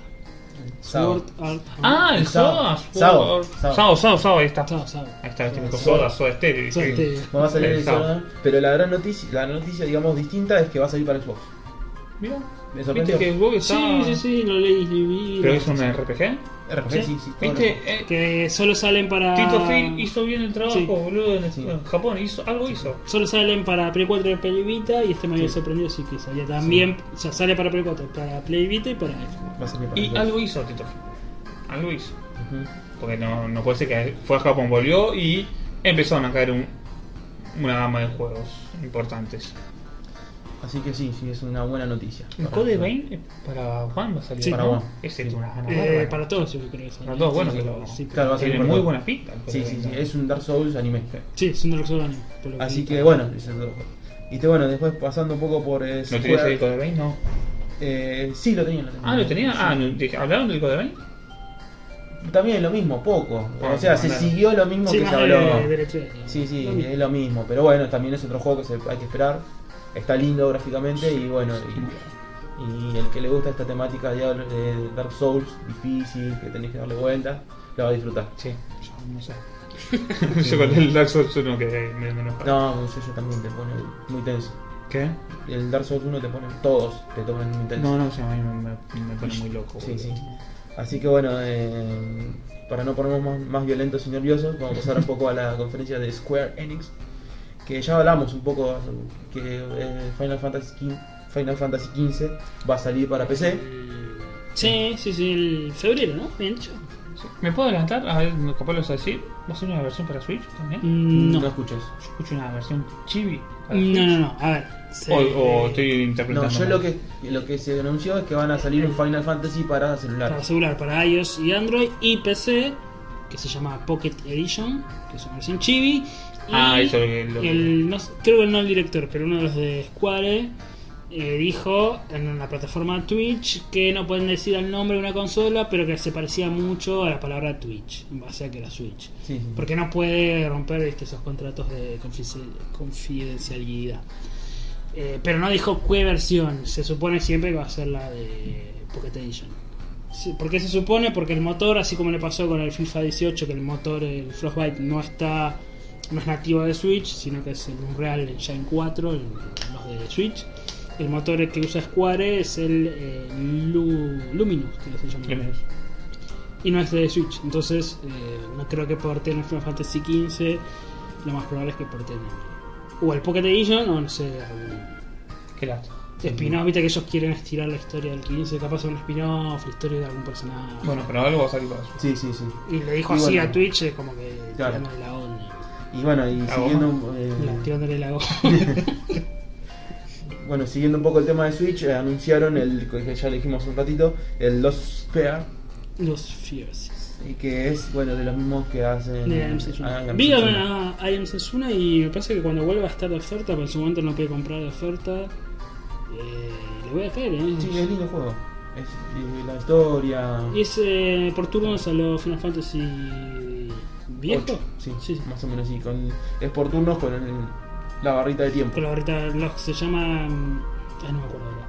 Sao. Sword Art. Ah, el El Sao. Sao. Sao. Sao. Sao, Sao, Sao, ahí está. Sao, Sao. Ahí está, el típico Soda, Soda. Soda Stereo. Soda sí. Stereo. No va a salir El el Sao. Sword Art, pero la gran noticia, la noticia, digamos, distinta es que va a salir para Xbox. Mirá, Me viste sorprendió. que el Vogue está... Sí, sí, sí, lo leí, lo vi. Pero es un RPG. RPG, Sí. sí, sí. todo Viste, lo- eh, Que solo salen para. Tito Phil hizo bien el trabajo, Sí. boludo, en, Sí. en Japón, hizo, algo hizo. Solo salen para Play 4 y Play Vita. Y este me había Sí. sorprendido, así que salía también. O sea, sale para Play 4, para Play Vita y para Xbox. Va a salir para Y Xbox. algo hizo Tito Phil. Algo hizo. Ujú. Porque no, no puede ser que fue a Japón, volvió y empezaron a caer un- una gama de juegos importantes. Así que sí, sí, es una buena noticia. El Code Vein para Juan va a salir. Sí. ¿no? Para Juan. Ese tiene una gana. Eh, bárbara. para todos, yo creo que sale. Ah, Para todos, bueno, Sí, pero- sí, Claro, va a salir Tiene para muy todos. buena pinta. el Code Sí, sí, Vein, sí, ¿no? es un Dark Souls anime. Sí, es un Dark Souls anime, por lo Así vi. que bueno, ese es otro juego. Y te, bueno, después pasando un poco por. eh, ¿No Square- tenías el Code Vein? No. eh, sí, lo tenía, lo tenía. Ah, ¿lo tenía? Sí. Ah, no, dije, ¿hablaron del Code Vein? También lo mismo, poco. Ah, o sea, sí, se claro. siguió lo mismo Sí, que más se habló. de, de E3. Sí, sí, Lo mismo. es lo mismo. Pero bueno, también es otro juego que se, hay que esperar. Está lindo gráficamente y bueno. Y, y el que le gusta esta temática de, de Dark Souls, difícil, que tenés que darle vuelta, la va a disfrutar. Sí, yo no sé. <laughs> yo con el Dark Souls 1 quedé me, me enojado. No, yo, yo también te pone muy tenso. ¿Qué? El Dark Souls 1 te pone todos, te toman muy tenso. No, no, sí, a mí me, me- me pone muy loco. Sí, boludo. sí. Así que bueno, eh, para no ponernos más, más violentos y nerviosos, vamos a pasar un poco a la conferencia de Square Enix, que ya hablamos un poco que eh, Final Fantasy XV, Final Fantasy XV va a salir para PC. Sí, sí, sí, el febrero, ¿no? Bien hecho. Sí. ¿Me puedo adelantar? A ver, capaz lo vas a decir. ¿Va a ser una versión para Switch también? No. Mm, no No, escuches. Yo escucho una versión chibi. para Switch. no, no. A ver. se- eh, O, o estoy No, interpretando. yo mal. lo que lo que se anunció es que van a salir un Final Fantasy para celular. Para celular, para iOS y Android y PC, que se llama Pocket Edition, que es una versión chibi. y Ah, eso lo que- lo que- el, no sé, Creo que no el director, pero uno de los de Square eh, dijo en la plataforma Twitch que no pueden decir el nombre de una consola, pero que se parecía mucho a la palabra Twitch, en base a que era Switch. Sí, sí. Porque no puede romper ¿viste? esos contratos de confici- confidencialidad. Eh, pero no dijo qué versión. Se supone siempre que va a ser la de Pocket Edition. Sí, ¿Por qué se supone? Porque el motor, así como le pasó con el FIFA 18, que el motor, el Frostbite, no está no es nativo de Switch, sino que es el Unreal Engine 4, el- los de Switch. El motor que usa Square es el eh, Lu- Luminous, que se llama. Luminous. Y no es de Switch, entonces eh, no creo que porten el Final Fantasy XV. Lo más probable es que porten el- o el Pocket Edition o no sé, algún Qué lástima. spin-off. Viste que ellos quieren estirar la historia del 15, capaz un spin-off, la historia de algún personaje. Bueno, pero algo va a salir para Switch. Sí, sí, sí. y le dijo y así bueno. a Twitch, eh, como que Claro. tirándole la onda. Y bueno, y Ah, La siguiendo, goma. eh, Mira, tirándole la goma. <laughs> bueno, siguiendo un poco el tema de Switch, eh, anunciaron el que ya le dijimos un ratito, el Lost Sphere, Los Fears. y que es bueno de los mismos que hacen De Adam Setsuna. Adam Vi Setsuna. a a Adam Setsuna y me parece que cuando vuelva a estar de oferta, pero en su momento no puede comprar de oferta, eh, le voy a caer, ¿eh? Sí, es lindo juego. Es, y la historia. Y es eh, por turnos a los Final Fantasy viejo. Ocho, Sí, sí. más o menos sí. Con, es por turnos con el- la barrita de tiempo. Pero ahorita lo- se llama. mm, Ah, no me acuerdo ahora.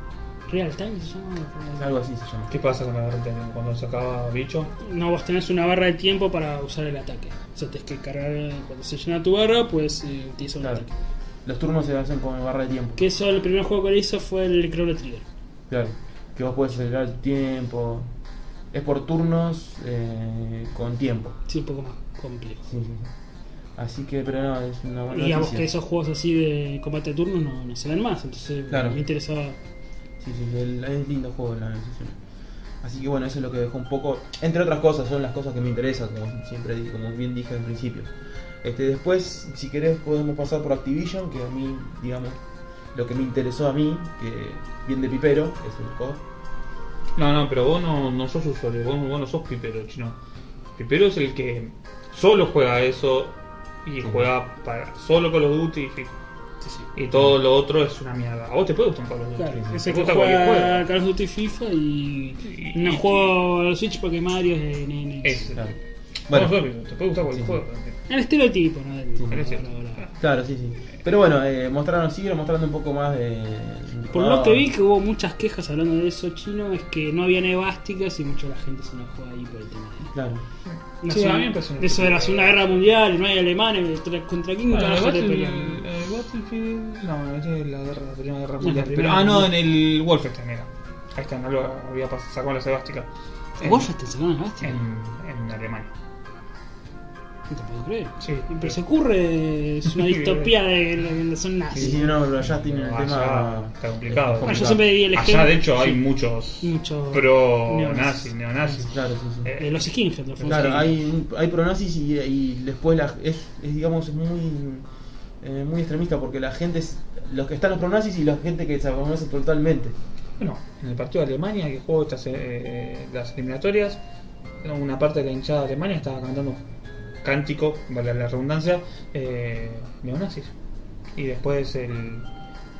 Real Time se llama. No me acuerdo. Algo así se llama. ¿Qué pasa con la barra de tiempo? Cuando sacaba bicho, No, vos tenés una barra de tiempo para usar el ataque. O sea, tenés que cargar. eh, Cuando se llena tu barra, pues eh, utilizar un Claro. ataque. Los turnos se hacen con barra de tiempo. Que eso, el primer juego que le hizo fue el Chrono Trigger. Claro. Que vos podés acelerar el tiempo. Es por turnos eh, con tiempo. Sí, un poco más complejo. Sí, sí, sí. Así que, pero no, es una buena Digamos noticia. que esos juegos así de combate de turnos no, no se ven más, entonces Claro. me interesaba. Sí, sí, el- es lindo juego la organización. Así que bueno, eso es lo que dejó un poco, entre otras cosas, son las cosas que me interesan, como siempre di- como bien dije al principio. Este, después, si querés, podemos pasar por Activision, que a mí, digamos, lo que me interesó a mí, que bien de pipero, es el COD. No, no, pero vos no, no sos usuario, vos, vos no sos Pipero, chino. Pipero es el que solo juega eso y juega para solo Call of Duty y FIFA. Sí, sí. Y todo lo otro es una mierda. A vos te puede gustar un Call of Duty. Claro, Te ese que gusta cualquier juega juego. Call of Duty FIFA y, Y- no y- juego al Switch porque Mario es de NES. Ese. Claro. Bueno, Bueno, te puede gustar cualquier Sí, sí. juego. pero- El estereotipo, ¿no? Del- pero es ahora, cierto. ahora. claro, sí, sí. Pero bueno, eh, mostraron, siguieron mostrando un poco más de... Ah. Por Ah. lo que vi que hubo muchas quejas hablando de eso chino, es que no había nevásticas y mucha la gente se enojó ahí por el tema de Claro. la Sí, segunda- a mí me parece una de eso de la estupidez. Segunda Guerra Mundial, y no hay alemanes, tra- contra quién Bueno, el carajo te Battlefield, pelean. el Battlefield, no, ese es la, guerra, la primera guerra No, mundial. la pero, primera ah, no, en mundial. el Wolfenstein era. Ahí está, no lo había pasado, sacó la sebástica. En- Wolfenstein sacaron las nevásticas, En, en Alemania. no te puedo creer. Sí. Pero se ocurre, es <laughs> una distopía de de la zona nazi. Sí, sí, no, pero allá tienen el Allá tema... Ah, está complicado. es Bueno, Ah, yo siempre vi el Allá, ejemplo- de hecho, hay sí. muchos Mucho- pro-nazis, neonazis. neonazis. Claro, sí, sí. Eh, los skinheads, los Claro, famosos. hay, hay pronazis y, y después la, es, es, digamos, es muy, eh, muy extremista porque la gente, es, los que están los pronazis y la gente que se conoce totalmente. Bueno, en el partido de Alemania que jugó estas, eh, las eliminatorias, era una parte de la hinchada de Alemania estaba cantando cántico, vale la redundancia, eh, neonazis. Y después el,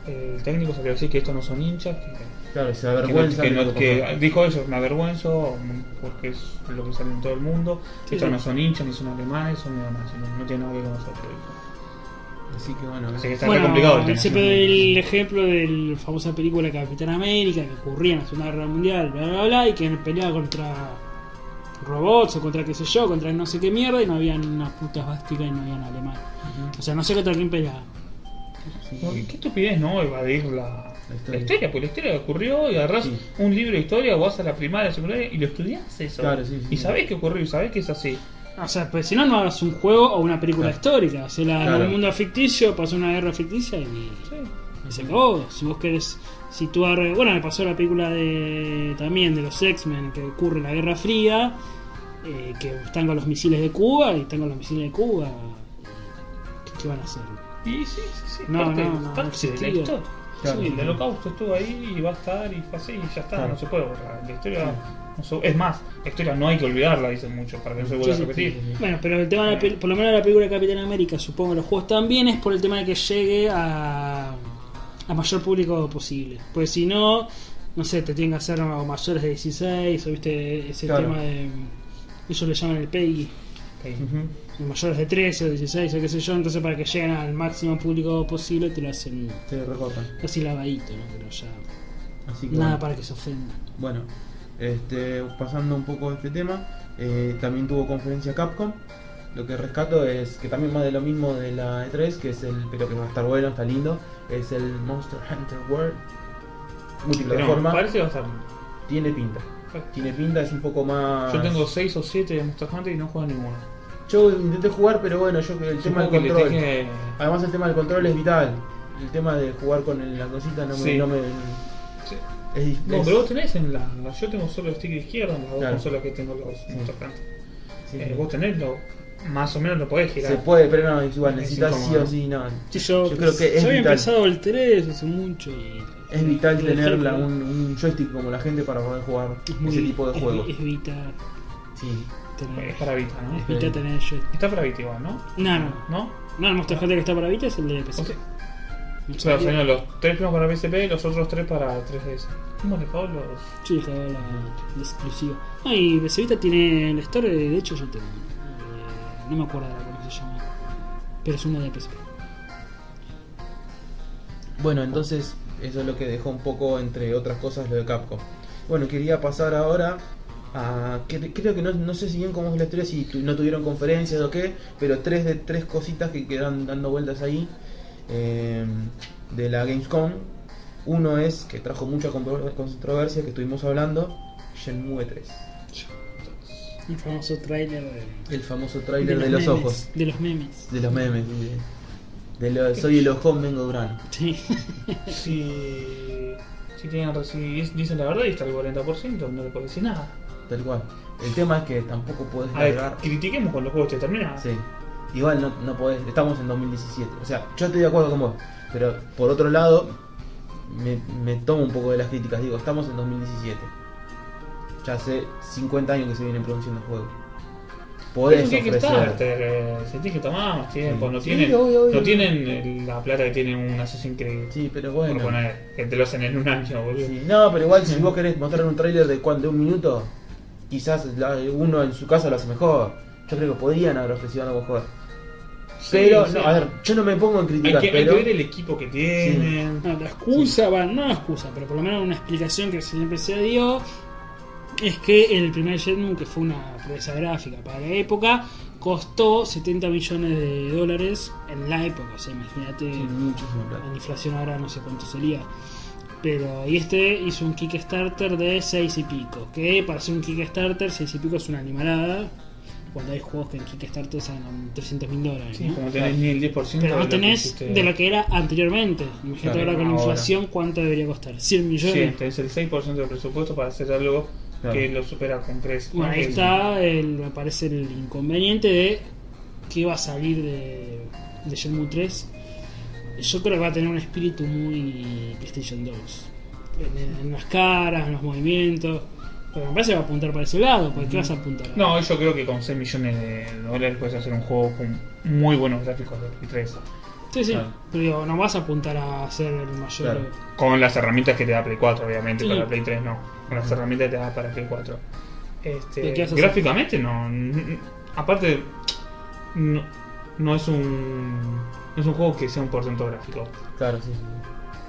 el técnico salió a decir que estos no son hinchas, que, Claro, se que no- avergüenza. que no- de lo que que pasó. dijo eso, me avergüenzo, mm, porque es lo que sale en todo el mundo, Sí, estos sí. no son hinchas, ni son alemanes, son neonazis, no, no tiene nada que ver con nosotros. dijo. Así que bueno, Así que está re Bueno, complicado el tema. siempre doy el ejemplo de la famosa película Capitán América que ocurría en la Segunda Guerra Mundial, bla bla bla, y que peleaba contra robots o contra qué sé yo, contra no sé qué mierda, y no habían unas putas básicas y no habían alemanes. O sea, no sé contra quién peleaba. Sí, Como que, sí. Qué estupidez, ¿no? Evadir la, La la historia. historia. porque la historia ocurrió y agarrás Sí. un libro de historia, vas a la primaria, secundaria y lo estudiás eso. Claro, sí, sí. y sabés que ocurrió y sabés que es así. O sea, pues si no, no hagas un juego o una película Claro. histórica. O sea, la- Claro. el mundo ficticio pasó una guerra ficticia y, Sí. y se acabó. Si vos querés situar. Bueno, me pasó la película de también de los X-Men que ocurre en la Guerra Fría, eh, que están con los misiles de Cuba y están con los misiles de Cuba. ¿Qué, qué van a hacer? Y sí, sí, sí. No, parte, no, no, parte sí, de la tío. historia. Claro, sí, sí, el sí. holocausto estuvo ahí y va a estar y fue así y ya está, Claro. no se puede borrar. La historia, Sí. no se- es más, la historia no hay que olvidarla, dicen muchos, para que no se vuelva Sí, a sí, repetir. sí, sí. Bueno, pero el tema, de la pel- por lo menos la película de Capitán América, supongo los juegos también, es por el tema de que llegue a, a mayor público posible. Pues si no, no sé, te tienen que hacer o mayores de 16, o viste ese Claro. tema de. Ellos le llaman el PEGI, Ok. Ujú. de mayores de 13 o 16, o qué sé yo, entonces para que lleguen al máximo público posible te lo hacen Se recortan. así lavadito, ¿no? Pero ya. Así que Nada bueno. para que se ofendan. Bueno, este, pasando un poco de este tema, eh, también tuvo conferencia Capcom. Lo que rescato es que también más de lo mismo de la E3, que es el, pero que va a estar bueno, está lindo, es el Monster Hunter World. Pero no, Multiplataforma, parece que va a estar. tiene pinta. Tiene pinta, es un poco más. Yo tengo 6 o 7 de Monster Hunter y no juego a ninguno. Yo intenté jugar, pero bueno, yo que el tema del Supongo que le control. tenés que- Además, el tema del control es vital. El tema de jugar con el- la cosita no me. Sí. no me- Ah. Sí. es- No, es- pero vos tenés en la. Yo tengo solo el stick izquierdo en las dos Claro. consolas que tengo los Sí. Monster Hunter. sí, Eh, sí. vos tenés los más o menos lo podés girar. Se puede, pero no, es igual, Es necesitas sí incómodo. o sí, no. Sí, yo, Yo creo que yo es había vital. empezado el 3 hace mucho y. Es vital Dejar tener la- como- un, un joystick como la gente para poder jugar es muy- ese tipo de es- juegos. Es vital Sí. Eh, Es tener. para Vita, ¿no? Es vital tener yo. Está para Vita igual, ¿no? No, no. ¿No? No, el Monster Hunter que está para Vita es el de PC. O sea, claro, salieron los tres primeros para PSP y los otros tres para 3DS. ¿Cómo le pago los...? Sí, dejaba la, la exclusiva. Ah, y PC Vita tiene el store, de hecho yo tengo. eh, no me acuerdo ahora cómo se llama. Pero es uno de PSP. Bueno, entonces eso es lo que dejó un poco, entre otras cosas, lo de Capcom. Bueno, quería pasar ahora a... que- creo que no, no sé si bien cómo es la historia, si tu- no tuvieron conferencias o qué, pero tres de tres cositas que quedan dando vueltas ahí eh, de la Gamescom. Uno es, que trajo mucha contro- controversia, que estuvimos hablando, Shenmue 3. Un famoso trailer de, El famoso tráiler de, los memes, ojos, De los memes. de los memes, de, de los- soy el ojón, vengo durano. <laughs> Sí. Si... Si, tienen, si es- dicen la verdad y está el 40%, no le puedo decir nada. Tal cual. El tema es que tampoco podés A ver, largar. critiquemos con los juegos que terminan. Sí. Igual no, no podés. Estamos en 2017. O sea, yo estoy de acuerdo con vos. Pero por otro lado, me, me tomo un poco de las críticas. Digo, estamos en 2017. Ya hace 50 años que se vienen produciendo juegos. Podés Eso que hay que ofrecer. estar, te- sentís que tomás más tiempo, Sí. no Sí, tienen, obvio, obvio. no tienen eh, la plata que tiene un Assassin's Creed. Sí, pero Por bueno. poner, que te lo hacen en un año, boludo. Sí, No, pero igual si vos querés mostrar un tráiler de cuánto, de un minuto, quizás la- uno en su casa lo hace mejor. Yo creo que podían haber ofrecido algo mejor. Pero, Sí, no, sí. a ver, yo no me pongo en hay criticar, que, hay que pero. ver el equipo que tienen. Ah, No, la excusa, va, no la excusa, pero por lo menos una explicación que siempre se dio es que el primer Shenmue, que fue una proeza gráfica para la época, costó 70 millones de dólares en la época, o sea, imagínate Sí, muchísimo plata. la inflación ahora no sé cuánto sería. Pero, y este hizo un Kickstarter de 6 y pico. Que para hacer un Kickstarter, 6 y pico es una animalada. Cuando hay juegos que en Kickstarter salen 300 mil dólares. Sí, ¿no? como tenés ni el 10% Pero de no lo que tenés hiciste. de lo que era anteriormente. Imagínate Claro, ahora con la ahora. inflación, ¿cuánto debería costar? ¿100 Sí, millones? tenés el 6% del presupuesto para hacer algo Claro. que lo supera con creces. Bueno, ahí Que- está, el, me parece el inconveniente de que va a salir de, de Shenmue 3. Yo creo que va a tener un espíritu muy PlayStation 2. En, en las caras, en los movimientos. Pero me parece que va a apuntar para ese lado, porque ¿qué vas a apuntar? No, yo creo que con 6 millones de dólares puedes hacer un juego con muy buenos gráficos de Play 3. Sí, sí, Claro. pero digo, no vas a apuntar a ser el mayor. Claro. Con las herramientas que te da Play 4, obviamente, Sí. para Play 3 no. Con las herramientas que te da para Play 4. Este, ¿Y qué vas a hacer? gráficamente no. n- n- Aparte, no, no es un. No es un juego que sea un porcentaje gráfico. Claro, sí. sí, sí.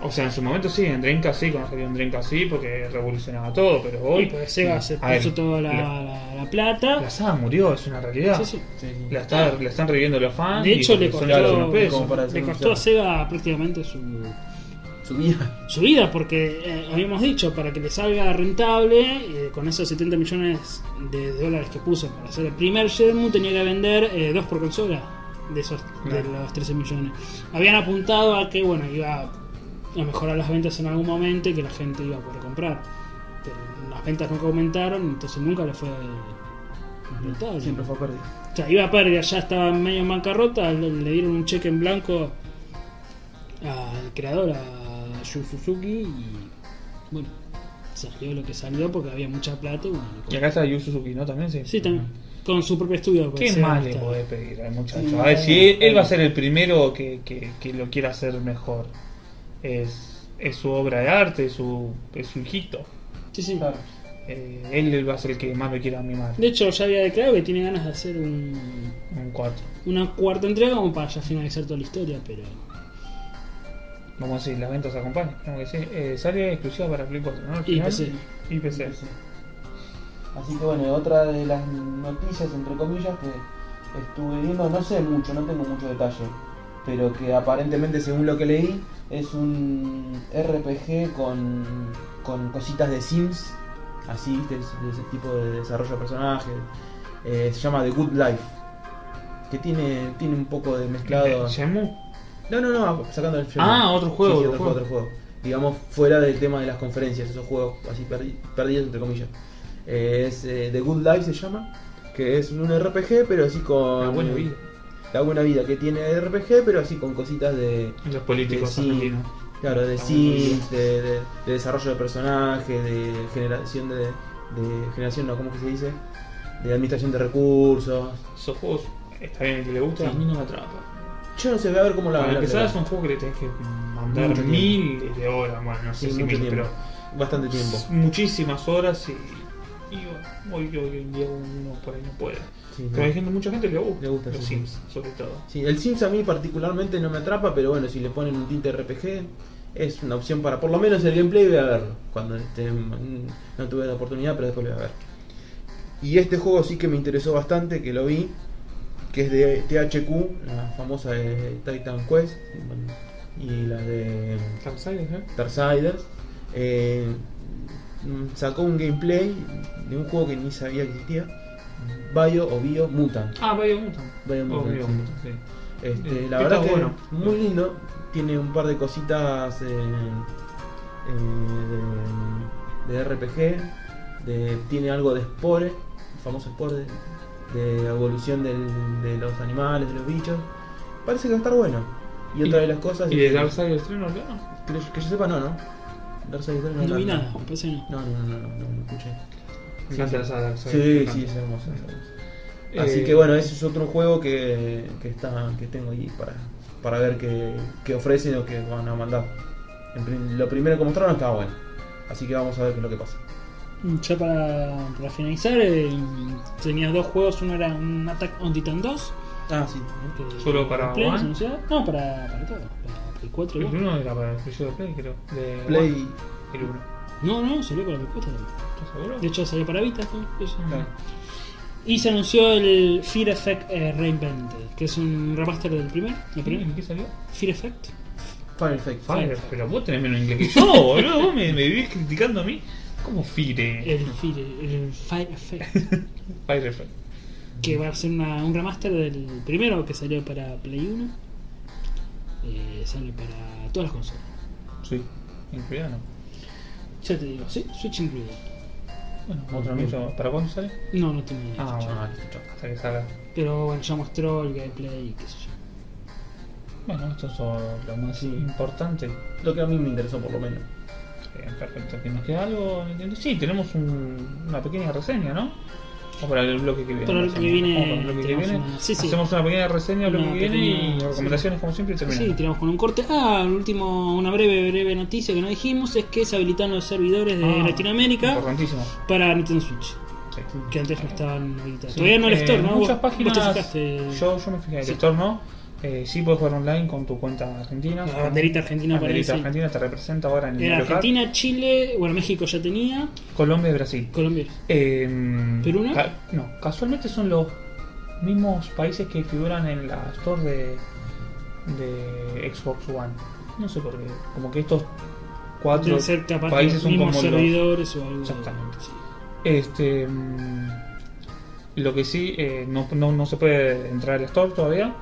O sea, en su momento sí, en Dreamcast sí, cuando salió en Dreamcast sí, porque revolucionaba todo, pero Hoy, hoy. porque Sega se A puso ver, toda la, La, la- la plata. la saga murió, es una realidad. Sí, sí. Sí, sí. La, está- la están reviviendo los fans. De y hecho, le son costó, los unos pesos. Como para hacer le un costó a show. Sega prácticamente su, Su vida. su vida, porque eh, habíamos dicho, para que le salga rentable, eh, con esos 70 millones de dólares que puso para hacer el primer Shenmue, tenía que vender eh, dos por consola de esos de Claro. los 13 millones. Habían apuntado a que, bueno, iba a mejorar las ventas en algún momento y que la gente iba a poder comprar. Pero las ventas nunca aumentaron, entonces nunca le fue eh, rentable. Siempre fue perdido. O sea, iba a pérdida, ya estaba medio en bancarrota, le, le dieron un cheque en blanco al creador, a Yu Suzuki, y bueno, salió lo que salió porque había mucha plata. y Bueno, lo Y compró. acá está Yu Suzuki, ¿no? También sí. sí, también, con su propio estudio. pues, porque ¿Qué Sega más no le estaba. podés pedir al muchacho? Sí, a ver, no, si él, él no. va a ser el primero que, que- que lo quiera hacer mejor. Es, es su obra de arte, es su, es su hijito. Sí, sí. Claro. Eh, él, él va a ser el que más lo quiera mimar. De hecho, ya había declarado que tiene ganas de hacer un, Un 4. una cuarta entrega como para ya finalizar toda la historia, pero Vamos a decir, las ventas acompañan. esperemos que sí. Eh, sale exclusiva para Play 4, ¿no? Al Y final. PC. Y PC. Así que bueno, otra de las noticias, entre comillas, que estuve viendo, no sé mucho, no tengo mucho detalle, pero que aparentemente, según lo que leí, es un RPG con, con cositas de Sims, así, ¿viste? Es- de ese tipo de desarrollo de personajes. Eh, se llama The Good Life, que tiene, tiene un poco de mezclado. Eh, Shenmue. No, no, no, sacando el Ah, otro juego, Sí, sí, otro otro, juego, otro juego. Digamos, fuera del tema de las conferencias, esos juegos así perdi- perdidos, entre comillas. Eh, es eh, The Good Life se llama. que es un RPG, pero así con. La buena vida. La buena vida que tiene el RPG, pero así con cositas de. Los políticos Sí. argentinos. Claro, de La buena vida. sims, de, de- de desarrollo de personajes, de generación de, de. generación, no, ¿cómo que se dice? De administración de recursos. Esos juegos, está bien el que le gusta, Sí. a mí no me atrapa. Yo no sé, voy a ver cómo la Para la- empezar, es un juego que le tenés que mandar Mucho tiempo. miles de horas, bueno, no sé Sí, si mucho miles, tiempo. pero Bastante tiempo. muchísimas horas y, y bueno, hoy, hoy en día uno por ahí no puede. Sí, Pero hay no. gente, mucha gente que le gusta, Le gusta, los sí, sí. Sims, sobre todo. Sí, el Sims a mí particularmente no me atrapa, pero bueno, si le ponen un tinte RPG, es una opción para por lo menos el gameplay voy a verlo. Cuando esté- no tuve la oportunidad, pero después lo voy a ver. Y este juego sí que me interesó bastante, que lo vi, que es de THQ, la famosa de Titan Quest y la de Darksiders, ¿eh? Darksiders. Eh, mm, sacó un gameplay de un juego que ni sabía que existía, Bio o Bio Mutant. Ah, Biomutant. Biomutant, sí. Biomutant, sí. Este, Eh, la está verdad que bueno. muy lindo. Tiene un par de cositas eh, eh, de, de RPG. de- tiene algo de Spore, el famoso Spore, de, de la evolución del- de los animales, de los bichos. Parece que va a estar bueno. Y otra de las cosas. ¿Y de este, Darksiders 3 no hablaron? que, yo- que yo sepa, no, ¿no? Darksiders tres No vi habla, nada, parece que no. No, no, no, no, no, no, no escuché. Me encanta esa Darksiders. me Sí, encanta. sí, es hermoso. es hermoso. Eh, Así que bueno, ese es otro juego que, que está, que tengo ahí para, para ver qué, qué ofrecen o qué van a mandar. En prim- lo primero que mostraron estaba bueno. Así que vamos a ver qué es lo que pasa. Ya para, para finalizar, eh, tenía dos juegos. Uno era un Attack on Titan 2. Ah, sí. que- ¿Solo para Play, One? se anunció. No, para, para todo. Para Play 4. y El One. 1 era para el exclusivo de Play, creo. De Play. El 1. No, no, salió para Play 4. también. ¿Estás seguro? Ah, De hecho, salió para Vita. ¿no? Eso. Claro. Y se anunció el Fear Effect eh, Reinvented, que es un remaster del primer. ¿El primer? ¿En qué salió? Fear Effect. Final Effect. Fire, Fire. pero vos tenés menos inglés que yo, boludo. Vos me, me vivís criticando a mí. ¿Cómo Fire? El, Fear, el Fire Effect. Fire Effect. que va a ser una- un remaster del primero que salió para Play 1. Eh, sale para todas las consolas. Sí. Incluido, no. Ya te digo, sí, Switch incluido. Bueno, otro anuncio. ¿Para cuándo sale? No, no tengo ni idea. Ah, bueno. Ah, listo, chao. Hasta que salga. Pero bueno, ya mostró el gameplay y qué sé yo. Bueno, esto es lo más Sí. importante. Lo que a mí me interesó por lo menos. Bien, perfecto. ¿Que nos queda algo? Nintendo? Sí, tenemos un- una pequeña reseña, ¿no? O para el bloque que viene. Para el lo que hacemos. viene, O para el bloque que tenemos viene. una- sí, sí. Hacemos una pequeña reseña al bloque Una que viene y pequeña- recomendaciones, como siempre, y Sí, terminamos. tiramos con un corte. Ah, el último, una breve, breve noticia que no dijimos es que se habilitan los servidores de Ah, Latinoamérica Importantísimo. para Nintendo Switch. Sí. Que antes no estaban habilitados. Sí. Todavía no el Eh, store, ¿no? Muchas Vos- vos te páginas. fijaste Yo, yo me fijé, el Sí. store no. Eh, sí, puedes jugar online con tu cuenta argentina. La con- banderita argentina banderita aparece. argentina te representa ahora en el Era local. Argentina, Chile, bueno, México ya tenía, Colombia y Brasil. Colombia. Eh, ¿Perú no? ca- no, casualmente son los mismos países que figuran en la store de, de Xbox One. No sé por qué. Como que estos cuatro Deben ser capaz de países los son como mismos los- servidores o algo. Exactamente. sí. Este, mm, lo que sí, eh, no, no- no se puede entrar al store todavía,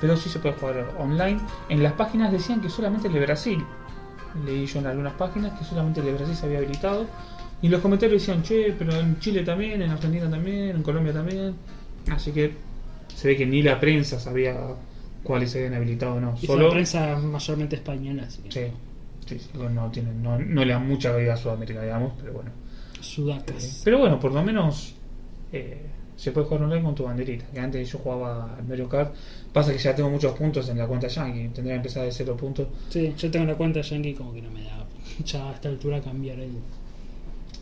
pero sí se puede jugar online. En las páginas decían que solamente el de Brasil. Leí yo en algunas páginas que solamente el de Brasil se había habilitado. Y en los comentarios decían, che, pero en Chile también, en Argentina también, en Colombia también. Así que se ve que ni la prensa sabía cuáles se habían habilitado o no. Y Solo, la prensa mayormente española, así que- Sí, sí, sí, no, tienen, no, no le dan mucha vida a Sudamérica, digamos, pero bueno. Sudacas. Pero bueno, por lo menos eh, se puede jugar online con tu banderita. Que antes yo jugaba al Mario Kart. Pasa que ya tengo muchos puntos en la cuenta Yankee. Tendría que empezar de cero puntos. Sí, yo tengo la cuenta Yankee como que no me da <laughs> ya a esta altura cambiar el,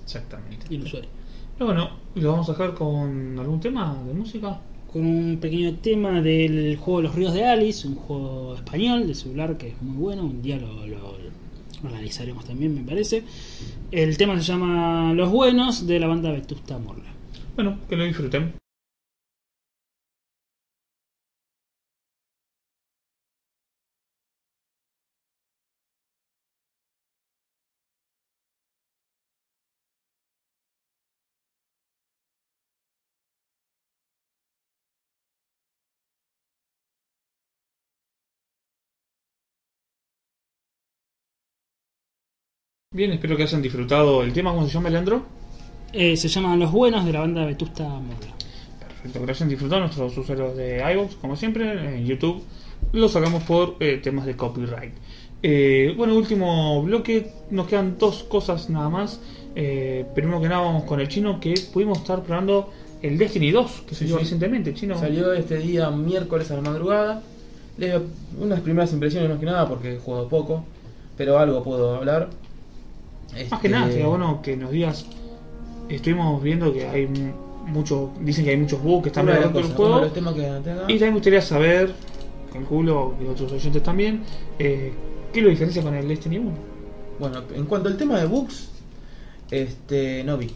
Exactamente. el usuario. Pero bueno, ¿lo vamos a dejar con algún tema de música? Con un pequeño tema del juego Los Ríos de Alice, un juego español de celular que es muy bueno, un día lo, lo- lo analizaremos también me parece. El tema se llama Los Buenos de la banda Vetusta Morla. Bueno, que lo disfruten. Bien, espero que hayan disfrutado el tema. ¿Cómo se llama, Leandro? Eh, se llama Los Buenos de la banda Vetusta Morla. Perfecto, que lo hayan disfrutado nuestros usuarios de iVoox, como siempre, en YouTube. Lo sacamos por eh, temas de copyright. Eh, bueno, último bloque, nos quedan dos cosas nada más. Eh, primero que nada vamos con el chino, que pudimos estar probando el Destiny 2, que salió sí. recientemente, chino. Salió este día miércoles a la madrugada. Le- unas primeras impresiones más que nada porque he jugado poco, pero algo puedo hablar. Más que Este, nada, sería bueno que nos digas, estuvimos viendo que hay m- muchos, dicen que hay muchos bugs que están una de las bloqueando el cosas, juego. uno de los temas que tenga. Y también me gustaría saber, con Julio y otros oyentes también, eh, ¿qué lo diferencia con el Destiny 1? Bueno, en cuanto al tema de bugs, este no vi.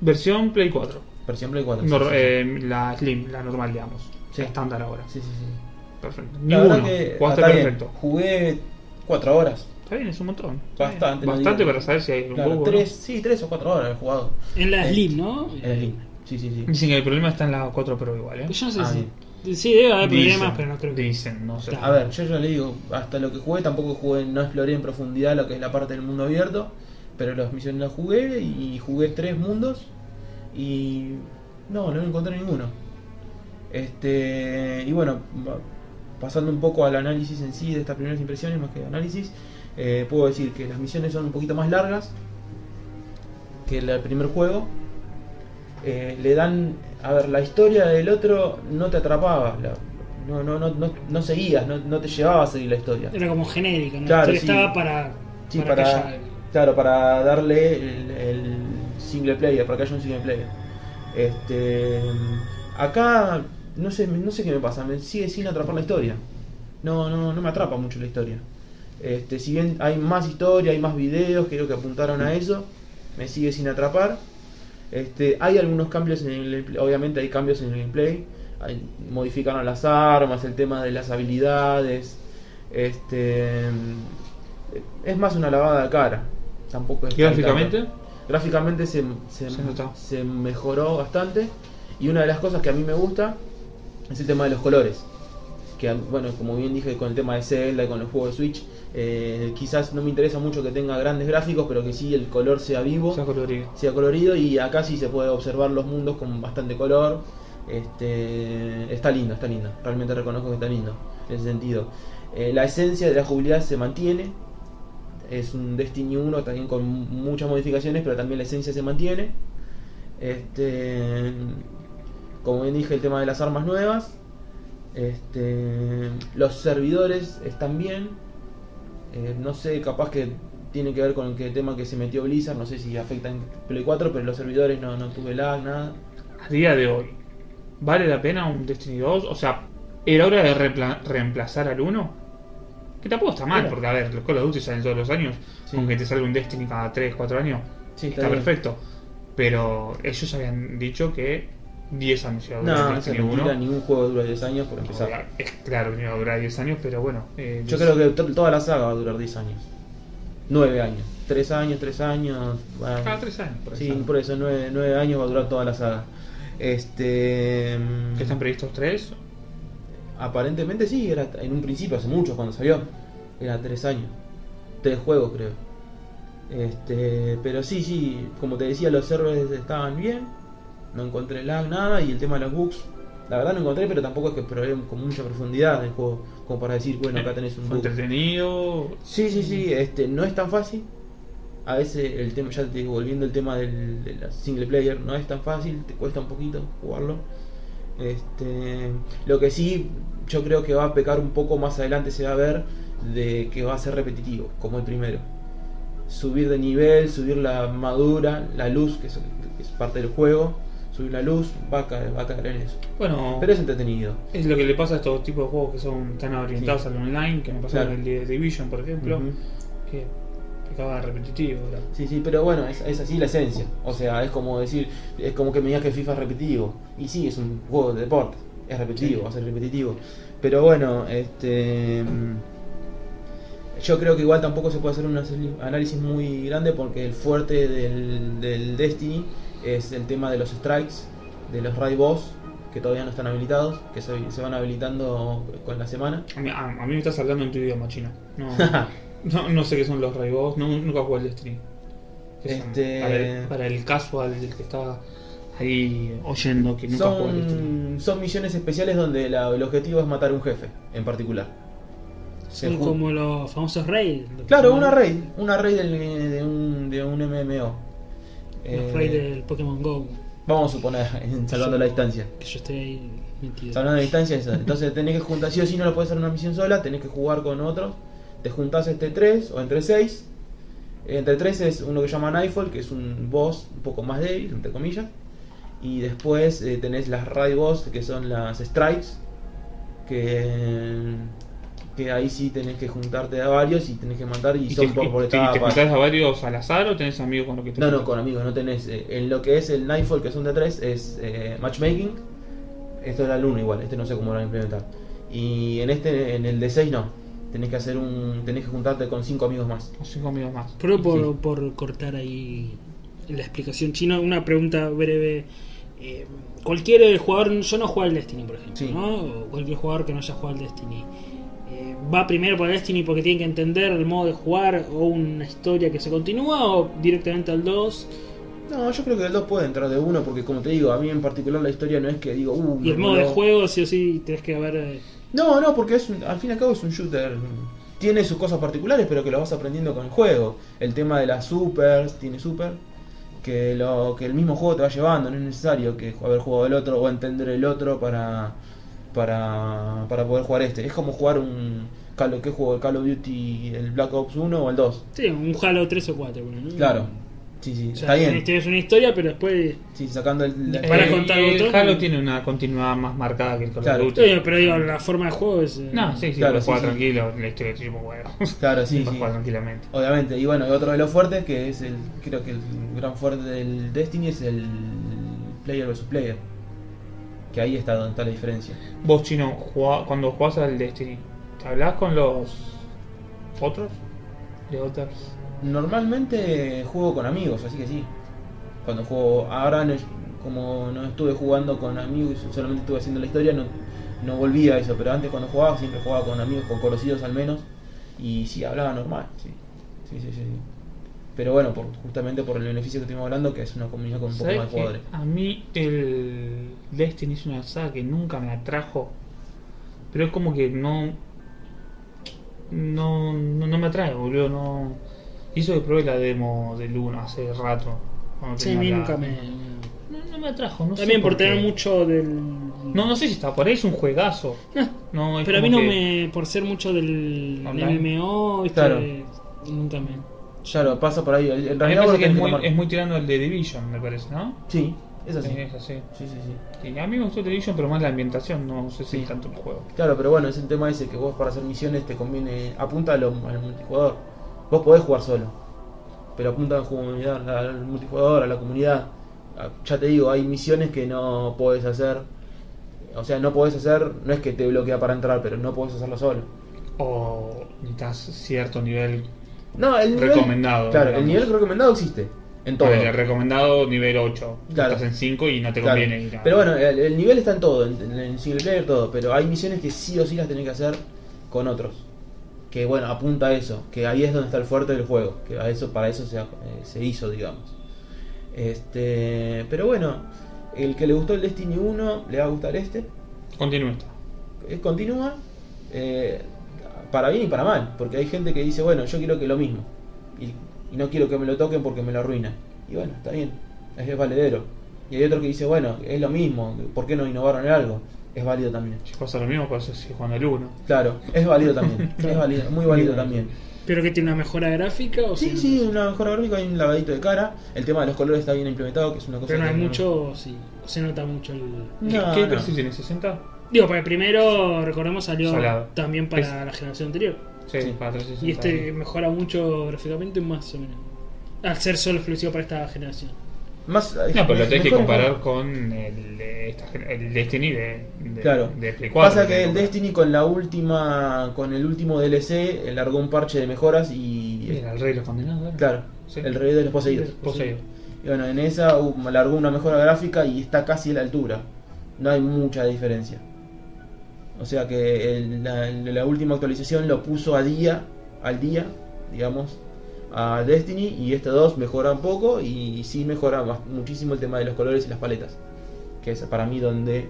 Versión Play 4. Versión Play 4. Nor- sí, sí, sí. eh, la Slim, la normal, digamos. Sí. La estándar ahora. Sí, sí, sí. Perfecto. La verdad Ninguno. que Jugaste está bien, perfecto. jugué 4 horas. Está bien, es un montón. Bastante, no Bastante digo. para saber si hay un Claro, bug. o no. tres, sí, 3 o 4 horas he jugado. En la Eh, Slim, ¿no? En el link. Sí, sí, sí. Dicen que el problema está en la 4 Pro igual, ¿eh? Yo no sé Ah, si. Sí, debe haber problemas, Dicen, pero no creo que. Dicen, no sé. Claro. A ver, yo ya le digo, hasta lo que jugué tampoco jugué, no exploré en profundidad lo que es la parte del mundo abierto, pero las misiones las jugué y jugué tres mundos y no, no encontré ninguno. Este, y bueno, va- pasando un poco al análisis en sí de estas primeras impresiones, más que análisis, eh, puedo decir que las misiones son un poquito más largas que el primer juego. Eh, le dan, a ver, la historia del otro no te atrapaba, la- no, no, no, no, no seguías, no, no te llevaba a seguir la historia. Era como genérica, ¿no? Claro, Pero sí. Estaba para. Sí, para para, callar. claro, para darle el, el single player, para que haya un single player. Este, acá no sé, no sé qué me pasa, me sigue sin atrapar la historia. No, no, no me atrapa mucho la historia. Este, si bien hay más historia, hay más videos, creo que apuntaron a eso, me sigue sin atrapar. Este, hay algunos cambios en el gameplay, obviamente hay cambios en el gameplay. Hay- modificaron las armas, el tema de las habilidades. Este es más una lavada de cara. Tampoco es Gráficamente, Gráficamente se, se, Se notó. se mejoró bastante. Y una de las cosas que a mí me gusta es el tema de los colores. Que, a- bueno, como bien dije con el tema de Zelda y con los juegos de Switch, eh, quizás no me interesa mucho que tenga grandes gráficos, pero que sí el color sea vivo, se ha colorido. sea colorido. Y acá sí se puede observar los mundos con bastante color. Este, está lindo, está lindo. Realmente reconozco que está lindo en ese sentido. Eh, la esencia de la jugabilidad se mantiene, es un Destiny 1 también con muchas modificaciones, pero también la esencia se mantiene. Este, como bien dije, el tema de las armas nuevas. Este, los servidores están bien. Eh, no sé, capaz que tiene que ver con el que- tema que se metió Blizzard. No sé si afecta en Play 4, pero los servidores no, no tuve lag, nada. A día de hoy, ¿vale la pena un Destiny 2? O sea, ¿era hora de repla- reemplazar al 1? Que tampoco está mal, Claro. porque a ver, los Call of Duty salen todos los años. Sí. Aunque te salga un Destiny cada 3, 4 años, Sí, está, está bien. perfecto. Pero ellos habían dicho que 10 años iba a durar No, el no se Destiny 1. mentira, ningún juego dura 10 años por empezar. Ahora, Es claro que iba a durar 10 años, pero bueno. eh, Yo creo que to- toda la saga va a durar 10 años. 9 años. 3 años, 3 años. va- Cada 3 años, por Sí, ejemplo. por eso 9, años va a durar toda la saga. Este. mm, ¿Que están previstos 3? Aparentemente sí, era en un principio, hace mucho cuando salió. Era 3 años. 3 juegos creo. Este, pero sí, sí, como te decía, los servers estaban bien. No encontré lag, nada. Y el tema de los bugs, la verdad no encontré, pero tampoco es que probé con mucha profundidad el juego. Como para decir, bueno, acá tenés un Fue bug. entretenido. Sí, sí, sí, este, no es tan fácil. A veces el tema, ya te digo, volviendo al tema del, del single player, no es tan fácil, te cuesta un poquito jugarlo. Este, lo que sí, yo creo que va a pecar un poco más adelante, se va a ver de que va a ser repetitivo, como el primero. Subir de nivel, subir la armadura, la luz, que es, que es parte del juego, subir la luz, va a caer, va a caer en eso. Bueno, Pero es entretenido. es lo que le pasa a estos tipos de juegos que son tan orientados Sí. al online, que me pasó Claro. con el de Division, por ejemplo, Ujú. que acaba repetitivo. era. Sí, sí, pero bueno, es, es así la esencia. O sea, es como decir, es como que me digas que FIFA es repetitivo. Y sí, es un juego de deporte. Es repetitivo, va a ser repetitivo. Pero bueno, este. mm, Yo creo que igual tampoco se puede hacer un anali- análisis muy grande porque el fuerte del, del Destiny es el tema de los strikes, de los raid boss, que todavía no están habilitados, que se, se van habilitando con la semana. <laughs> A, mí, a, a mí me estás hablando en tu idioma chino. No, no, no sé qué son los Raybos, no, nunca jugué al Destiny. ¿Qué son? Este- Para, el, para el casual, el que está ahí oyendo que nunca jugó al Destiny. Son, son misiones especiales donde la- el objetivo es matar un jefe en particular. Se Son ju- como los famosos raids. los que Claro, llaman una raid. Una raid del- de, un, de un MMO. Eh, Los raids del Pokémon Go. Vamos a suponer, salvando la distancia. Que yo estoy ahí metido. Salvando la distancia es- Entonces tenés que juntar, sí o sí no lo puedes hacer una misión sola, tenés que jugar con otros. Te juntás este 3 o entre 6. Entre 3 es uno que llama Nightfall, que es un boss un poco más débil, entre comillas. Y después eh, tenés las raid boss, que son las strikes, que, que ahí sí tenés que juntarte a varios y tenés que matar y, ¿Y te, son por, por y te- y etapas. te juntás a varios al azar o tenés amigos con los que te No, no, juntás? con amigos, no tenés. eh, en lo que es el Nightfall, que son de tres, es eh, matchmaking. Esto era el 1 igual, este no sé cómo lo van a implementar. Y en este, en el de 6 no. Tenés que hacer un. tenés que juntarte con cinco amigos más. Con cinco amigos más. Pero por, Sí. por cortar ahí la explicación chino, una pregunta breve. Eh, cualquier jugador, yo no juego al Destiny, por ejemplo, Sí. ¿no? O cualquier jugador que no haya jugado al Destiny. eh, ¿Va primero por el Destiny porque tiene que entender el modo de jugar o una historia que se continúa o directamente al 2? No, yo creo que el 2 puede entrar de uno, porque como te digo, a mí en particular la historia no es que digo. Uh, Y el me modo de voló. juego, sí o sí, tenés que haber... eh, No, no, porque es un- al fin y al cabo es un shooter. Tiene sus cosas particulares, pero que lo vas aprendiendo con el juego. El tema de las supers, tiene super. Que, lo, que el mismo juego te va llevando, no es necesario que haber jugado el otro o entender el otro para, para, para poder jugar este. Es como jugar un. Call of- ¿Qué juego? ¿El Call of Duty, el Black Ops 1 o el 2? sí, un Halo 3 o 4. bueno, ¿no? Claro. Sí, sí, O sea, está bien. tenés una historia, pero después... Sí, sacando el. la- Para contar el otro. Eh, Halo tiene una continuidad más marcada que el Call Claro. of Duty. Pero digo, la forma de juego es... eh, No, sí, sí, Claro, lo sí, juega sí. tranquilo, la historia del tipo bueno. <laughs> Claro, sí, Lo sí. juega tranquilamente. Obviamente, y bueno, y otro de los fuertes, que es el, creo que el gran fuerte del Destiny es el player versus player. Que ahí está donde está la diferencia. Vos, chino, jugá- cuando jugás al Destiny, ¿te hablás con los otros? ¿De otras? Normalmente juego con amigos, así que sí. Cuando juego, ahora no- como no estuve jugando con amigos, solamente estuve haciendo la historia, no, no volví a eso, pero antes cuando jugaba siempre jugaba con amigos, con conocidos al menos, y sí, hablaba normal, sí. Sí, sí, sí. sí. Pero bueno, por, justamente por el beneficio que estuvimos hablando, que es una comunidad con un poco ¿Sabés más de que jugadores. A mí el Destiny es una saga que nunca me atrajo. Pero es como que no. No, no, no me atrae, boludo. No. Y eso que probé la demo del 1 hace rato. cuando Sí, a tenía mí la- nunca me... No, no me atrajo, no sé También por tener qué. mucho del... No, no sé si está por ahí, es un juegazo. No, es Pero a mí como no que- me. Por ser mucho del Online. MMO, ¿viste? Claro. este, nunca me. Claro, pasa por ahí. En A mí me realidad parece vos que es tenés muy, tomar- es muy tirando el de Division, me parece, ¿no? Sí, es así. Es así. Sí, sí, sí. Y a mí me gustó Division, pero más la ambientación, no sé si Sí. tanto el juego. Claro, pero bueno, es el tema ese que vos para hacer misiones te conviene. Apunta a lo- al multijugador. Vos podés jugar solo, pero apunta a la comunidad, al multijugador, a la comunidad. A- Ya te digo, hay misiones que no podés hacer. O sea, no podés hacer, no es que te bloquea para entrar, pero no podés hacerlo solo. O necesitas cierto nivel. No, el nivel. Recomendado, Claro, el digamos. nivel recomendado existe. En todo. Ponele, eh, recomendado nivel 8. Claro. Estás en 5 y no te Claro. conviene ir a- Pero bueno, el, el nivel está en todo, en, en el single player, todo. Pero hay misiones que sí o sí las tenés que hacer con otros. Que bueno, apunta a eso. Que ahí es donde está el fuerte del juego. Que a eso, para eso se, ha- eh, se hizo, digamos. Este, pero bueno, el que le gustó el Destiny 1 le va a gustar este. Continúa esta. Es continúa. eh, para bien y para mal. Porque hay gente que dice, bueno, yo quiero que lo mismo. Y, y no quiero que me lo toquen porque me lo arruinan. Y bueno, está bien. Es, es valedero. Y hay otro que dice, bueno, es lo mismo. ¿Por qué no innovaron en algo? Es válido también. Si pasa lo mismo, pasa si jugando el 1. Claro, es válido <laughs> también. es válido, muy válido también. ¿Pero que tiene una mejora gráfica? O Sí, sea, sí, una mejora gráfica hay un lavadito de cara. El tema de los colores está bien implementado, que es una cosa Pero no que hay mucho, sí. Se nota mucho el. No, ¿Qué no. precio tiene? ¿60? Digo, para el primero, recordemos, salió Salado. también para Es- la generación anterior. Sí, Sí. para 360. Y este mejora mucho gráficamente, más o menos. Al ser solo exclusivo para esta generación. Más, No, pero lo tenés que mejor- comparar con el, eh, esta gen- el Destiny de, de, Claro. de Play 4. Pasa que tenés el comparar. Destiny con la última, con el último DLC, eh, largó un parche de mejoras y Era el rey de los condenados. ¿verdad? claro, Sí. el rey de los poseídos. Poseído. Y bueno, en esa hubo- largó una mejora gráfica y está casi a la altura. No hay mucha diferencia. O sea que el- la, la última actualización lo puso a día, al día, digamos, a Destiny y este 2 mejora un poco y, sí mejora bas- muchísimo el tema de los colores y las paletas, que es para mí donde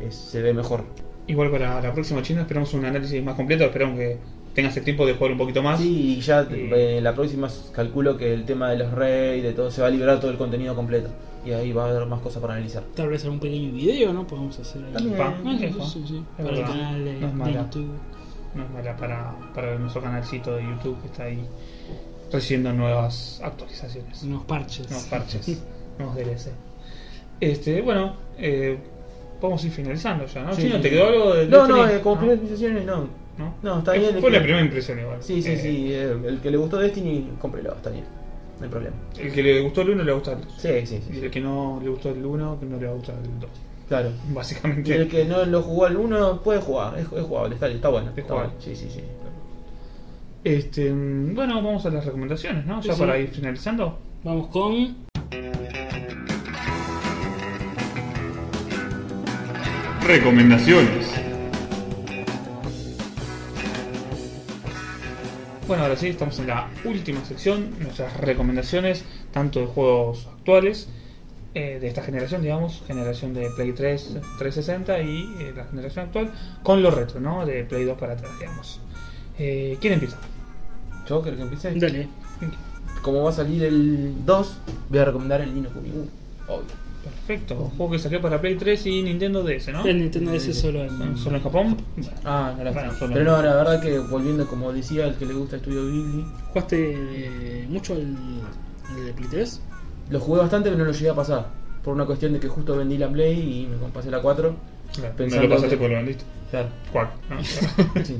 eh, se ve mejor. Igual para la próxima China esperamos un análisis más completo, esperamos que tengas el tiempo de jugar un poquito más. Sí, y ya Y- eh, la próxima calculo que el tema de los reyes, de todo, se va a liberar todo el contenido completo y ahí va a haber más cosas para analizar. Tal vez algún pequeño video, ¿no? Podemos hacer ahí. También. Pa, No, sí, eso. sí, sí. Es Para el verdad. canal de, No es de mala. YouTube. No es mala para, para nuestro canalcito de YouTube que está ahí recibiendo nuevas actualizaciones, Mm. Unos parches. nuevos <laughs> parches, nuevos DLC. Este, bueno, eh, vamos a ir finalizando ya, ¿no? Sí, Chino, sí, ¿te sí. quedó algo de No, no, Destiny? eh, como primeras impresiones no. ¿No? no, está Eh, bien, es Fue que- la primera impresión igual. Sí, sí, Eh, sí, eh, el que le gustó Destiny, cómprelo, está bien, no hay problema. El que le gustó el 1 le gusta el 2. Sí, sí, Y sí, el que no le gustó el 1, que no le va a gustar el 2. claro. Y Básicamente. el que no lo jugó al 1 puede jugar, es, es jugable, está, está bueno. Es Está jugable. bueno. Sí, sí, sí. Este, mm, bueno, vamos a las recomendaciones, ¿no? Sí, Ya sí. para ir finalizando. Vamos con. Recomendaciones. Bueno, ahora sí, estamos en la última sección, nuestras recomendaciones, tanto de juegos actuales, eh, de esta generación, digamos, generación de Play 3, 360 y eh, la generación actual, con los retro, ¿no? De Play 2 para atrás, digamos. Eh, ¿Quién empieza? Yo creo que empecé. Dale. Como va a salir el 2, voy a recomendar el Nino Kuni 1, obvio. Perfecto, un juego que salió para Play 3 y Nintendo DS, ¿no? El Nintendo DS solo en. ¿Solo en Japón? Ah, no la Bueno, solo- Pero no, la verdad que volviendo, como decía, el que le gusta Estudio Ghibli, ¿Jugaste eh, mucho al, al de Play 3? lo jugué bastante, pero no lo llegué a pasar. Por una cuestión de que justo vendí la Play y me compasé la 4. no Pensando lo pasaste que- por lo vendiste. Claro. ¿Cuál? <laughs> <laughs> Sí.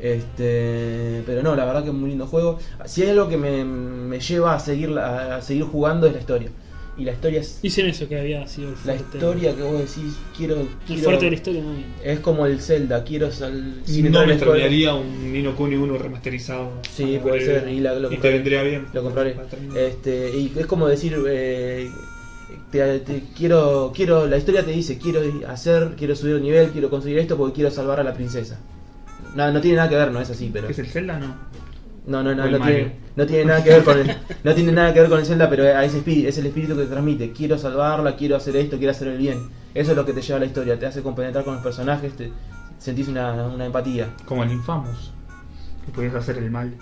Este, pero no, la verdad que es un muy lindo juego. Si hay algo que me, me lleva a seguir, la- a seguir jugando es la historia. Y la historia es Dicen eso, que había sido el la fuerte. historia que vos decís, quiero. El quiero- fuerte de la historia, ¿no? Es como el Zelda, quiero sal, sin no entrar me en spoiler. extrañaría un Nino Kuni 1 remasterizado. Sí, Ah, puede eh, ser, y la- lo y te compraré. vendría bien. Lo compraré. Para terminar. Este, y es como decir, eh, te- te- quiero, quiero, la historia te dice, quiero hacer, quiero subir un nivel, quiero conseguir esto porque quiero salvar a la princesa. No, no tiene nada que ver, no es así, pero. ¿Qué ¿Es el Zelda? No. No, no, O no, el no Mario. tiene, no tiene nada que ver con el, no tiene nada que ver con el Zelda, pero a ese espíritu, es el espíritu que te transmite. Quiero salvarla, quiero hacer esto, quiero hacer el bien. Eso es lo que te lleva a la historia, te hace compenetrar con los personajes, te sentís una, una empatía. Como el Infamous. Que podías hacer el mal.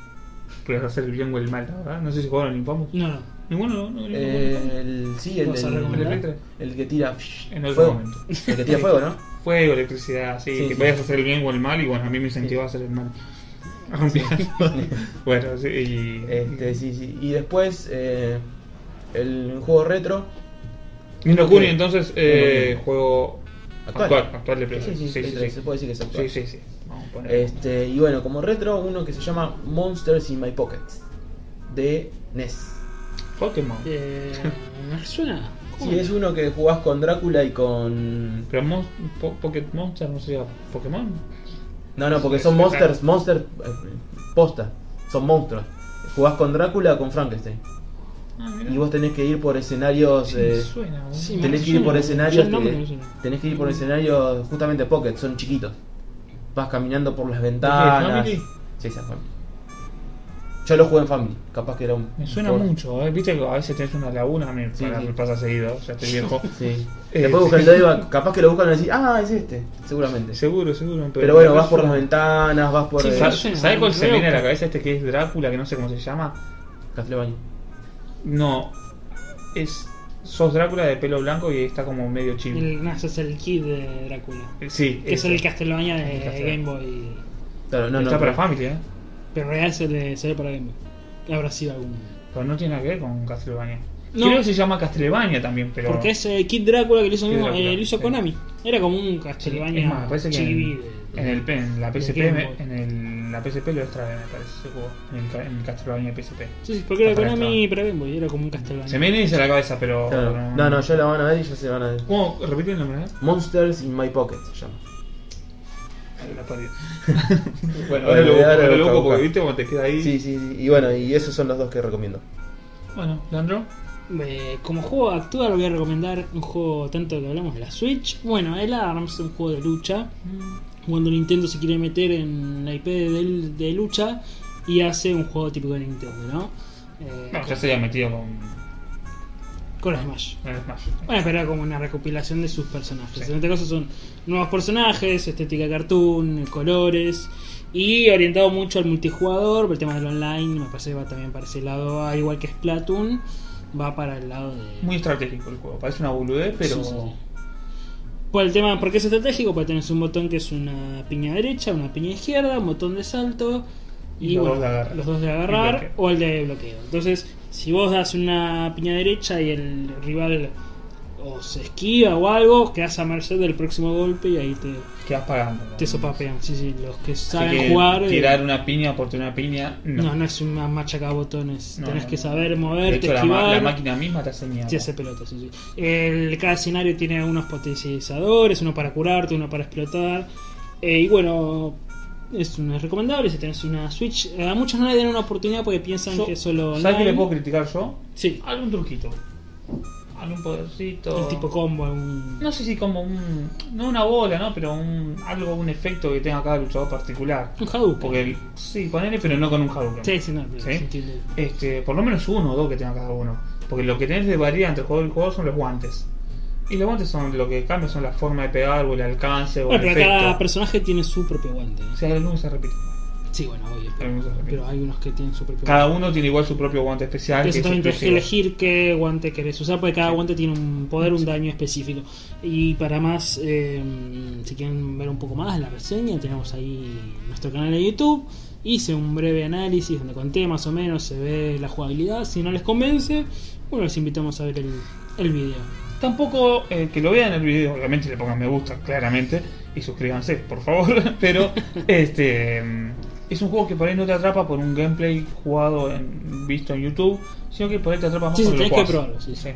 Podías hacer el bien o el mal, la ¿verdad? No sé si jugaron el Infamous. No, no. Ninguno, no, no, Eh, el, sí, el, ¿Vas a el- recomendar? el- el que tira En otro fuego, momento. el que tira <laughs> fuego, ¿no? Fuego, electricidad, sí, Sí, que sí. podías hacer el bien o el mal, y bueno, a mí me incentivaba a hacer el mal. <laughs> Aunque- bueno, sí, y. Este, sí, sí. Y después eh, el juego retro Nino Ok. Kuni, entonces, eh, Bueno, juego actual. actual, actual de Play Sí, sí, sí, Play 3, se puede decir que es actual. sí, sí, sí. Vamos a poner. Este, y bueno, como retro, uno que se llama Monsters in My Pockets de E NES. Pokémon. <laughs> Eh, ¿me suena? ¿Cómo Sí, es uno que jugás con Drácula y con. Pero Mon- Po- Pocket Monster no sería Pokémon. No, no, porque son Sí, sí, monsters, monsters. eh, posta, son monstruos. Jugás con Drácula o con Frankenstein. Ah, mirá. Y vos tenés que ir por escenarios. Sí, eh, me suena, boludo. Sí, me tenés que ir suena, por ya el escenarios. nombre que- me suena. tenés que ir por escenarios justamente Pocket, son chiquitos. Vas caminando por las ¿Es ventanas. de Family? Sí, esa es Family. Yo lo jugué en Family, capaz que era un. Me suena por- mucho, ¿eh? viste que a veces tenés una laguna, me, Sí, para- sí. me pasa seguido, ya estoy viejo. Sí. Eh, Después buscan el Dayback, capaz que lo buscan y decís, ah, es este, seguramente. seguro, seguro. Pero, Pero bueno, vas por las ventanas, vas por. Sí, eh, sí. ¿Sabes ¿sabes cuál se Creo me viene a la que- cabeza este que es Drácula, que no sé cómo se llama? Castlevania. No, es. Sos Drácula de pelo blanco y está como medio chivo. El, no, ese es el kid de Drácula. Sí, Que es ese. el Castlevania de El Castlevania. Game Boy. Claro, no, está no. para pero- Family, ¿eh? Pero en realidad es el de salió para Game Boy. Habrá sido algún. Pero no tiene nada que ver con Castlevania. No. Creo que se llama Castlevania también, pero. Porque es eh, Kid Drácula que lo hizo, Kid mismo, eh, Drácula, lo hizo sí. Konami. Era como un Sí, Castlevania es más, me parece que chibi en, de- en el, P- en la de PSP, Game me- Boy. en el- la PSP lo extrae, me parece ese juego, en el, ca- en el Castlevania PSP. Sí, sí, porque era Está para Konami para Game Boy, era como un Castlevania. Se me viene dice la cabeza, pero. claro. No, no, ya la van a ver y ya se van a. ¿Cómo? Repite el nombre, ¿eh? Monsters in My Pocket se llama. La perdí. <laughs> Bueno, Ahora lo busco, ahora ahora lo lo busco busco. porque viste cómo te queda ahí. Sí, sí, sí. Y bueno, y esos son los dos que recomiendo. Bueno, Leandro. Eh, como juego actual voy a recomendar un juego tanto que hablamos de la Switch. Bueno, el ARMS es un Mm. juego de lucha. Cuando Nintendo se quiere meter en la IP del- de, lucha, y hace un juego típico de Nintendo, ¿no? Eh, No, ya se había metido con, con Smash. con el Smash. Bueno, pero era como una recopilación de sus personajes. Sí. En este caso son nuevos personajes, estética cartoon, colores. Y orientado mucho al multijugador, por el tema del online, me parece que va también para ese lado, al igual que Splatoon, va para el lado de... Muy estratégico el juego, parece una boludez, pero. Sí, sí, sí. Por el tema, porque es estratégico, porque tenés un botón que es una piña derecha, una piña izquierda, un botón de salto y, Y los bueno, dos de agarrar. los dos de Y agarrar bloqueo. o el de bloqueo. Entonces, si vos das una piña derecha y el rival o se esquiva o algo, quedás a merced del próximo golpe y ahí te, que vas pagando. ¿no? te sopapean. Sí, sí, los que Así saben que jugar. eh, Tirar una piña por tener una piña, no. no. no, es una machaca de botones. No, tenés no, que no. saber de moverte, hecho, la, ma- esquivar. la máquina misma te hace mierda. Sí, hace pelota, sí, sí. El, cada escenario tiene unos potencializadores, uno para curarte, uno para explotar. Eh, y bueno, es, no es recomendable si tenés una Switch. eh, A muchos no le dan una oportunidad porque piensan Yo- que es solo ¿Sabes qué online. le puedo criticar yo? Sí, Algún truquito. Algún podercito. el tipo combo, un... No sé si como un. No una bola, ¿no? Pero un algo, un efecto que tenga cada luchador particular. un Hadouken. Porque el, sí, ponele, pero no con un Hadouken. Sí, sí, no, pero ¿Sí? se entiende. Este, por lo menos uno o dos que tenga cada uno. Porque lo que tenés de varía entre jugador y jugador son los guantes. Y los guantes son lo que cambia son la forma de pegar o el alcance o Bueno, el pero efecto. cada personaje tiene su propio guante. ¿no? O sea, algunos se repiten. Sí, bueno, obvio. Pero, Algunos se repiten. pero hay unos que tienen su propio Cada uno tiene igual su propio guante especial. Pero que eso es también tenés que exclusivo. elegir qué guante querés usar, porque cada guante tiene un poder, un daño específico. Y para más, eh, si quieren ver un poco más la reseña, tenemos ahí nuestro canal de YouTube. Hice un breve análisis donde conté más o menos, se ve la jugabilidad. Si no les convence, bueno, les invitamos a ver el, el video. Tampoco eh, que lo vean el video, obviamente le pongan me gusta, claramente, y suscríbanse, por favor. <laughs> Pero este mm, es un juego que por ahí no te atrapa por un gameplay jugado en, visto en YouTube, sino que por ahí te atrapa más Sí, sí, cuando lo tenés que jugás. probarlo, sí, sí.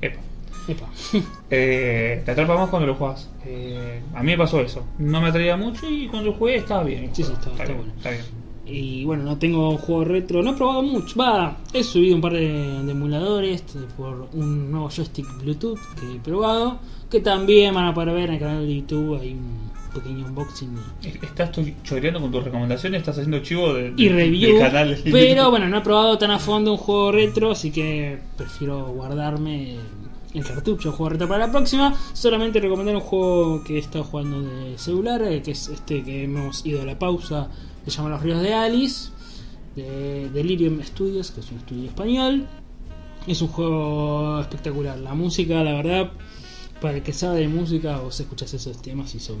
Epa. Epa. <laughs> Eh, te atrapa más cuando lo jugás. Eh, a mí me pasó eso. No me atraía mucho y cuando jugué estaba bien. el Sí, sí, juego. está- está bien, bueno. está bien. Y bueno, no tengo juego retro, no he probado mucho. Va, he subido un par de, de emuladores este, por un nuevo joystick Bluetooth que he probado. Que también van a poder ver en el canal de YouTube. Hay un pequeño unboxing y- Estás tu- choreando con tus recomendaciones, estás haciendo chivo de, y del- review. del canal. <laughs> Pero bueno, no he probado tan a fondo un juego retro, así que prefiero guardarme el cartucho, el juego retro para la próxima. Solamente recomendar un juego que he estado jugando de celular, eh, que es este que hemos ido a la pausa, que se llama Los Ríos de Alice, de Delirium Studios, que es un estudio español. Es un juego espectacular. La música, la verdad, para el que sabe de música, vos escuchás esos temas y son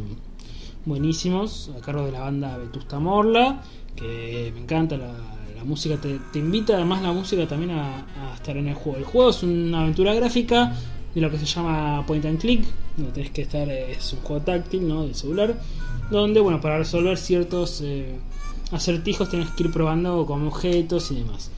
buenísimos. A cargo de la banda Vetusta Morla, que me encanta la, la música. Te, te invita además la música también a, a estar en el juego. El juego es una aventura gráfica de lo que se llama point and click, donde tenés que estar, eh, es un juego táctil, ¿no? De celular, donde, bueno, para resolver ciertos eh, acertijos tenés que ir probando con objetos y demás.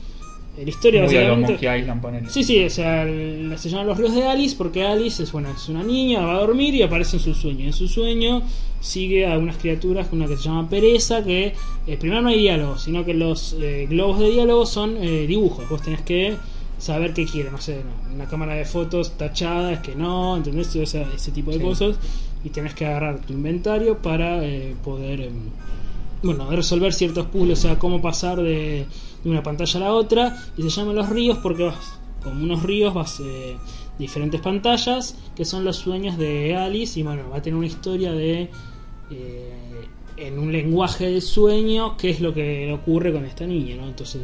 Eh, La historia Muy a los básicamente- Monkey Island, ponele. Sí, sí, o sea, el- la- se llaman los ríos de Alice porque Alice es, bueno, es una niña, va a dormir y aparece en su sueño. En su sueño sigue a unas criaturas, una que se llama Pereza, que eh, primero no hay diálogo, sino que los eh, globos de diálogo son eh, dibujos. Vos tenés que saber qué quiere, no sé, no, una cámara de fotos tachada, es que no, ¿entendés? O sea, ese tipo de Sí. cosas. Y tenés que agarrar tu inventario para eh, poder... em, bueno, de resolver ciertos puzzles, o sea, cómo pasar de, de una pantalla a la otra. Y se llaman los ríos porque vas, como unos ríos, vas eh, diferentes pantallas, que son los sueños de Alice. Y bueno, va a tener una historia de. eh, en un lenguaje de sueño, qué es lo que le ocurre con esta niña, ¿no? Entonces,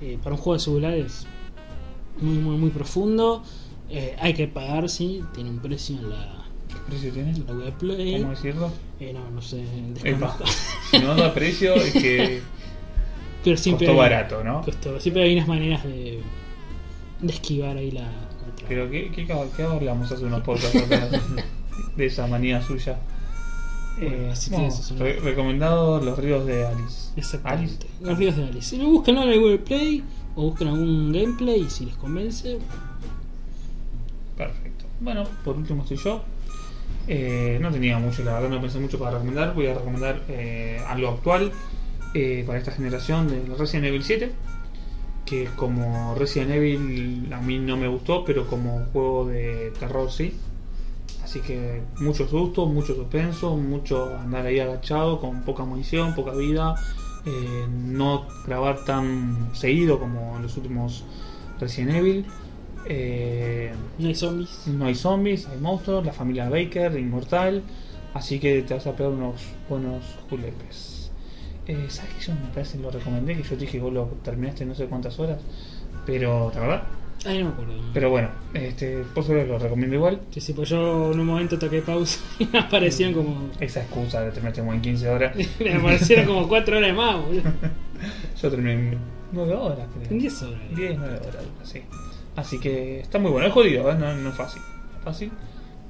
eh, para un juego de celular es muy, muy, muy profundo. Eh, hay que pagar, sí, tiene un precio en la, ¿Qué precio tiene? en la web Play. ¿Cómo decirlo? Eh, no, no sé, Epa. desconozco. <laughs> Si no da precio, es <laughs> que Pero siempre costó hay- barato, ¿no? Costó- Siempre hay unas maneras de, de esquivar ahí la. la traba. Pero ¿qué, qué, cab- qué hablamos hace unos podcasts atrás de esa manía suya? Eh, Bueno, así no, tiene sus re- recomendado Los Ríos de Alice. Exactamente. Los ríos de Alice. Si lo buscan en el Google Play o buscan algún gameplay y si les convence. Alice, perfecto. Bueno, por último estoy yo. Eh, no tenía mucho, la verdad no pensé mucho para recomendar. Voy a recomendar eh, algo actual eh, para esta generación de Resident Evil 7. Que como Resident Evil a mí no me gustó, pero como juego de terror sí. Así que mucho susto, mucho suspenso, mucho andar ahí agachado, con poca munición, poca vida, eh, no grabar tan seguido como en los últimos Resident Evil. Eh, No hay zombies. no hay zombies, hay monstruos, la familia Baker, inmortal, así que te vas a pegar unos buenos julepes. Eh, ¿Sabes que yo me parece lo recomendé? Que yo te dije, vos lo terminaste no sé cuántas horas, pero la verdad. Ay, no me acuerdo. Mm. Pero bueno, este, por suerte lo recomiendo igual. Sí, sí, pues yo en un momento toqué pausa <laughs> y me Mm. aparecían como. <laughs> Esa excusa de terminaste como en 15 horas, me aparecieron como 4 horas más, boludo. yo terminé en 9 horas, creo. En 10 horas. 10, 9 horas, algo así. Así que está muy bueno, es jodido, ¿eh? no, no es fácil. Es fácil,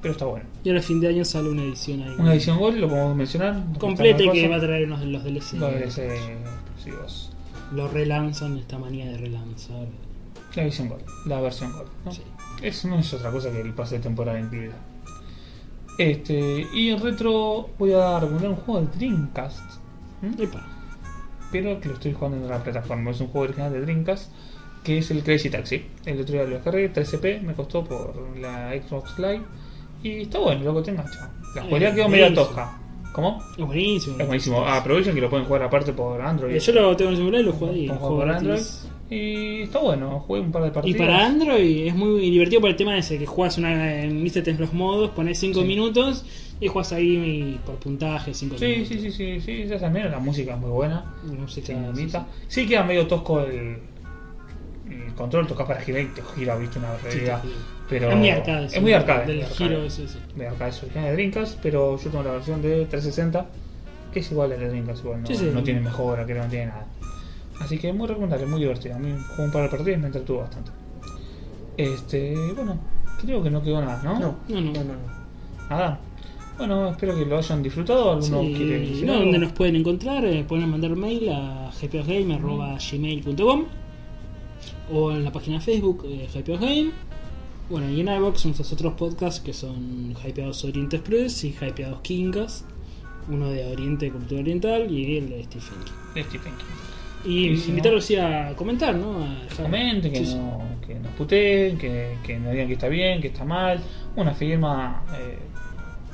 pero está bueno. Y ahora a fin de año sale una edición ahí. Una edición Gold, lo podemos mencionar. nos completa y gustan que va a más traer unos de los DLC. cosas. Los DLC exclusivos. Lo relanzan, esta manía de relanzar. La edición Gold, la versión Gold. ¿no? Sí. Eso no es otra cosa que el pase de temporada incluida. Este, y en retro voy a recomendar un juego de Dreamcast. ¿m? Epa. Pero que lo estoy jugando en otra plataforma. Es un juego original de Dreamcast que es el Crazy Taxi. El otro día lo descargué, 13p, me costó por la Xbox Live. Y está bueno, loco, te engancha. La Eh, jugabilidad quedó medio buenísimo. tosca. ¿Cómo? Es buenísimo. Es buenísimo. Ah, Aprovechen que lo pueden jugar aparte por Android. Eh, Yo lo tengo en el celular y lo juego ahí. Pueden lo jugar juego por gratis. Android. Y está bueno, jugué un par de Y partidas. para Android es muy divertido por el tema ese que juegas una en viste tenés los modos, pones 5 Sí. minutos y juegas ahí por puntaje 5 Sí, minutos. sí, sí, sí, sí, ya también la música es muy buena. No sé Sí, qué sí, sí. sí queda medio tosco el, el control, tocas para girar y te gira, viste, una realidad. Sí, sí. pero es muy arcade. Es muy arcade. Del es arcade. giro ese, sí. De arcade es original de Dreamcast, pero yo tengo la versión de 360, que es igual a la de Dreamcast, igual no, Sí, sí. no tiene mejora, creo, no tiene nada. Así que muy recomendable, muy divertido. A mí jugué un par de partidas y me entretuvo bastante. Este, bueno, creo que no quedó nada, ¿no? No, No, no. Nada. Bueno, espero que lo hayan disfrutado. ¿Alguno Sí, quiere decir no, algo? donde nos pueden encontrar, eh, pueden mandar mail a gpogame.gmail.com o en la página de Facebook eh, gpogame. Bueno, y en iVox nuestros otros podcasts que son Hypeados Oriente Express y Hypeados Kinkas, uno de Oriente Cultura Oriental y el de Stephen King. De Stephen King. Y Sí, sí, invitarlos sí, a comentar, ¿no? A dejar- Comenten, que, Sí, sí. no, que nos puteen, que, que nos digan que está bien, que está mal. Una firma. eh,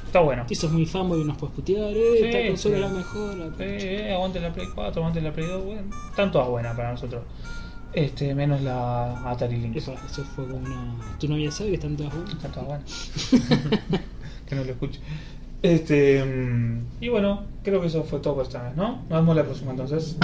está bueno. Si sos muy fanboy y nos puedes putear, eh, Sí, esta consola sí. es la mejor. la concha. Eh, eh, aguante la Play 4, aguante la Play 2. Bueno, están todas buenas para nosotros. Este, menos la Atari Lynx. Epa, eso fue como una... Tu novia sabe que están todas buenas. Están todas buenas. <laughs> que no lo escuche. Este, mm, y bueno, creo que eso fue todo por esta vez, ¿no? Nos vemos la próxima entonces.